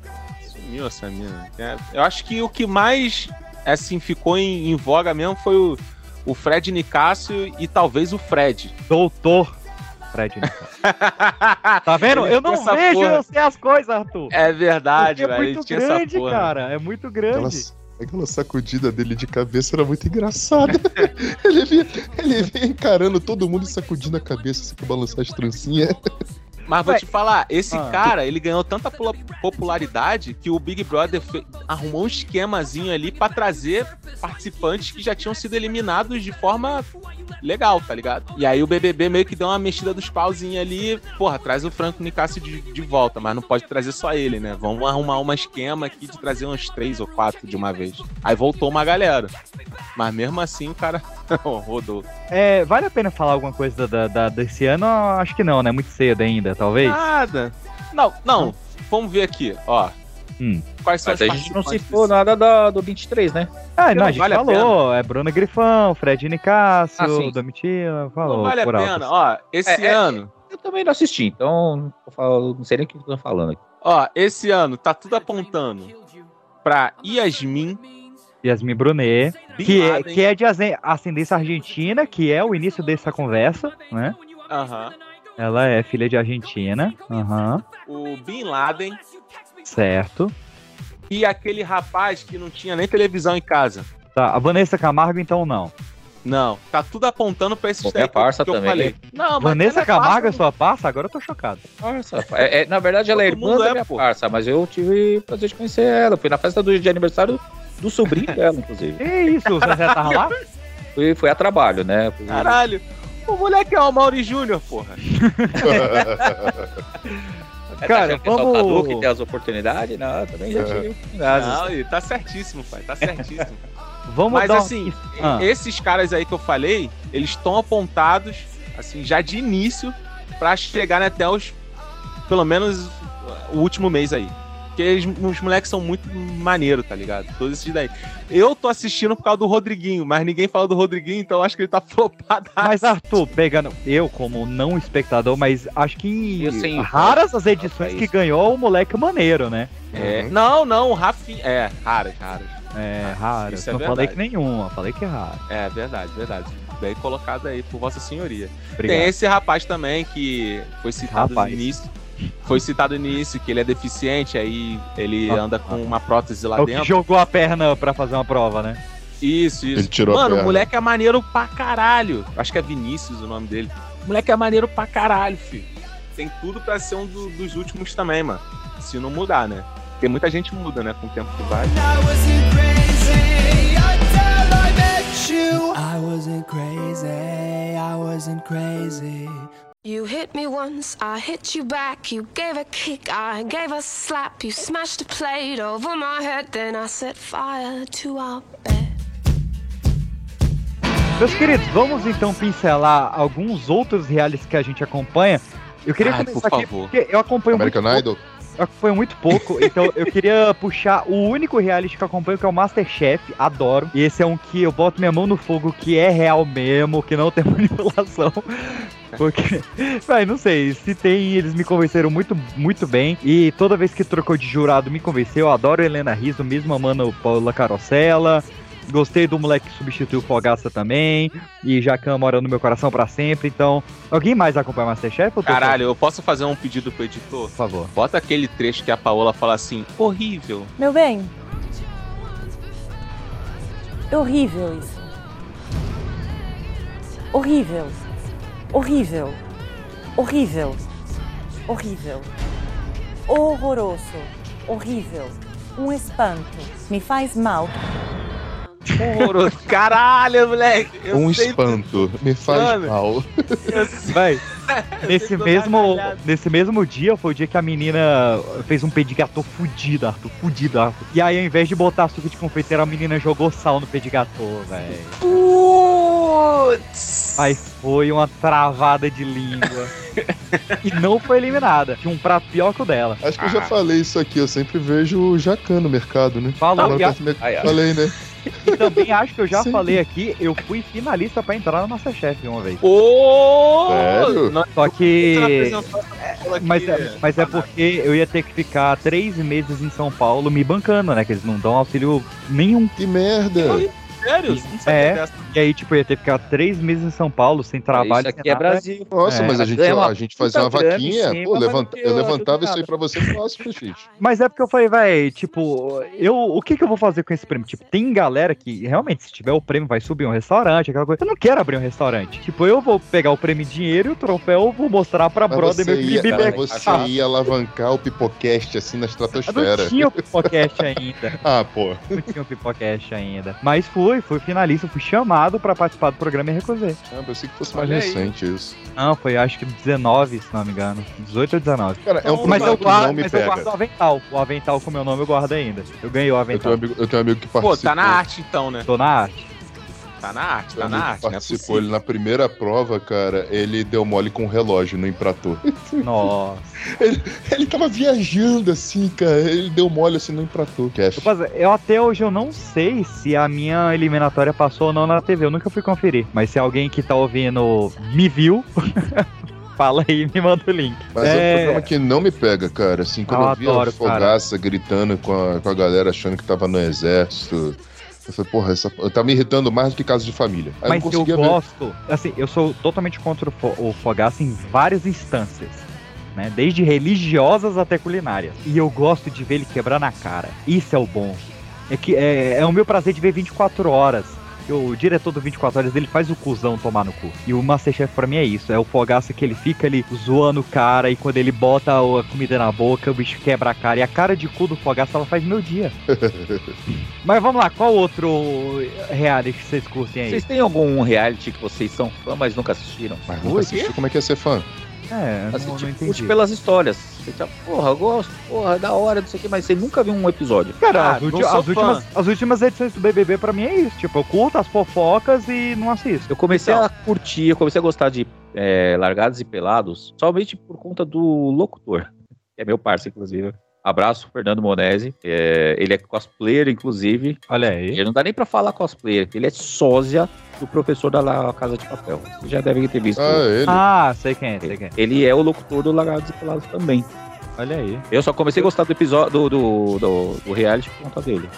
Speaker 2: Sumiu essa mina. É, eu acho que o que mais, assim, ficou em, em voga mesmo foi o, o Fred Nicásio e talvez o Fred.
Speaker 1: Doutor Fred Nicásio. Tá vendo? Eu não vejo, eu sei as coisas, Arthur.
Speaker 2: É verdade,
Speaker 1: Porque
Speaker 2: velho.
Speaker 1: é
Speaker 2: ele
Speaker 1: muito
Speaker 2: tinha
Speaker 1: grande,
Speaker 2: essa porra. né?
Speaker 1: cara. É muito
Speaker 4: Aquela,
Speaker 1: grande.
Speaker 4: aquela sacudida dele de cabeça era muito engraçada. ele, vinha, ele vinha encarando todo mundo e sacudindo a cabeça, assim, pra balançar as trancinhas.
Speaker 2: Mas vou te falar, esse
Speaker 4: Ah.
Speaker 2: cara, ele ganhou tanta pula- popularidade que o Big Brother fe- arrumou um esquemazinho ali pra trazer participantes que já tinham sido eliminados de forma legal, tá ligado? E aí o BBB meio que deu uma mexida dos pauzinhos ali, porra, traz o Franco Nicasio de, de volta, mas não pode trazer só ele, né? Vamos arrumar um esquema aqui de trazer uns três ou quatro de uma vez. Aí voltou uma galera. Mas mesmo assim o cara rodou.
Speaker 1: É, vale a pena falar alguma coisa da, da- desse ano? Acho que não, né? Muito cedo ainda, talvez.
Speaker 2: Nada. Não, não. Vamos ver aqui, ó.
Speaker 1: Hum.
Speaker 2: Quais são
Speaker 3: Mas
Speaker 2: as
Speaker 3: a gente não
Speaker 2: participantes?
Speaker 3: citou nada da, do 23, né?
Speaker 1: Ah, não, a
Speaker 2: Não
Speaker 1: gente
Speaker 2: vale a
Speaker 1: falou. É Bruna Grifão, Fred Nicásio,
Speaker 3: Ah, sim.
Speaker 1: Domitila, falou.
Speaker 2: Não vale a
Speaker 1: por alto.
Speaker 2: pena, ó. Esse
Speaker 3: É, é,
Speaker 2: ano,
Speaker 3: Eu também não assisti, então eu falo- não sei nem o que eu tô falando aqui.
Speaker 2: ó, esse ano tá tudo apontando pra Yasmin.
Speaker 1: Yasmin Brunet,
Speaker 2: Bin
Speaker 1: que é,
Speaker 2: Laden.
Speaker 1: que é de asen- ascendência argentina, que é o início dessa conversa, né?
Speaker 2: Aham.
Speaker 1: Ela é filha de argentina. Aham.
Speaker 2: O Bin Laden
Speaker 1: Certo.
Speaker 2: e aquele rapaz que não tinha nem televisão em casa.
Speaker 1: Tá, a Vanessa Camargo, então, não.
Speaker 2: Não, tá tudo apontando pra esses
Speaker 3: Pô,
Speaker 2: daí
Speaker 3: é parça
Speaker 2: que eu
Speaker 3: também.
Speaker 2: falei. Não, mas
Speaker 1: Vanessa
Speaker 2: ela é parça,
Speaker 1: Camargo é sua parça? Agora eu tô chocado.
Speaker 3: Parça, é- é, na verdade, ela é
Speaker 2: Todo
Speaker 3: irmã
Speaker 2: mundo
Speaker 3: da
Speaker 2: é,
Speaker 3: minha
Speaker 2: pô.
Speaker 3: parça, mas eu tive prazer de conhecer ela. Fui na festa do, de aniversário do sobrinho dela, inclusive.
Speaker 1: Que isso, você já tava lá?
Speaker 3: Fui, fui a trabalho, né? Fui-
Speaker 2: Caralho. O moleque é o Mauri Júnior, porra.
Speaker 3: É, tá
Speaker 1: Cara,
Speaker 3: achando que é só o
Speaker 1: vamos-
Speaker 3: Cadu que tem as oportunidades? Não, eu também
Speaker 1: É.
Speaker 3: já tive oportunidades.
Speaker 2: Não, e tá certíssimo, pai. Tá certíssimo.
Speaker 1: Vamos
Speaker 2: Mas
Speaker 1: dar um-
Speaker 2: assim,
Speaker 1: Ah.
Speaker 2: esses caras aí que eu falei, eles estão apontados, assim, já de início, pra chegarem até os. Pelo menos o último mês aí. Porque eles- os moleques são muito maneiro, tá ligado? Todos esses daí. Eu tô assistindo por causa do Rodriguinho, mas ninguém fala do Rodriguinho, então eu acho que ele tá flopado.
Speaker 1: Mas, Arthur, pegando eu como não espectador, mas acho que
Speaker 3: Eu
Speaker 1: em
Speaker 3: sei.
Speaker 1: raras as edições
Speaker 3: Ah,
Speaker 1: que
Speaker 3: isso.
Speaker 1: ganhou o moleque maneiro, né?
Speaker 2: É, não, não, o Rafinha. É, raras, raras.
Speaker 1: É, raro.
Speaker 2: isso é
Speaker 1: não falei
Speaker 2: verdade.
Speaker 1: que nenhuma, falei que é raro.
Speaker 2: É, verdade, verdade. Bem colocado aí por Vossa Senhoria.
Speaker 1: Obrigado.
Speaker 2: Tem esse rapaz também que foi citado
Speaker 1: Rapaz.
Speaker 2: no início. Foi citado no início que ele é deficiente, aí ele
Speaker 1: Ah,
Speaker 2: anda com uma prótese lá
Speaker 1: É o que
Speaker 2: dentro.
Speaker 1: jogou a perna pra fazer uma prova, né?
Speaker 2: Isso, isso.
Speaker 4: Ele tirou a
Speaker 2: Mano, o
Speaker 4: perna.
Speaker 2: moleque é maneiro pra caralho. Acho que é Vinícius o nome dele. O moleque é maneiro pra caralho, filho. Tem tudo pra ser um do- dos últimos também, mano. Se não mudar, né? Porque muita gente muda, né? Com o tempo que vai.
Speaker 13: I wasn't great. crazy until I met you. I wasn't crazy, I wasn't crazy.
Speaker 17: You hit me once, I hit you back. You gave a kick, I gave a slap. You smashed a plate over my head, then I set fire to our
Speaker 1: Meus queridos, vamos então pincelar alguns outros realities que a gente acompanha. Eu queria
Speaker 2: Ai,
Speaker 1: começar
Speaker 2: Ah, por
Speaker 1: aqui,
Speaker 2: favor.
Speaker 1: porque eu acompanho
Speaker 4: American
Speaker 1: muito
Speaker 4: Idol?
Speaker 1: pouco. Eu acompanho muito pouco, então eu queria puxar o único reality que eu acompanho, que é o Masterchef, adoro. E esse é um que eu boto minha mão no fogo, que é real mesmo, que não tem manipulação. Porque, vai, não sei, se tem, eles me convenceram muito, muito bem. E toda vez que trocou de jurado, me convenceu. Eu adoro Helena Rizzo, mesmo amando Paula Carosella. Gostei do moleque que substituiu o Fogaça também. E Jacan mora no meu coração pra sempre. Então, alguém mais acompanha Masterchef? ou tô
Speaker 2: Caralho, eu posso fazer um pedido pro editor? Por
Speaker 1: favor.
Speaker 2: Bota aquele trecho que a Paola fala assim, horrível.
Speaker 18: Meu bem. É horrível isso. Horrível. Horrível. Horrível. Horrível. Horroroso. Horrível. Um espanto. Me faz mal.
Speaker 2: Horroroso. Caralho, moleque. Eu
Speaker 4: um
Speaker 2: sei-
Speaker 4: espanto. Me faz
Speaker 2: Mano.
Speaker 4: mal.
Speaker 1: Vai. Nesse mesmo, nesse mesmo dia foi o dia que a menina fez um pedigatô fudido, Arthur. Fudido, Arthur. E aí, ao invés de botar açúcar de confeiteiro, a menina jogou sal no pedigatô, velho.
Speaker 17: Putz!
Speaker 1: Mas foi uma travada de língua. e não foi eliminada. Tinha um prato pior que o dela.
Speaker 4: Acho que eu
Speaker 2: Ah.
Speaker 4: já falei isso aqui, eu sempre vejo o Jacan no mercado, né?
Speaker 1: Falou,
Speaker 4: Lá no
Speaker 1: já-
Speaker 4: Perto do Mercado,
Speaker 1: Ai, ai.
Speaker 4: Falei, né?
Speaker 1: E também acho que eu já
Speaker 4: Sim.
Speaker 1: falei aqui, eu fui finalista pra entrar no Masterchef é uma vez.
Speaker 2: Ô!
Speaker 1: Não, Só que.
Speaker 2: que-
Speaker 1: Mas é, mas é porque eu ia ter que ficar três meses em São Paulo me bancando, né? Que eles não dão auxílio nenhum.
Speaker 4: Que merda!
Speaker 2: Sério?
Speaker 1: É, e aí, tipo, eu ia ter que ficar três meses em São Paulo sem trabalho.
Speaker 4: Isso aqui
Speaker 1: sem
Speaker 4: é
Speaker 1: nada. é
Speaker 4: Brasil. Nossa, mas a gente, ó, a gente fazia uma
Speaker 1: puta grana
Speaker 4: vaquinha,
Speaker 1: em cima,
Speaker 4: pô,
Speaker 1: mas
Speaker 4: levanta-
Speaker 1: aqui,
Speaker 4: eu
Speaker 1: ó,
Speaker 4: levantava isso aí
Speaker 1: nada.
Speaker 4: pra você fácil, né, Xixi.
Speaker 1: Mas é porque eu falei, véi, tipo, eu, o que que eu vou fazer com esse prêmio? Tipo, tem galera que realmente, se tiver o prêmio, vai subir um restaurante, aquela coisa. Eu não quero abrir um restaurante. Tipo, eu vou pegar o prêmio em dinheiro e o troféu eu vou mostrar pra
Speaker 4: Mas
Speaker 1: brother
Speaker 4: você
Speaker 1: meu é que
Speaker 4: ia,
Speaker 1: me
Speaker 4: cara,
Speaker 1: pega.
Speaker 4: você ia alavancar o pipocast assim na estratosfera.
Speaker 1: Eu não tinha o Pipocast ainda.
Speaker 4: ah, pô.
Speaker 1: Não tinha o Pipocast ainda. Mas fui, fui finalista, fui chamado pra participar do programa e recusei.
Speaker 4: Ah, pensei que fosse mais
Speaker 1: Olha aí.
Speaker 4: recente isso.
Speaker 1: Não, foi acho que 19, se não me engano. 18 ou 19.
Speaker 4: Cara, é um
Speaker 1: mas
Speaker 4: programa
Speaker 1: eu
Speaker 4: que não
Speaker 1: guardo,
Speaker 4: me
Speaker 1: mas eu
Speaker 4: pega.
Speaker 1: guardo o avental. O avental com meu nome eu guardo ainda. Eu ganhei o
Speaker 4: Eu tenho, um
Speaker 1: avental.
Speaker 4: amigo, eu tenho um amigo que participou.
Speaker 2: Pô, tá na arte então, né?
Speaker 1: Tô na arte.
Speaker 2: Tá na arte,
Speaker 4: Meu
Speaker 2: tá
Speaker 4: amigo
Speaker 2: na arte,
Speaker 1: é
Speaker 4: que
Speaker 2: né?
Speaker 4: participou, ele na primeira prova, cara, ele deu mole com o relógio no infrator.
Speaker 1: Nossa.
Speaker 4: Ele, ele
Speaker 6: tá
Speaker 4: tava viajando assim, cara. Ele deu mole assim no infrator. Cash.
Speaker 1: Mas eu até hoje eu não sei se a minha eliminatória passou ou não na TV, eu nunca fui conferir. Mas se alguém que tá ouvindo me viu, fala aí e me manda o link.
Speaker 4: Mas é... um programa que não me pega, cara. Assim, quando
Speaker 1: Eu
Speaker 4: eu, vi
Speaker 1: Ah, adoro,
Speaker 4: a fogaça gritando com a, com a galera achando que tava no exército. Eu falei, porra, essa, tá me irritando mais do que caso de família. Aí
Speaker 1: Mas
Speaker 4: não
Speaker 1: eu
Speaker 4: conseguia ver.
Speaker 1: gosto, assim, eu sou totalmente contra o, fo o Fogaça em várias instâncias. Né? Desde religiosas até culinárias. E eu gosto de ver ele quebrar na cara. Isso é o bom. É que é, é o meu prazer de ver 24 horas. Eu- o diretor do 24 horas ele faz o cuzão tomar no cu. E o Masterchef pra mim é isso. É o fogaça que ele fica ali zoando o cara e quando ele bota a comida na boca, o bicho quebra a cara. E a cara de cu do fogaça ela faz meu dia. Mas vamos lá, qual outro reality que vocês curtem aí?
Speaker 3: Vocês têm algum reality que vocês são fã, mas nunca assistiram?
Speaker 4: Mas nunca assistiu, como é que ia ser fã?
Speaker 1: É,
Speaker 3: Assim, tipo, curte
Speaker 4: entendi.
Speaker 3: pelas histórias. Você tá, porra, eu gosto, porra, é da hora, não sei o que, mas você nunca viu um episódio.
Speaker 4: Ah,
Speaker 1: Cara, as, ulti- as últimas, as últimas edições do BBB pra mim é isso. Tipo, eu curto as fofocas e não assisto.
Speaker 3: Eu comecei
Speaker 1: Então.
Speaker 3: a curtir, eu comecei a gostar de é, Largados e Pelados, somente por conta do locutor, que é meu parceiro, inclusive. Abraço, Fernando Monese. É, ele é cosplayer, inclusive.
Speaker 1: Olha aí.
Speaker 3: Ele não dá nem pra falar cosplayer, ele é sósia do professor da La Casa de Papel. Vocês já devem ter visto.
Speaker 4: Ah, ele.
Speaker 1: Ah, sei quem é, sei quem é.
Speaker 3: Ele é o locutor do Largados e Pelados também.
Speaker 1: Olha aí.
Speaker 3: Eu só comecei a gostar do episódio do, do, do, do reality por conta dele.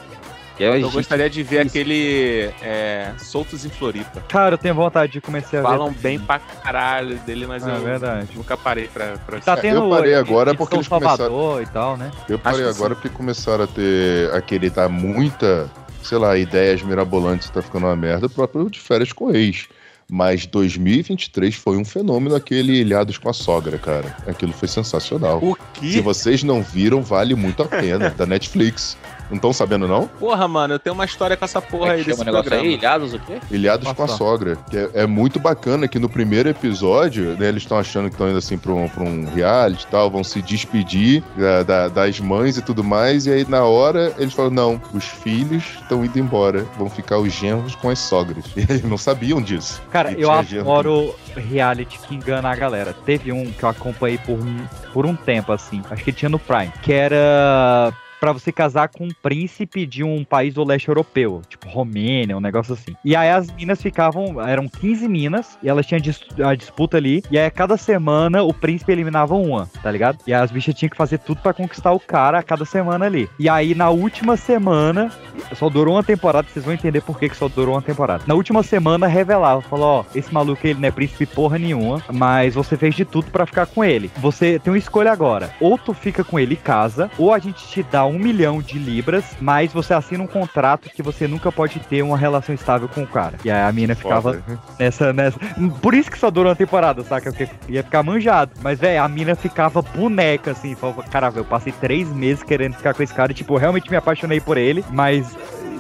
Speaker 3: Que é
Speaker 2: Eu
Speaker 3: gente-
Speaker 2: gostaria de ver aquele é, Soltos em Floripa.
Speaker 1: Cara, eu tenho vontade de começar a ver.
Speaker 2: Falam bem pra caralho dele, mas
Speaker 1: É
Speaker 2: eu
Speaker 1: verdade.
Speaker 2: nunca parei pra, pra
Speaker 1: Tá tendo
Speaker 4: eu parei agora
Speaker 1: em
Speaker 4: porque
Speaker 1: São
Speaker 4: eles
Speaker 1: Salvador e tal, né?
Speaker 4: Eu parei
Speaker 1: Acho que
Speaker 4: agora porque começaram a ter aquele, tá muita, sei lá, ideias mirabolantes, tá ficando uma merda, o próprio de férias com ex. Mas 2023 foi um fenômeno aquele Ilhados com a Sogra, cara. Aquilo foi sensacional.
Speaker 2: O quê?
Speaker 4: Se vocês não viram, vale muito a pena, da Netflix. Não estão sabendo, não?
Speaker 2: Porra, mano, eu tenho uma história com essa porra aí
Speaker 3: Chama
Speaker 2: desse
Speaker 3: o negócio
Speaker 2: programa.
Speaker 3: aí, ilhados o quê?
Speaker 4: Ilhados com a Sogra. Que é, é muito bacana que no primeiro episódio, né, eles estão achando que estão indo assim pra um, pra um reality e tal, vão se despedir da- da- das mães e tudo mais, e aí na hora eles falam: não, os filhos estão indo embora, vão ficar os genros com as sogras. E eles não sabiam disso.
Speaker 1: Cara,
Speaker 4: E
Speaker 1: eu
Speaker 4: tinha genro
Speaker 1: adoro reality que engana a galera. Teve um que eu acompanhei por, um- por um tempo, assim. Acho que tinha no Prime. Que era pra você casar com um príncipe de um país do leste europeu. Tipo, Romênia, um negócio assim. E aí as minas ficavam... Eram 15 minas. E elas tinham dis- a disputa ali. E aí a cada semana o príncipe eliminava uma, tá ligado? E as bichas tinham que fazer tudo pra conquistar o cara a cada semana ali. E aí na última semana... Só durou uma temporada. Vocês vão entender por que, que só durou uma temporada. Na última semana revelava. Falou, ó, esse maluco ele não é príncipe porra nenhuma, mas você fez de tudo pra ficar com ele. Você tem uma escolha agora. Ou tu fica com ele e casa, ou a gente te dá um milhão de libras, mas você assina um contrato que você nunca pode ter uma relação estável com o cara. E aí a mina ficava
Speaker 4: Foda.
Speaker 1: nessa, nessa. Por isso que só durou uma temporada, saca? Porque ia ficar manjado. Mas, velho, a mina ficava boneca, assim. Falava, cara, eu passei três meses querendo ficar com esse cara. E, tipo, eu realmente me apaixonei por ele, mas.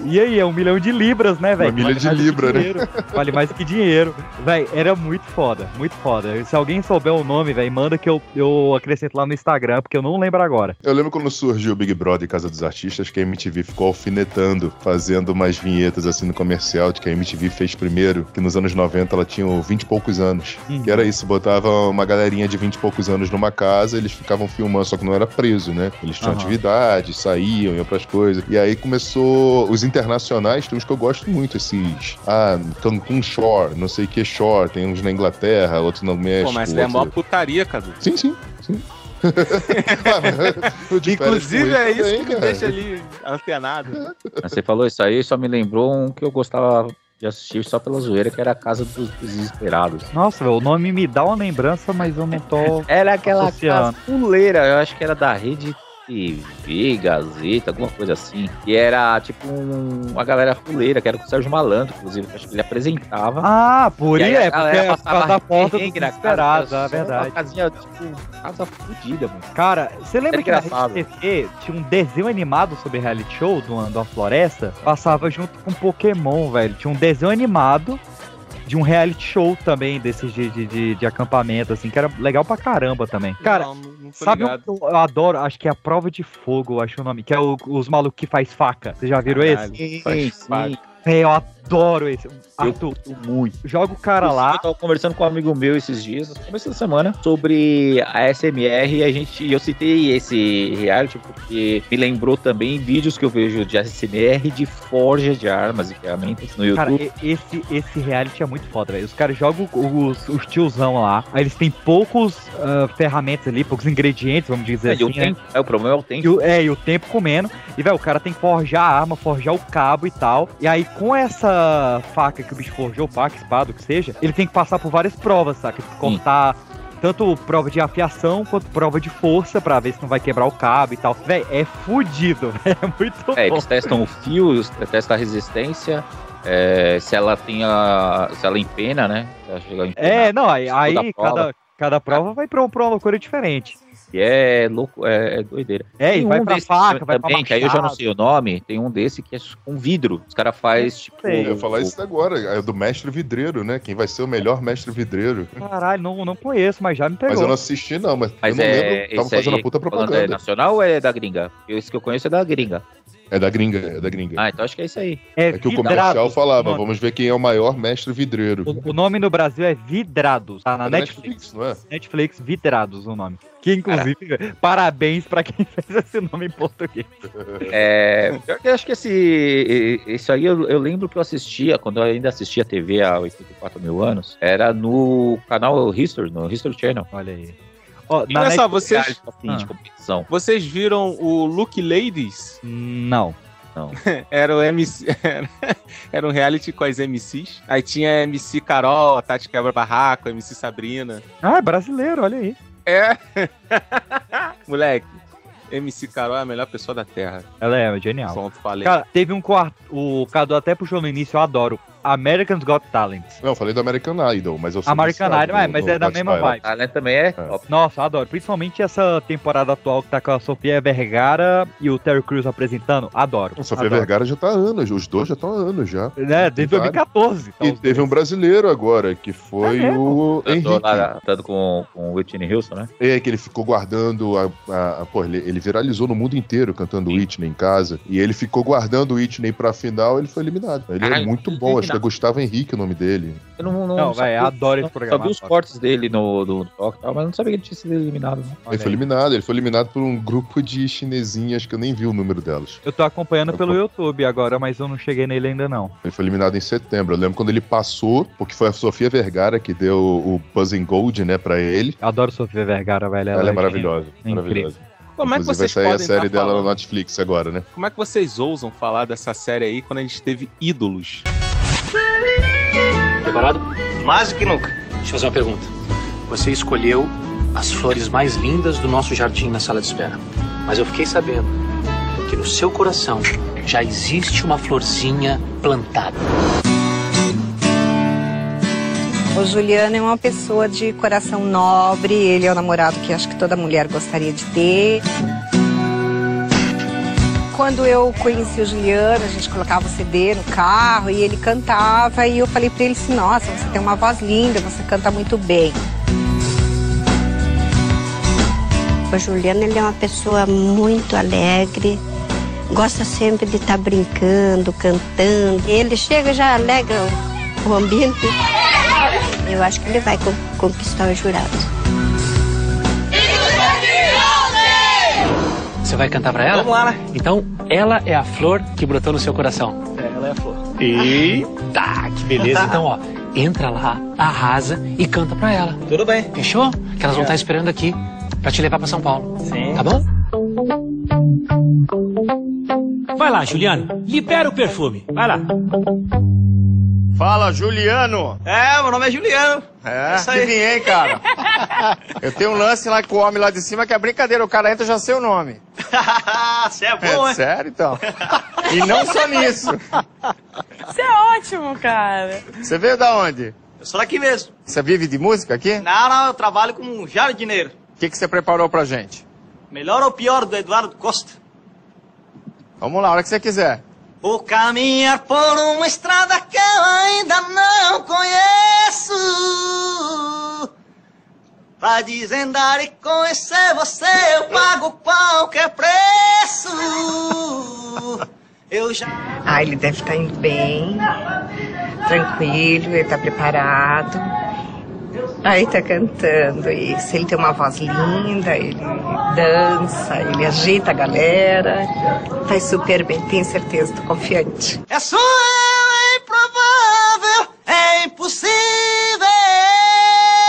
Speaker 1: E aí, é um milhão de libras, né, velho?
Speaker 4: Uma milha de
Speaker 1: mais do que
Speaker 4: libra, né?
Speaker 1: dinheiro. Vale mais que dinheiro. Véi, era muito foda, muito foda. Se alguém souber o nome, véi, manda que eu, eu acrescento lá no Instagram, porque eu não lembro agora.
Speaker 4: Eu lembro quando surgiu o Big Brother e Casa dos Artistas, que a MTV ficou alfinetando, fazendo umas vinhetas assim no comercial, de que a MTV fez primeiro, que nos anos 90 ela tinha oh, 20 e poucos anos.
Speaker 1: Uhum.
Speaker 4: Que era isso, botava uma galerinha de 20 e poucos anos numa casa, eles ficavam filmando, só que não era preso, né? Eles tinham
Speaker 1: Aham.
Speaker 4: atividades, saíam, iam pras coisas. E aí começou os internacionais, tem uns que eu gosto muito, esses. Ah, Cancun Shore, não sei que Shore, tem uns na Inglaterra, outros no México.
Speaker 2: Pô, mas é a maior
Speaker 4: outro...
Speaker 2: putaria, Cadu.
Speaker 4: Sim, sim.
Speaker 2: Inclusive, é isso que me
Speaker 4: cara.
Speaker 2: deixa ali antenado.
Speaker 3: Mas Você falou isso aí, só me lembrou um que eu gostava de assistir só pela zoeira, que era a Casa dos Desesperados.
Speaker 1: Nossa, véi, o nome me dá uma lembrança, mas eu não tô.
Speaker 3: Era aquela
Speaker 1: associando.
Speaker 3: fuleira, eu acho que era da rede TV, Gazeta, alguma coisa assim. E era tipo um- uma galera fuleira, que era com o Sérgio Malandro, inclusive, que acho que ele apresentava.
Speaker 1: Ah, por
Speaker 3: E aí
Speaker 1: isso
Speaker 3: a
Speaker 1: é, porque
Speaker 3: galera
Speaker 1: é por causa
Speaker 3: passava
Speaker 1: da porta do
Speaker 3: perrengue na casa, era
Speaker 1: desesperado, é
Speaker 3: só Uma
Speaker 1: verdade.
Speaker 3: casinha, tipo, casa fodida, mano.
Speaker 1: Cara, você lembra
Speaker 3: Era
Speaker 1: que na
Speaker 3: É engraçado.
Speaker 1: Rede TV tinha um desenho animado sobre reality show de uma, de uma floresta? Passava junto com Pokémon, velho. Tinha um desenho animado de um reality show também, desses de, de, de- de acampamento, assim, que era legal pra caramba também. Cara,
Speaker 2: Não, não- não tô
Speaker 1: sabe
Speaker 2: ligado.
Speaker 1: o que eu, eu adoro? Acho que é a prova de fogo, eu acho o nome, que é o- os malucos que faz faca. Vocês já viram
Speaker 2: Caralho,
Speaker 1: esse?
Speaker 3: faz faca.
Speaker 1: É, eu adoro esse. Arthur,
Speaker 3: muito.
Speaker 1: joga o cara
Speaker 3: Eu
Speaker 1: lá.
Speaker 3: tava conversando com um amigo meu esses dias, no começo da semana, sobre a SMR e a gente, e eu citei esse reality porque me lembrou também vídeos que eu vejo de SMR de forja de armas e ferramentas no
Speaker 1: Cara,
Speaker 3: YouTube.
Speaker 1: e- esse, esse reality é muito foda, velho. Os caras jogam os, os tiozão lá, aí eles têm poucos ah, ferramentas ali, poucos ingredientes, vamos dizer
Speaker 3: É, e
Speaker 1: assim,
Speaker 3: o
Speaker 1: né?
Speaker 3: tempo- é, o problema é o tempo.
Speaker 1: E o- é, e o tempo comendo. E, velho, o cara tem que forjar a arma, forjar o cabo e tal. E aí, com essa faca que o bicho forjou, faca, espada, o que seja, ele tem que passar por várias provas, saca? Tem que cortar tanto prova de afiação quanto prova de força pra ver se não vai quebrar o cabo e tal. Véi, é fudido, véi, é muito
Speaker 3: É,
Speaker 1: bom.
Speaker 3: eles testam o fio, eles testam a resistência, é, se ela tem a. se ela empena, né? Se ela chega a empenar.
Speaker 1: É, não, aí, aí
Speaker 3: Toda prova.
Speaker 1: cada, cada prova vai pra, um- pra uma loucura diferente.
Speaker 3: E é louco, é, é doideira.
Speaker 1: É, e vai pra faca, vai pra
Speaker 3: também, que aí eu já não
Speaker 1: machado.
Speaker 3: sei o nome, tem um desse que é com vidro. Os caras fazem, tipo.
Speaker 4: Eu ia falar isso agora, é do mestre vidreiro, né? Quem vai ser o melhor mestre vidreiro.
Speaker 1: Caralho, não, não conheço, mas já me pegou.
Speaker 4: Mas eu não assisti, não, mas,
Speaker 3: Mas
Speaker 4: eu não
Speaker 3: é.
Speaker 4: lembro. Tava
Speaker 3: esse
Speaker 4: fazendo
Speaker 3: aí
Speaker 4: a puta
Speaker 3: que eu tô falando, É
Speaker 4: propaganda.
Speaker 3: nacional ou é da gringa? Porque esse que eu conheço é da gringa.
Speaker 4: É da gringa, é da gringa.
Speaker 3: Ah, então acho que é isso aí.
Speaker 4: É que o comercial falava, vamos ver quem é o maior mestre vidreiro.
Speaker 1: O, o nome no Brasil é Vidrados, tá? Na
Speaker 4: É da
Speaker 1: Netflix.
Speaker 4: Netflix, não é?
Speaker 1: Netflix Vidrados o nome. Que, inclusive, parabéns pra quem fez esse nome em português.
Speaker 3: É, pior que eu acho que esse, isso aí eu, eu lembro que eu assistia, quando eu ainda assistia TV há 84 mil anos, era no canal History, no History Channel.
Speaker 1: Olha aí. Ó,
Speaker 2: E olha só, vocês, Ah.
Speaker 3: Assim, de competição.
Speaker 2: vocês viram o Look Ladies?
Speaker 1: Não.
Speaker 3: Não.
Speaker 2: Era o MC. Era, era um reality com as MCs. Aí tinha a MC Carol, a Tati Quebra Barraco, a MC Sabrina.
Speaker 1: Ah, é brasileiro, olha aí.
Speaker 2: É. Moleque, MC Carol é a melhor pessoa da Terra.
Speaker 1: Ela é genial.
Speaker 2: Pronto, falei.
Speaker 1: Cara, teve um quarto. O Cadu até puxou no início, eu adoro. Americans Got Talent.
Speaker 4: Não, eu falei do American Idol, mas eu sou
Speaker 1: American
Speaker 4: viciado
Speaker 1: Idol, é,
Speaker 4: no-
Speaker 1: mas
Speaker 4: no
Speaker 1: é da
Speaker 4: Got
Speaker 1: mesma
Speaker 4: Talent.
Speaker 1: vibe. também é. Nossa, adoro. Principalmente essa temporada atual que tá com a Sofia Vergara e o Terry Crews apresentando. Adoro.
Speaker 4: Nossa, Sofia
Speaker 1: adoro.
Speaker 4: Vergara já tá há anos, os dois já estão há anos já.
Speaker 1: É, desde 2014.
Speaker 4: E teve um brasileiro agora, que foi o
Speaker 3: Tanto,
Speaker 4: Henrique.
Speaker 3: lá, tanto ah, tá com, com o Whitney Houston, né?
Speaker 4: É, que ele ficou guardando a. a- a- pô, ele, ele viralizou no mundo inteiro cantando Whitney em casa. E ele ficou guardando o Whitney pra final, ele foi eliminado. Ele era
Speaker 3: Caralho,
Speaker 4: muito bom, acho que é
Speaker 3: eliminado.
Speaker 4: Gustavo Henrique o nome dele.
Speaker 3: Eu não, não,
Speaker 1: Não, vai,
Speaker 3: sabia-
Speaker 1: adoro esse
Speaker 3: não-
Speaker 1: programa,
Speaker 3: Só vi os
Speaker 1: adoro.
Speaker 3: cortes dele no, do toque e tal, mas não sabia que ele tinha sido eliminado. né?
Speaker 4: ele foi eliminado, ele foi eliminado por um grupo de chinesinhas que eu nem vi o número delas.
Speaker 1: Eu tô acompanhando pelo YouTube agora, mas eu não cheguei nele ainda não.
Speaker 4: Ele foi eliminado em setembro. Eu lembro quando ele passou, porque foi a Sofia Vergara que deu o Buzzing Gold, né, pra ele.
Speaker 1: Adoro Sofia Vergara, velho.
Speaker 4: Ela,
Speaker 1: Ela
Speaker 4: é
Speaker 1: é
Speaker 4: maravilhosa.
Speaker 1: incrível.
Speaker 4: maravilhosa.
Speaker 2: Como é que
Speaker 4: Inclusive, vai
Speaker 2: vocês
Speaker 4: sair
Speaker 2: podem
Speaker 4: a série
Speaker 2: tá
Speaker 4: dela
Speaker 2: falando?
Speaker 4: na Netflix agora, né?
Speaker 2: Como é que vocês ousam falar dessa série aí quando a gente teve ídolos?
Speaker 27: Preparado? Mais do que nunca. Deixa eu fazer uma pergunta. Você escolheu as flores mais lindas do nosso jardim na sala de espera. Mas eu fiquei sabendo que no seu coração já existe uma florzinha plantada.
Speaker 19: O Juliano é uma pessoa de coração nobre, ele é o namorado que acho que toda mulher gostaria de ter. Quando eu conheci o Juliano, a gente colocava o CD no carro e ele cantava e eu falei pra ele assim, nossa, você tem uma voz linda, você canta muito bem.
Speaker 23: O Juliano ele é uma pessoa muito alegre, gosta sempre de estar brincando, cantando. Ele chega e já alegra o- o ambiente. Eu acho que ele vai con- conquistar o jurado.
Speaker 27: Você vai cantar pra ela? Vamos lá, né? Então, ela é a flor que brotou no seu coração.
Speaker 23: Ela é a flor.
Speaker 27: Eita, que beleza. Então, ó, entra lá, arrasa e canta pra ela. Tudo bem. Fechou? Que elas vão estar esperando aqui pra te levar pra São Paulo. Sim. Tá bom?
Speaker 28: Vai lá, Juliano. Libera o perfume. Vai lá.
Speaker 29: Fala, Juliano! É, meu nome é Juliano. É,
Speaker 28: Isso aí.
Speaker 29: adivinhei, cara. Eu tenho um lance lá com o homem lá de cima que é brincadeira, o cara entra e já sei o nome.
Speaker 13: Ah,
Speaker 28: Você é bom,
Speaker 29: é
Speaker 28: hein?
Speaker 29: sério, então. E não só nisso.
Speaker 13: Você é ótimo, cara.
Speaker 29: Você veio da onde? Eu sou daqui mesmo. Você vive de música aqui?
Speaker 13: Não, não, eu trabalho como jardineiro.
Speaker 29: O que, que você preparou pra gente?
Speaker 13: Melhor ou pior do Eduardo Costa?
Speaker 29: Vamos lá, a hora que você quiser.
Speaker 13: Vou caminhar por uma estrada que eu ainda não conheço. Pra desendar e conhecer você, eu pago qualquer preço. Eu já.
Speaker 19: Ah, ele deve estar indo bem, tranquilo, ele tá preparado. Aí tá cantando, e se ele tem uma voz linda, ele dança, ele ajeita a galera, vai super bem, tenho certeza, tô confiante.
Speaker 13: É só é improvável, é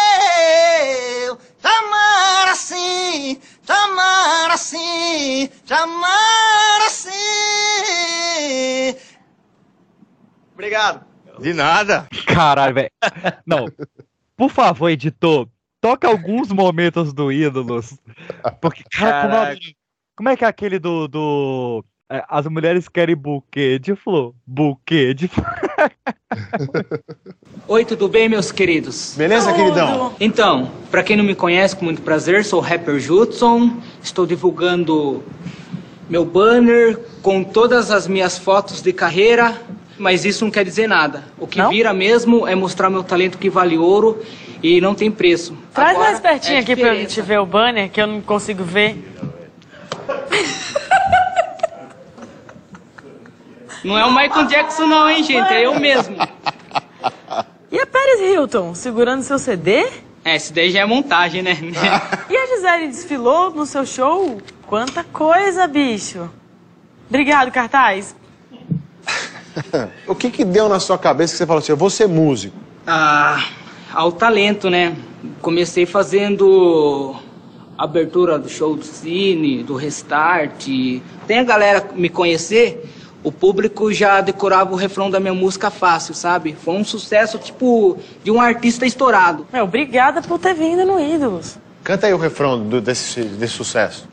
Speaker 13: impossível. Chamar assim, chamar assim, chamar assim. Obrigado.
Speaker 29: De nada.
Speaker 1: Caralho, velho. Não. Por favor, editor, toca alguns momentos do Ídolos. Porque, cara, como,
Speaker 29: Caraca.
Speaker 1: é- como é que é aquele do. do é, as mulheres querem buquê de flor. Buquê de flor.
Speaker 27: Oi, tudo bem, meus queridos? Beleza,
Speaker 29: queridão?
Speaker 27: Então, pra quem não me conhece, com muito prazer, sou o rapper Judson. Estou divulgando meu banner com todas as minhas fotos de carreira, mas isso não quer dizer nada. O que vira mesmo é mostrar meu talento que vale ouro e não tem preço.
Speaker 13: Traz
Speaker 27: Agora
Speaker 13: mais pertinho
Speaker 27: é
Speaker 13: aqui pra eu
Speaker 27: diferença.
Speaker 13: te ver o banner, que eu não consigo ver.
Speaker 27: Não é o Michael Jackson não, hein, gente? É eu mesmo.
Speaker 13: E a Paris Hilton, segurando seu CD?
Speaker 27: É, isso daí já é montagem, né?
Speaker 13: E a Gisele desfilou no seu show? Quanta coisa, bicho! Obrigado, cartaz.
Speaker 6: O que que deu na sua cabeça que você falou assim, eu vou ser músico?
Speaker 27: Ah, ao talento, né? Comecei fazendo abertura do show do Cine, do Restart. Tem a galera me conhecer, o público já decorava o refrão da minha música fácil, sabe? Foi um sucesso, tipo, de um artista estourado.
Speaker 13: Meu, obrigada por ter vindo no Ídolos.
Speaker 6: Canta aí o refrão do- desse, desse sucesso.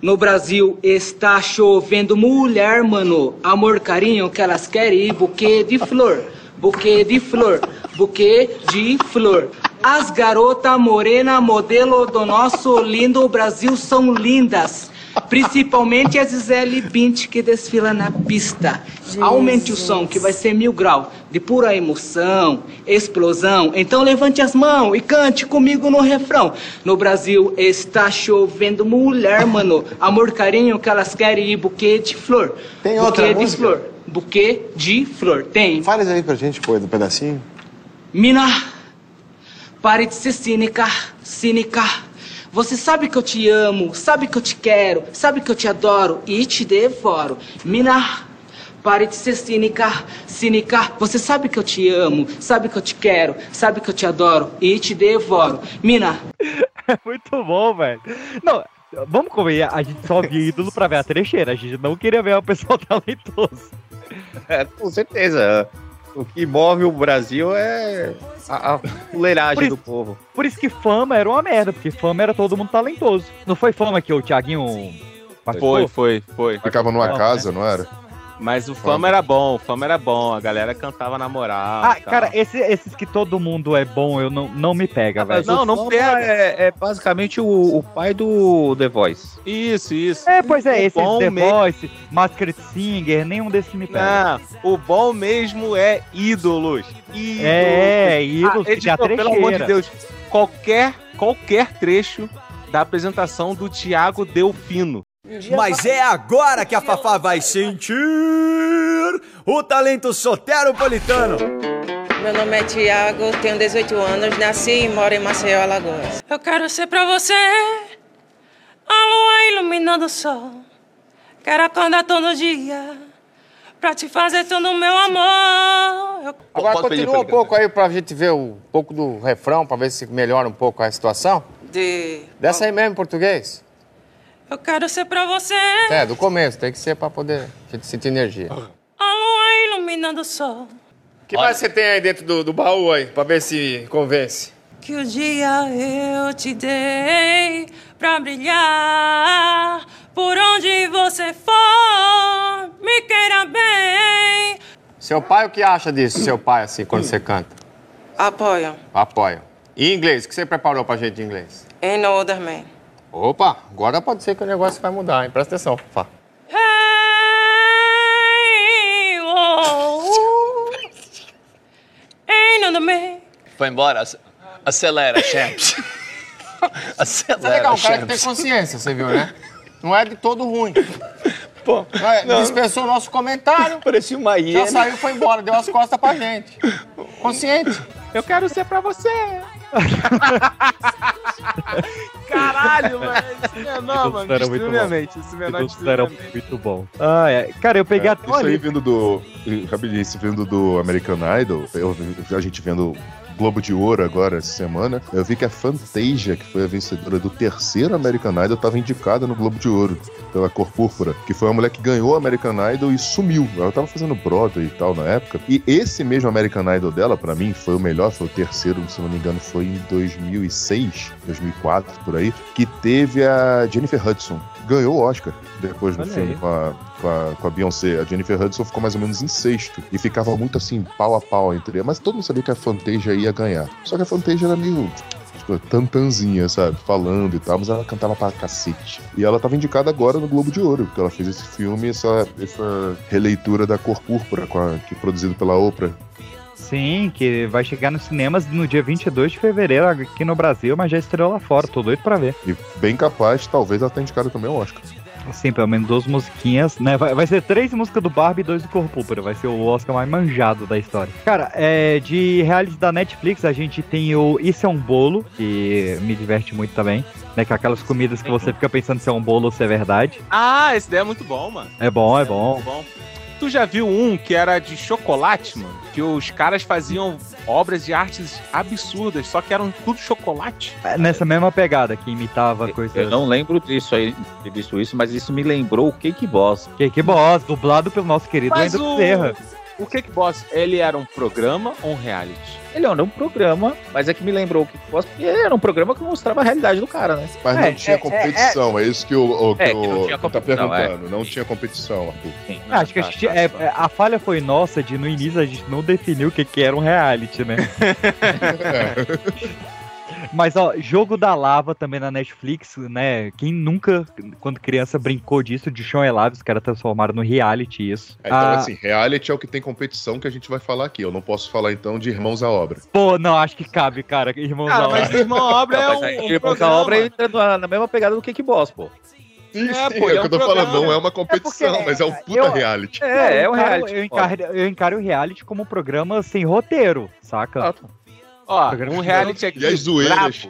Speaker 27: No Brasil está chovendo mulher, mano. Amor, carinho que elas querem e buquê de flor. buquê de flor, buquê de flor. As garotas morena modelo do nosso lindo Brasil são lindas. Principalmente a Gisele Bint que desfila na pista. Aumente o som que vai ser mil grau de pura emoção, explosão. Então levante as mãos e cante comigo no refrão. No Brasil está chovendo mulher, mano. Amor, carinho que elas querem e buquê de flor.
Speaker 23: Tem
Speaker 27: buquê
Speaker 23: outra
Speaker 27: de
Speaker 23: música?
Speaker 27: flor. Buquê de flor. Tem.
Speaker 23: Fala aí pra gente, pô, do pedacinho.
Speaker 27: Mina, pare de ser cínica, cínica. Você sabe que eu te amo, sabe que eu te quero, sabe que eu te adoro e te devoro. Mina, pare de ser cínica, cínica. Você sabe que eu te amo, sabe que eu te quero, sabe que eu te adoro e te devoro. Mina,
Speaker 1: É muito bom, velho. Não, vamos comer. A gente só via ídolo pra ver a trecheira. A gente não queria ver o pessoal tá talentoso.
Speaker 3: É, com certeza. O que move o Brasil é a, a fuleiragem do povo.
Speaker 1: Por isso que fama era uma merda, porque fama era todo mundo talentoso. Não foi fama que o Thiaguinho.
Speaker 2: Foi, foi, foi.
Speaker 4: Ficava numa
Speaker 2: Não,
Speaker 4: casa,
Speaker 1: né?
Speaker 4: não era?
Speaker 2: Mas o fama era bom, o fama era bom. A galera cantava na moral.
Speaker 1: Ah,
Speaker 2: e tal.
Speaker 1: cara, esse- esses que todo mundo é bom, eu não, não me
Speaker 3: Ah,
Speaker 1: pega, velho.
Speaker 2: não, não pega.
Speaker 3: É, é basicamente o, o pai do The Voice.
Speaker 2: Isso, isso.
Speaker 1: É, pois é, esse
Speaker 2: bom
Speaker 1: The
Speaker 2: mesmo-
Speaker 1: Voice, Masked Singer, nenhum desses me pega.
Speaker 2: Não, o bom mesmo é ídolos. ídolos.
Speaker 1: É, é, ídolos,
Speaker 2: Ah,
Speaker 1: que dá
Speaker 2: editor, pelo
Speaker 1: trecheira.
Speaker 2: amor de Deus, qualquer, qualquer trecho da apresentação do Tiago Delfino.
Speaker 13: Mas é agora que a Fafá vai sentir o talento soteropolitano.
Speaker 30: Meu nome é Tiago, tenho 18 anos, nasci e moro em Maceió, Alagoas.
Speaker 5: Eu quero ser pra você a lua iluminando o sol. Quero acordar todo dia pra te fazer todo o meu amor. Eu-
Speaker 29: Agora
Speaker 5: Pode pedir
Speaker 29: continua um
Speaker 5: pra ele
Speaker 29: pouco aí pra gente ver um pouco do refrão, pra ver se melhora um pouco a situação.
Speaker 5: De...
Speaker 29: Dessa aí mesmo em português?
Speaker 5: Eu quero ser pra você
Speaker 29: É, do começo, tem que ser pra poder a gente sentir energia.
Speaker 5: a lua iluminando o sol.
Speaker 29: que mais você tem aí dentro do, baú aí, pra ver se convence?
Speaker 5: Que o dia eu te dei pra brilhar. Por onde você for, me queira bem.
Speaker 29: Seu pai, o que acha disso, seu pai, assim, quando você canta?
Speaker 30: Apoiam.
Speaker 29: Apoia. E inglês, o que você preparou pra gente em inglês?
Speaker 30: Ain't no other man.
Speaker 29: Opa, agora pode ser que o negócio vai mudar, hein? Presta atenção, Fá.
Speaker 5: Hey, oh, ain't none of me.
Speaker 31: Vai embora. ac- Acelera, champs.
Speaker 29: Isso é
Speaker 31: Acelera,
Speaker 29: legal, um cara que tem
Speaker 31: champs.
Speaker 29: consciência, você viu, né? Não é de todo ruim. Pô,
Speaker 31: não.
Speaker 29: dispensou o nosso comentário.
Speaker 31: Parecia uma
Speaker 29: Já
Speaker 31: hiena.
Speaker 29: saiu, foi embora, deu as costas pra gente. Consciente.
Speaker 2: Eu quero ser pra você. Caralho, mano. Isso é menor, mano.
Speaker 1: Era muito
Speaker 2: Destruiu minha
Speaker 1: bom.
Speaker 2: mente. Esse menor
Speaker 1: Todos
Speaker 2: destruiu
Speaker 1: eram
Speaker 2: minha mente.
Speaker 1: muito bom. Ah, é. Cara, eu peguei
Speaker 4: É,
Speaker 1: até
Speaker 4: isso aí
Speaker 1: olha.
Speaker 4: vindo do. Rapidinho, isso vindo do American Idol, eu, vi- a gente vendo Globo de Ouro agora essa semana, eu vi que a Fantasia, que foi a vencedora do terceiro American Idol, estava indicada no Globo de Ouro pela cor púrpura, que foi uma mulher que ganhou o American Idol e sumiu. Ela tava fazendo Broadway e tal na época. E esse mesmo American Idol dela, pra mim, foi o melhor, foi o terceiro, se eu não me engano, foi em 2006, 2004, por aí, que teve a Jennifer Hudson. Ganhou o Oscar depois no
Speaker 1: Olha
Speaker 4: filme
Speaker 1: aí.
Speaker 4: com a, com, a, com a Beyoncé. A Jennifer Hudson ficou mais ou menos em sexto. E ficava muito assim, pau a pau entre elas. Mas todo mundo sabia que a Fantasia ia ganhar. Só que a Fantasia era meio. tipo, Tantanzinha, sabe? Falando e tal, mas ela cantava pra cacete. E ela tava indicada agora no Globo de Ouro, porque ela fez esse filme, essa, essa releitura da Cor Púrpura, com a- que é produzido pela Oprah.
Speaker 1: Sim, que vai chegar nos cinemas no dia 22 de fevereiro aqui no Brasil, mas já estreou lá fora, tô doido pra ver.
Speaker 4: E bem capaz, talvez ela tenha indicado também o Oscar.
Speaker 1: Sim, pelo menos duas musiquinhas, né? Vai, vai ser três músicas do Barbie e dois do Corpúpora. Vai ser o Oscar mais manjado da história. Cara, é, de reality da Netflix, a gente tem o Isso é um Bolo, que me diverte muito também. Né, que é aquelas comidas que você fica pensando se é um bolo ou se é verdade.
Speaker 2: Ah, esse daí é muito bom, mano.
Speaker 1: É bom, é bom.
Speaker 2: bom. Tu já viu um que era de chocolate, mano? Que os caras faziam obras de artes absurdas, só que eram tudo chocolate.
Speaker 1: É nessa mesma pegada que imitava coisas.
Speaker 3: Eu não lembro disso aí, de visto isso, mas isso me lembrou o Cake Boss.
Speaker 1: Cake Boss, dublado pelo nosso querido
Speaker 2: Mas
Speaker 1: Wendel
Speaker 2: o,
Speaker 1: Bezerra.
Speaker 2: O Cake Boss, ele era um programa ou um reality?
Speaker 3: Ele era um programa, mas é que me lembrou o Cake Boss, porque era um programa que mostrava a realidade do cara, né?
Speaker 4: Mas
Speaker 3: É,
Speaker 4: não tinha
Speaker 3: é,
Speaker 4: competição, é, isso que o, o, que
Speaker 3: É, que não
Speaker 4: o-
Speaker 3: tinha
Speaker 4: tu tá
Speaker 3: competição,
Speaker 4: perguntando. Não tinha competição, Arthur.
Speaker 1: Acho que a, gente- é, é, a falha foi nossa de no início a gente não definiu o que, que era um reality, né? Mas ó, Jogo da Lava também na Netflix, né? Quem nunca, quando criança, brincou disso de Sean Elaves, que era transformado no reality isso.
Speaker 4: Então,
Speaker 1: Ah,
Speaker 4: assim, reality é o que tem competição que a gente vai falar aqui. Eu não posso falar, então, de Irmãos à Obra.
Speaker 1: Pô, não, acho que cabe, cara. Irmão
Speaker 4: Cara,
Speaker 1: da
Speaker 4: Ah, mas
Speaker 1: obra.
Speaker 4: Irmão à Obra é Não, mas aí, um- um Irmãos à programa. Obra é
Speaker 3: entrando na, mesma pegada do Cake Boss, pô.
Speaker 4: Sim,
Speaker 3: É,
Speaker 4: é,
Speaker 3: pô,
Speaker 4: é
Speaker 3: é
Speaker 4: o
Speaker 3: um
Speaker 4: que eu tô
Speaker 3: programa.
Speaker 4: falando, não é uma competição, mas é um puta
Speaker 1: eu-
Speaker 4: reality.
Speaker 1: É, é
Speaker 3: um
Speaker 1: um reality.
Speaker 3: reality,
Speaker 1: Eu encaro, eu encaro o reality como um programa sem roteiro, saca?
Speaker 2: Ó,
Speaker 1: Programa
Speaker 2: um
Speaker 1: de
Speaker 2: reality aqui
Speaker 1: reality. E as zoeiras?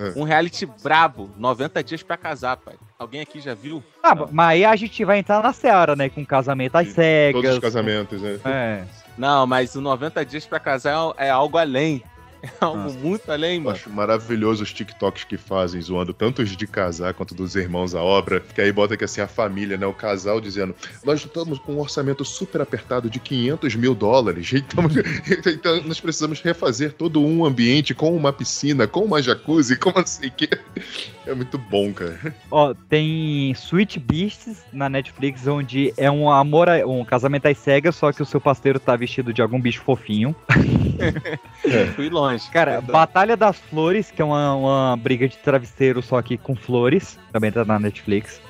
Speaker 2: brabo. Um reality brabo, 90 dias pra casar, pai. Alguém aqui já viu?
Speaker 1: Ah, mas aí a gente vai entrar na seara, né? Com casamento às cegas.
Speaker 2: todos os
Speaker 4: casamentos, né?
Speaker 1: É.
Speaker 2: Não, mas o 90 dias pra casar é é algo além. É algo muito além, mano.
Speaker 4: Acho maravilhoso os TikToks que fazem, zoando tanto os de casar quanto dos irmãos à obra. Que aí bota que assim, a família, né? O casal dizendo: Nós estamos com um orçamento super apertado de 500 mil dólares. Então, então nós precisamos refazer todo um ambiente com uma piscina, com uma jacuzzi, com uma sei o que. É muito bom, cara.
Speaker 1: Ó, tem Sweet Beasts na Netflix, onde é um amor, a- um casamento às cegas, só que o seu parceiro tá vestido de algum bicho fofinho.
Speaker 2: Fui longe.
Speaker 1: Cara, Batalha das Flores, que é uma, uma briga de travesseiro, só que com flores. Também tá na Netflix.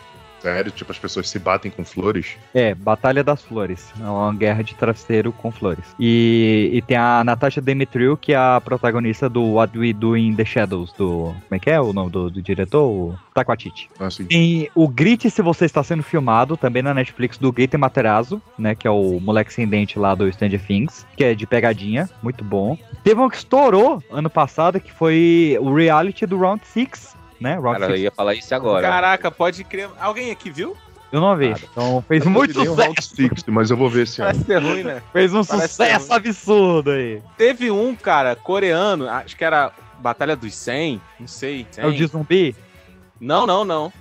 Speaker 4: Sério, tipo, as pessoas se batem com flores.
Speaker 1: É, Batalha das Flores. É uma guerra de travesseiro com flores. E, e tem a Natasha Demetriou, que é a protagonista do What We Do in the Shadows, do. Como é que é o nome do, do diretor? O Taquatiti.
Speaker 4: Ah, sim.
Speaker 1: Tem o Grite Se Você Está Sendo Filmado, também na Netflix, do Gaten Materazzo, né? Que é o moleque sem dente lá do Stranger Things, que é de pegadinha, muito bom. Teve um que estourou ano passado, que foi o reality do Round 6, né? Round
Speaker 3: Cara, eu
Speaker 1: Six.
Speaker 3: ia falar isso agora.
Speaker 2: Caraca, pode crer. Alguém aqui viu?
Speaker 1: Eu não vejo. Então fez
Speaker 4: Eu não
Speaker 1: muito
Speaker 4: vi nem o Round
Speaker 1: sucesso.
Speaker 4: Six, mas eu vou ver esse ano.
Speaker 2: Parece ser ruim, né?
Speaker 1: Fez um
Speaker 2: Parece ser
Speaker 1: sucesso absurdo aí.
Speaker 2: Teve um, cara, coreano, acho que era Batalha dos 100, não sei. 100.
Speaker 1: É o de zumbi? Ah.
Speaker 2: Não, não, não.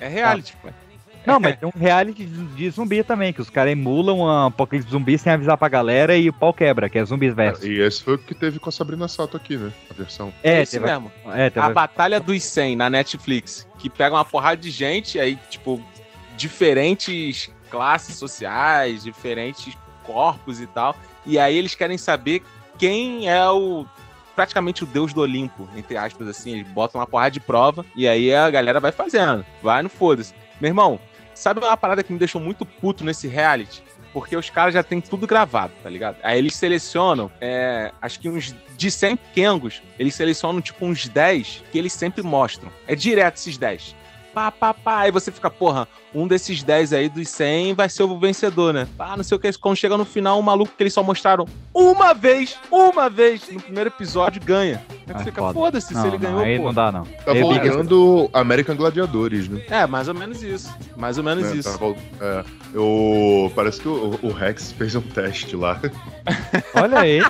Speaker 2: É reality, pô.
Speaker 1: Não, mas tem um reality de de zumbi também, que os caras emulam um apocalipse zumbi sem avisar pra galera e o pau quebra, que é zumbis versus.
Speaker 4: E esse foi o que teve com a Sabrina Sato aqui, né? A versão.
Speaker 1: É,
Speaker 2: isso
Speaker 1: teve-
Speaker 2: mesmo.
Speaker 1: É, teve-
Speaker 2: A Batalha dos 100 na Netflix, que pega uma porrada de gente, aí, tipo, diferentes classes sociais, diferentes corpos e tal. E aí eles querem saber quem é o. Praticamente o deus do Olimpo, entre aspas, assim. Eles botam uma porrada de prova e aí a galera vai fazendo. Vai no foda-se. Meu irmão, sabe uma parada que me deixou muito puto nesse reality? Porque os caras já têm tudo gravado, tá ligado? Aí eles selecionam, é, acho que uns de 100 Kengos, eles selecionam tipo uns 10 que eles sempre mostram. É direto esses 10. Pá, pá, pá. Aí você fica, porra, um desses 10 aí dos 100 vai ser o vencedor, né? Pá, não sei o que. Quando chega no final, um maluco que eles só mostraram uma vez, uma vez no primeiro episódio ganha. Aí tu
Speaker 1: Ah,
Speaker 2: fica,
Speaker 1: foda.
Speaker 2: foda-se se
Speaker 1: Não,
Speaker 2: ele
Speaker 1: não,
Speaker 2: ganhou,
Speaker 1: aí
Speaker 2: pô.
Speaker 1: não dá, não.
Speaker 4: Tá
Speaker 1: Ele-
Speaker 4: voltando American Gladiadores, né?
Speaker 2: É, mais ou menos isso. Mais ou menos
Speaker 4: É,
Speaker 2: isso.
Speaker 4: tá vol- é, eu- Parece que o, o Rex fez um teste lá.
Speaker 1: Olha aí.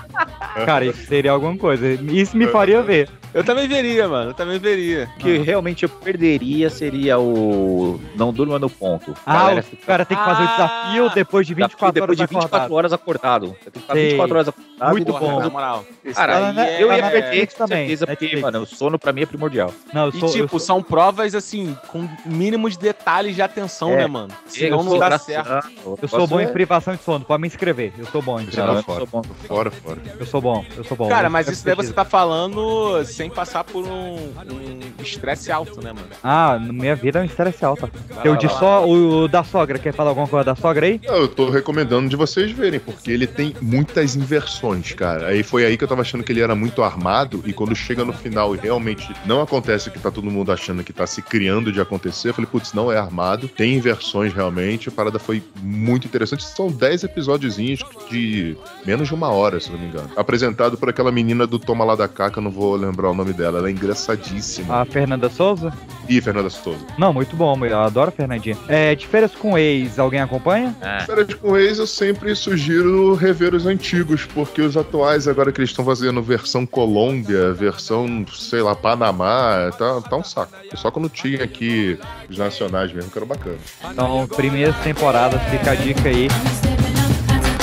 Speaker 1: Cara, isso seria alguma coisa. Isso
Speaker 4: É.
Speaker 1: me faria ver.
Speaker 2: Eu também veria, mano. Eu também veria.
Speaker 3: que realmente eu perderia seria o Não Durma no Ponto.
Speaker 1: Ah,
Speaker 3: Galera, Ah!
Speaker 1: o cara tem que fazer o desafio depois de 24
Speaker 3: depois de
Speaker 1: horas
Speaker 3: 24
Speaker 1: acordado.
Speaker 3: horas acordado. tá Você tem que ficar
Speaker 1: Sei.
Speaker 3: 24 horas acordado.
Speaker 1: Muito
Speaker 3: e depois-
Speaker 1: bom.
Speaker 2: Na moral.
Speaker 3: Cara,
Speaker 1: Tá na-
Speaker 4: é
Speaker 3: eu
Speaker 1: tá
Speaker 3: ia
Speaker 1: na
Speaker 3: perder
Speaker 1: Netflix
Speaker 3: com
Speaker 1: também,
Speaker 3: certeza, porque,
Speaker 1: Netflix.
Speaker 3: mano, o sono pra mim é primordial.
Speaker 1: Não, eu
Speaker 2: E
Speaker 1: sou- eu
Speaker 2: tipo,
Speaker 1: sou-
Speaker 2: são provas assim, com mínimos detalhes de atenção,
Speaker 3: É.
Speaker 2: né, mano?
Speaker 3: Eu
Speaker 2: Senão não
Speaker 3: sou
Speaker 2: dá
Speaker 3: graciano.
Speaker 2: certo.
Speaker 1: Ah, Eu sou bom
Speaker 2: é-
Speaker 1: em privação de sono, pode me inscrever. Eu sou bom em
Speaker 4: Tá fora.
Speaker 1: privação. Eu sou bom.
Speaker 4: Fora, fora.
Speaker 1: Eu sou bom, eu sou bom.
Speaker 2: Cara,
Speaker 1: Eu-
Speaker 2: mas
Speaker 1: eu
Speaker 2: isso daí você
Speaker 1: preciso.
Speaker 2: tá falando sem passar por um um estresse alto, né, mano?
Speaker 1: Ah, na minha vida é um estresse alto.
Speaker 2: Vai
Speaker 1: Eu
Speaker 2: lá,
Speaker 1: de
Speaker 2: vai lá.
Speaker 1: só o, o da sogra. Quer falar alguma coisa da sogra aí?
Speaker 4: Eu tô recomendando de vocês verem, porque ele tem muitas inversões, cara. Aí foi aí que eu tava achando que ele era muito armado, e quando chega no final e realmente não acontece o que tá todo mundo achando que tá se criando de acontecer, eu falei, putz, não é armado, tem inversões realmente, a parada foi muito interessante. São 10 episódiozinhos de menos de uma hora, se não me engano. Apresentado por aquela menina do Toma Lá da Caca, eu não vou lembrar o nome dela, ela é engraçadíssima.
Speaker 1: A Fernanda Souza?
Speaker 4: Ih, Fernanda Souza.
Speaker 1: Não, muito bom, eu adoro a Fernandinha. É, de férias com ex, alguém acompanha?
Speaker 4: Férias com ex, eu sempre sugiro rever os antigos, porque os atuais, agora que eles estão fazendo versão Colômbia, versão, sei lá, Panamá, tá, tá um saco. Só quando tinha aqui os nacionais mesmo, que era bacana.
Speaker 1: Então, primeiras temporadas, fica a dica aí.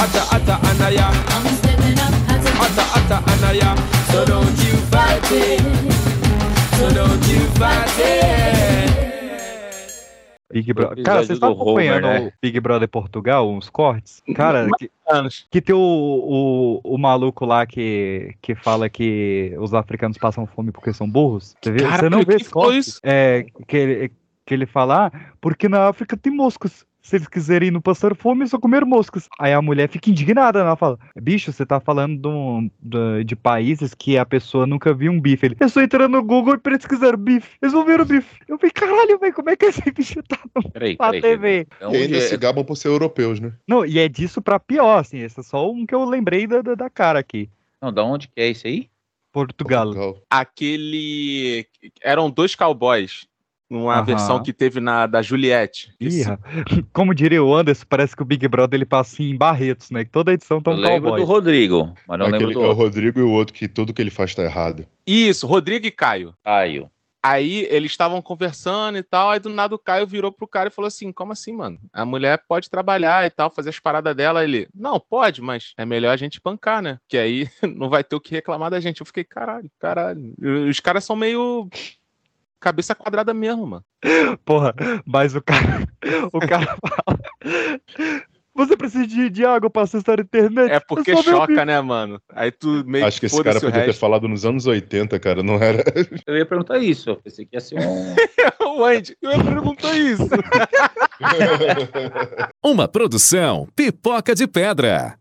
Speaker 13: Atta atta anaya. I'm stepping up. Atta atta anaya. So don't you fight it. So don't you fight it.
Speaker 1: Big Brother.
Speaker 13: episódio
Speaker 1: Cara, vocês estão
Speaker 13: do Homer,
Speaker 1: acompanhando
Speaker 13: né?
Speaker 1: o Big Brother Portugal, uns cortes? Cara,
Speaker 13: Mais
Speaker 1: que, que tem o, o, o maluco lá que, que fala que os africanos passam fome porque são burros. Você, vê,
Speaker 13: Cara,
Speaker 1: você não
Speaker 13: que-
Speaker 1: vê
Speaker 13: que
Speaker 1: esse corte? É, que, ele- que ele fala, "Ah, porque na África tem moscas. Se eles quiserem não passar fome, é só comer moscas. Aí a mulher fica indignada, né? ela fala: Bicho, você tá falando de, um- de- de países que a pessoa nunca viu um bife. Ele, eu só entrando no Google e pesquisar bife. Eles vão ver o bife. Eu falei: Caralho, velho, como é que esse bicho tá no
Speaker 3: Peraí,
Speaker 1: pra
Speaker 3: peraí, É um
Speaker 1: TV.
Speaker 4: E ainda se gabam por ser europeus, né?
Speaker 1: Não, e é disso pra pior, assim. Esse é só um que eu lembrei da, da, da cara aqui.
Speaker 3: Não, da onde que é isso aí?
Speaker 1: Portugal.
Speaker 2: Aquele. Eram dois cowboys. Numa
Speaker 1: Aham.
Speaker 2: versão que teve na da Juliette.
Speaker 1: Ih, ra- como diria o Anderson, parece que o Big Brother ele passa em Barretos, né? Que toda edição tá um cowboy.
Speaker 3: Rodrigo, mas
Speaker 1: não lembro do
Speaker 4: É o
Speaker 1: outro.
Speaker 4: Rodrigo e o outro que tudo que ele faz tá errado.
Speaker 2: Isso, Rodrigo e Caio.
Speaker 3: Caio.
Speaker 2: Aí eles estavam conversando e tal, aí do nada o Caio virou pro cara e falou assim: como assim, mano? A mulher pode trabalhar e tal, fazer as paradas dela. Ele, não, pode, mas é melhor a gente bancar, né? Que aí não vai ter o que reclamar da gente. Eu fiquei, caralho, caralho. Os caras são meio cabeça quadrada mesmo, mano.
Speaker 1: Porra, mas o cara. O cara fala. Você precisa de, de água pra acessar a internet?
Speaker 2: É porque choca, né, mano? Aí tu meio
Speaker 4: Acho que esse
Speaker 2: foda-se
Speaker 4: cara
Speaker 2: o
Speaker 4: podia ter
Speaker 2: resto.
Speaker 4: falado nos anos 80, cara, não era.
Speaker 3: Eu ia perguntar isso, eu pensei que ia ser um.
Speaker 2: o Andy, eu ia perguntar isso.
Speaker 9: Uma produção pipoca de pedra.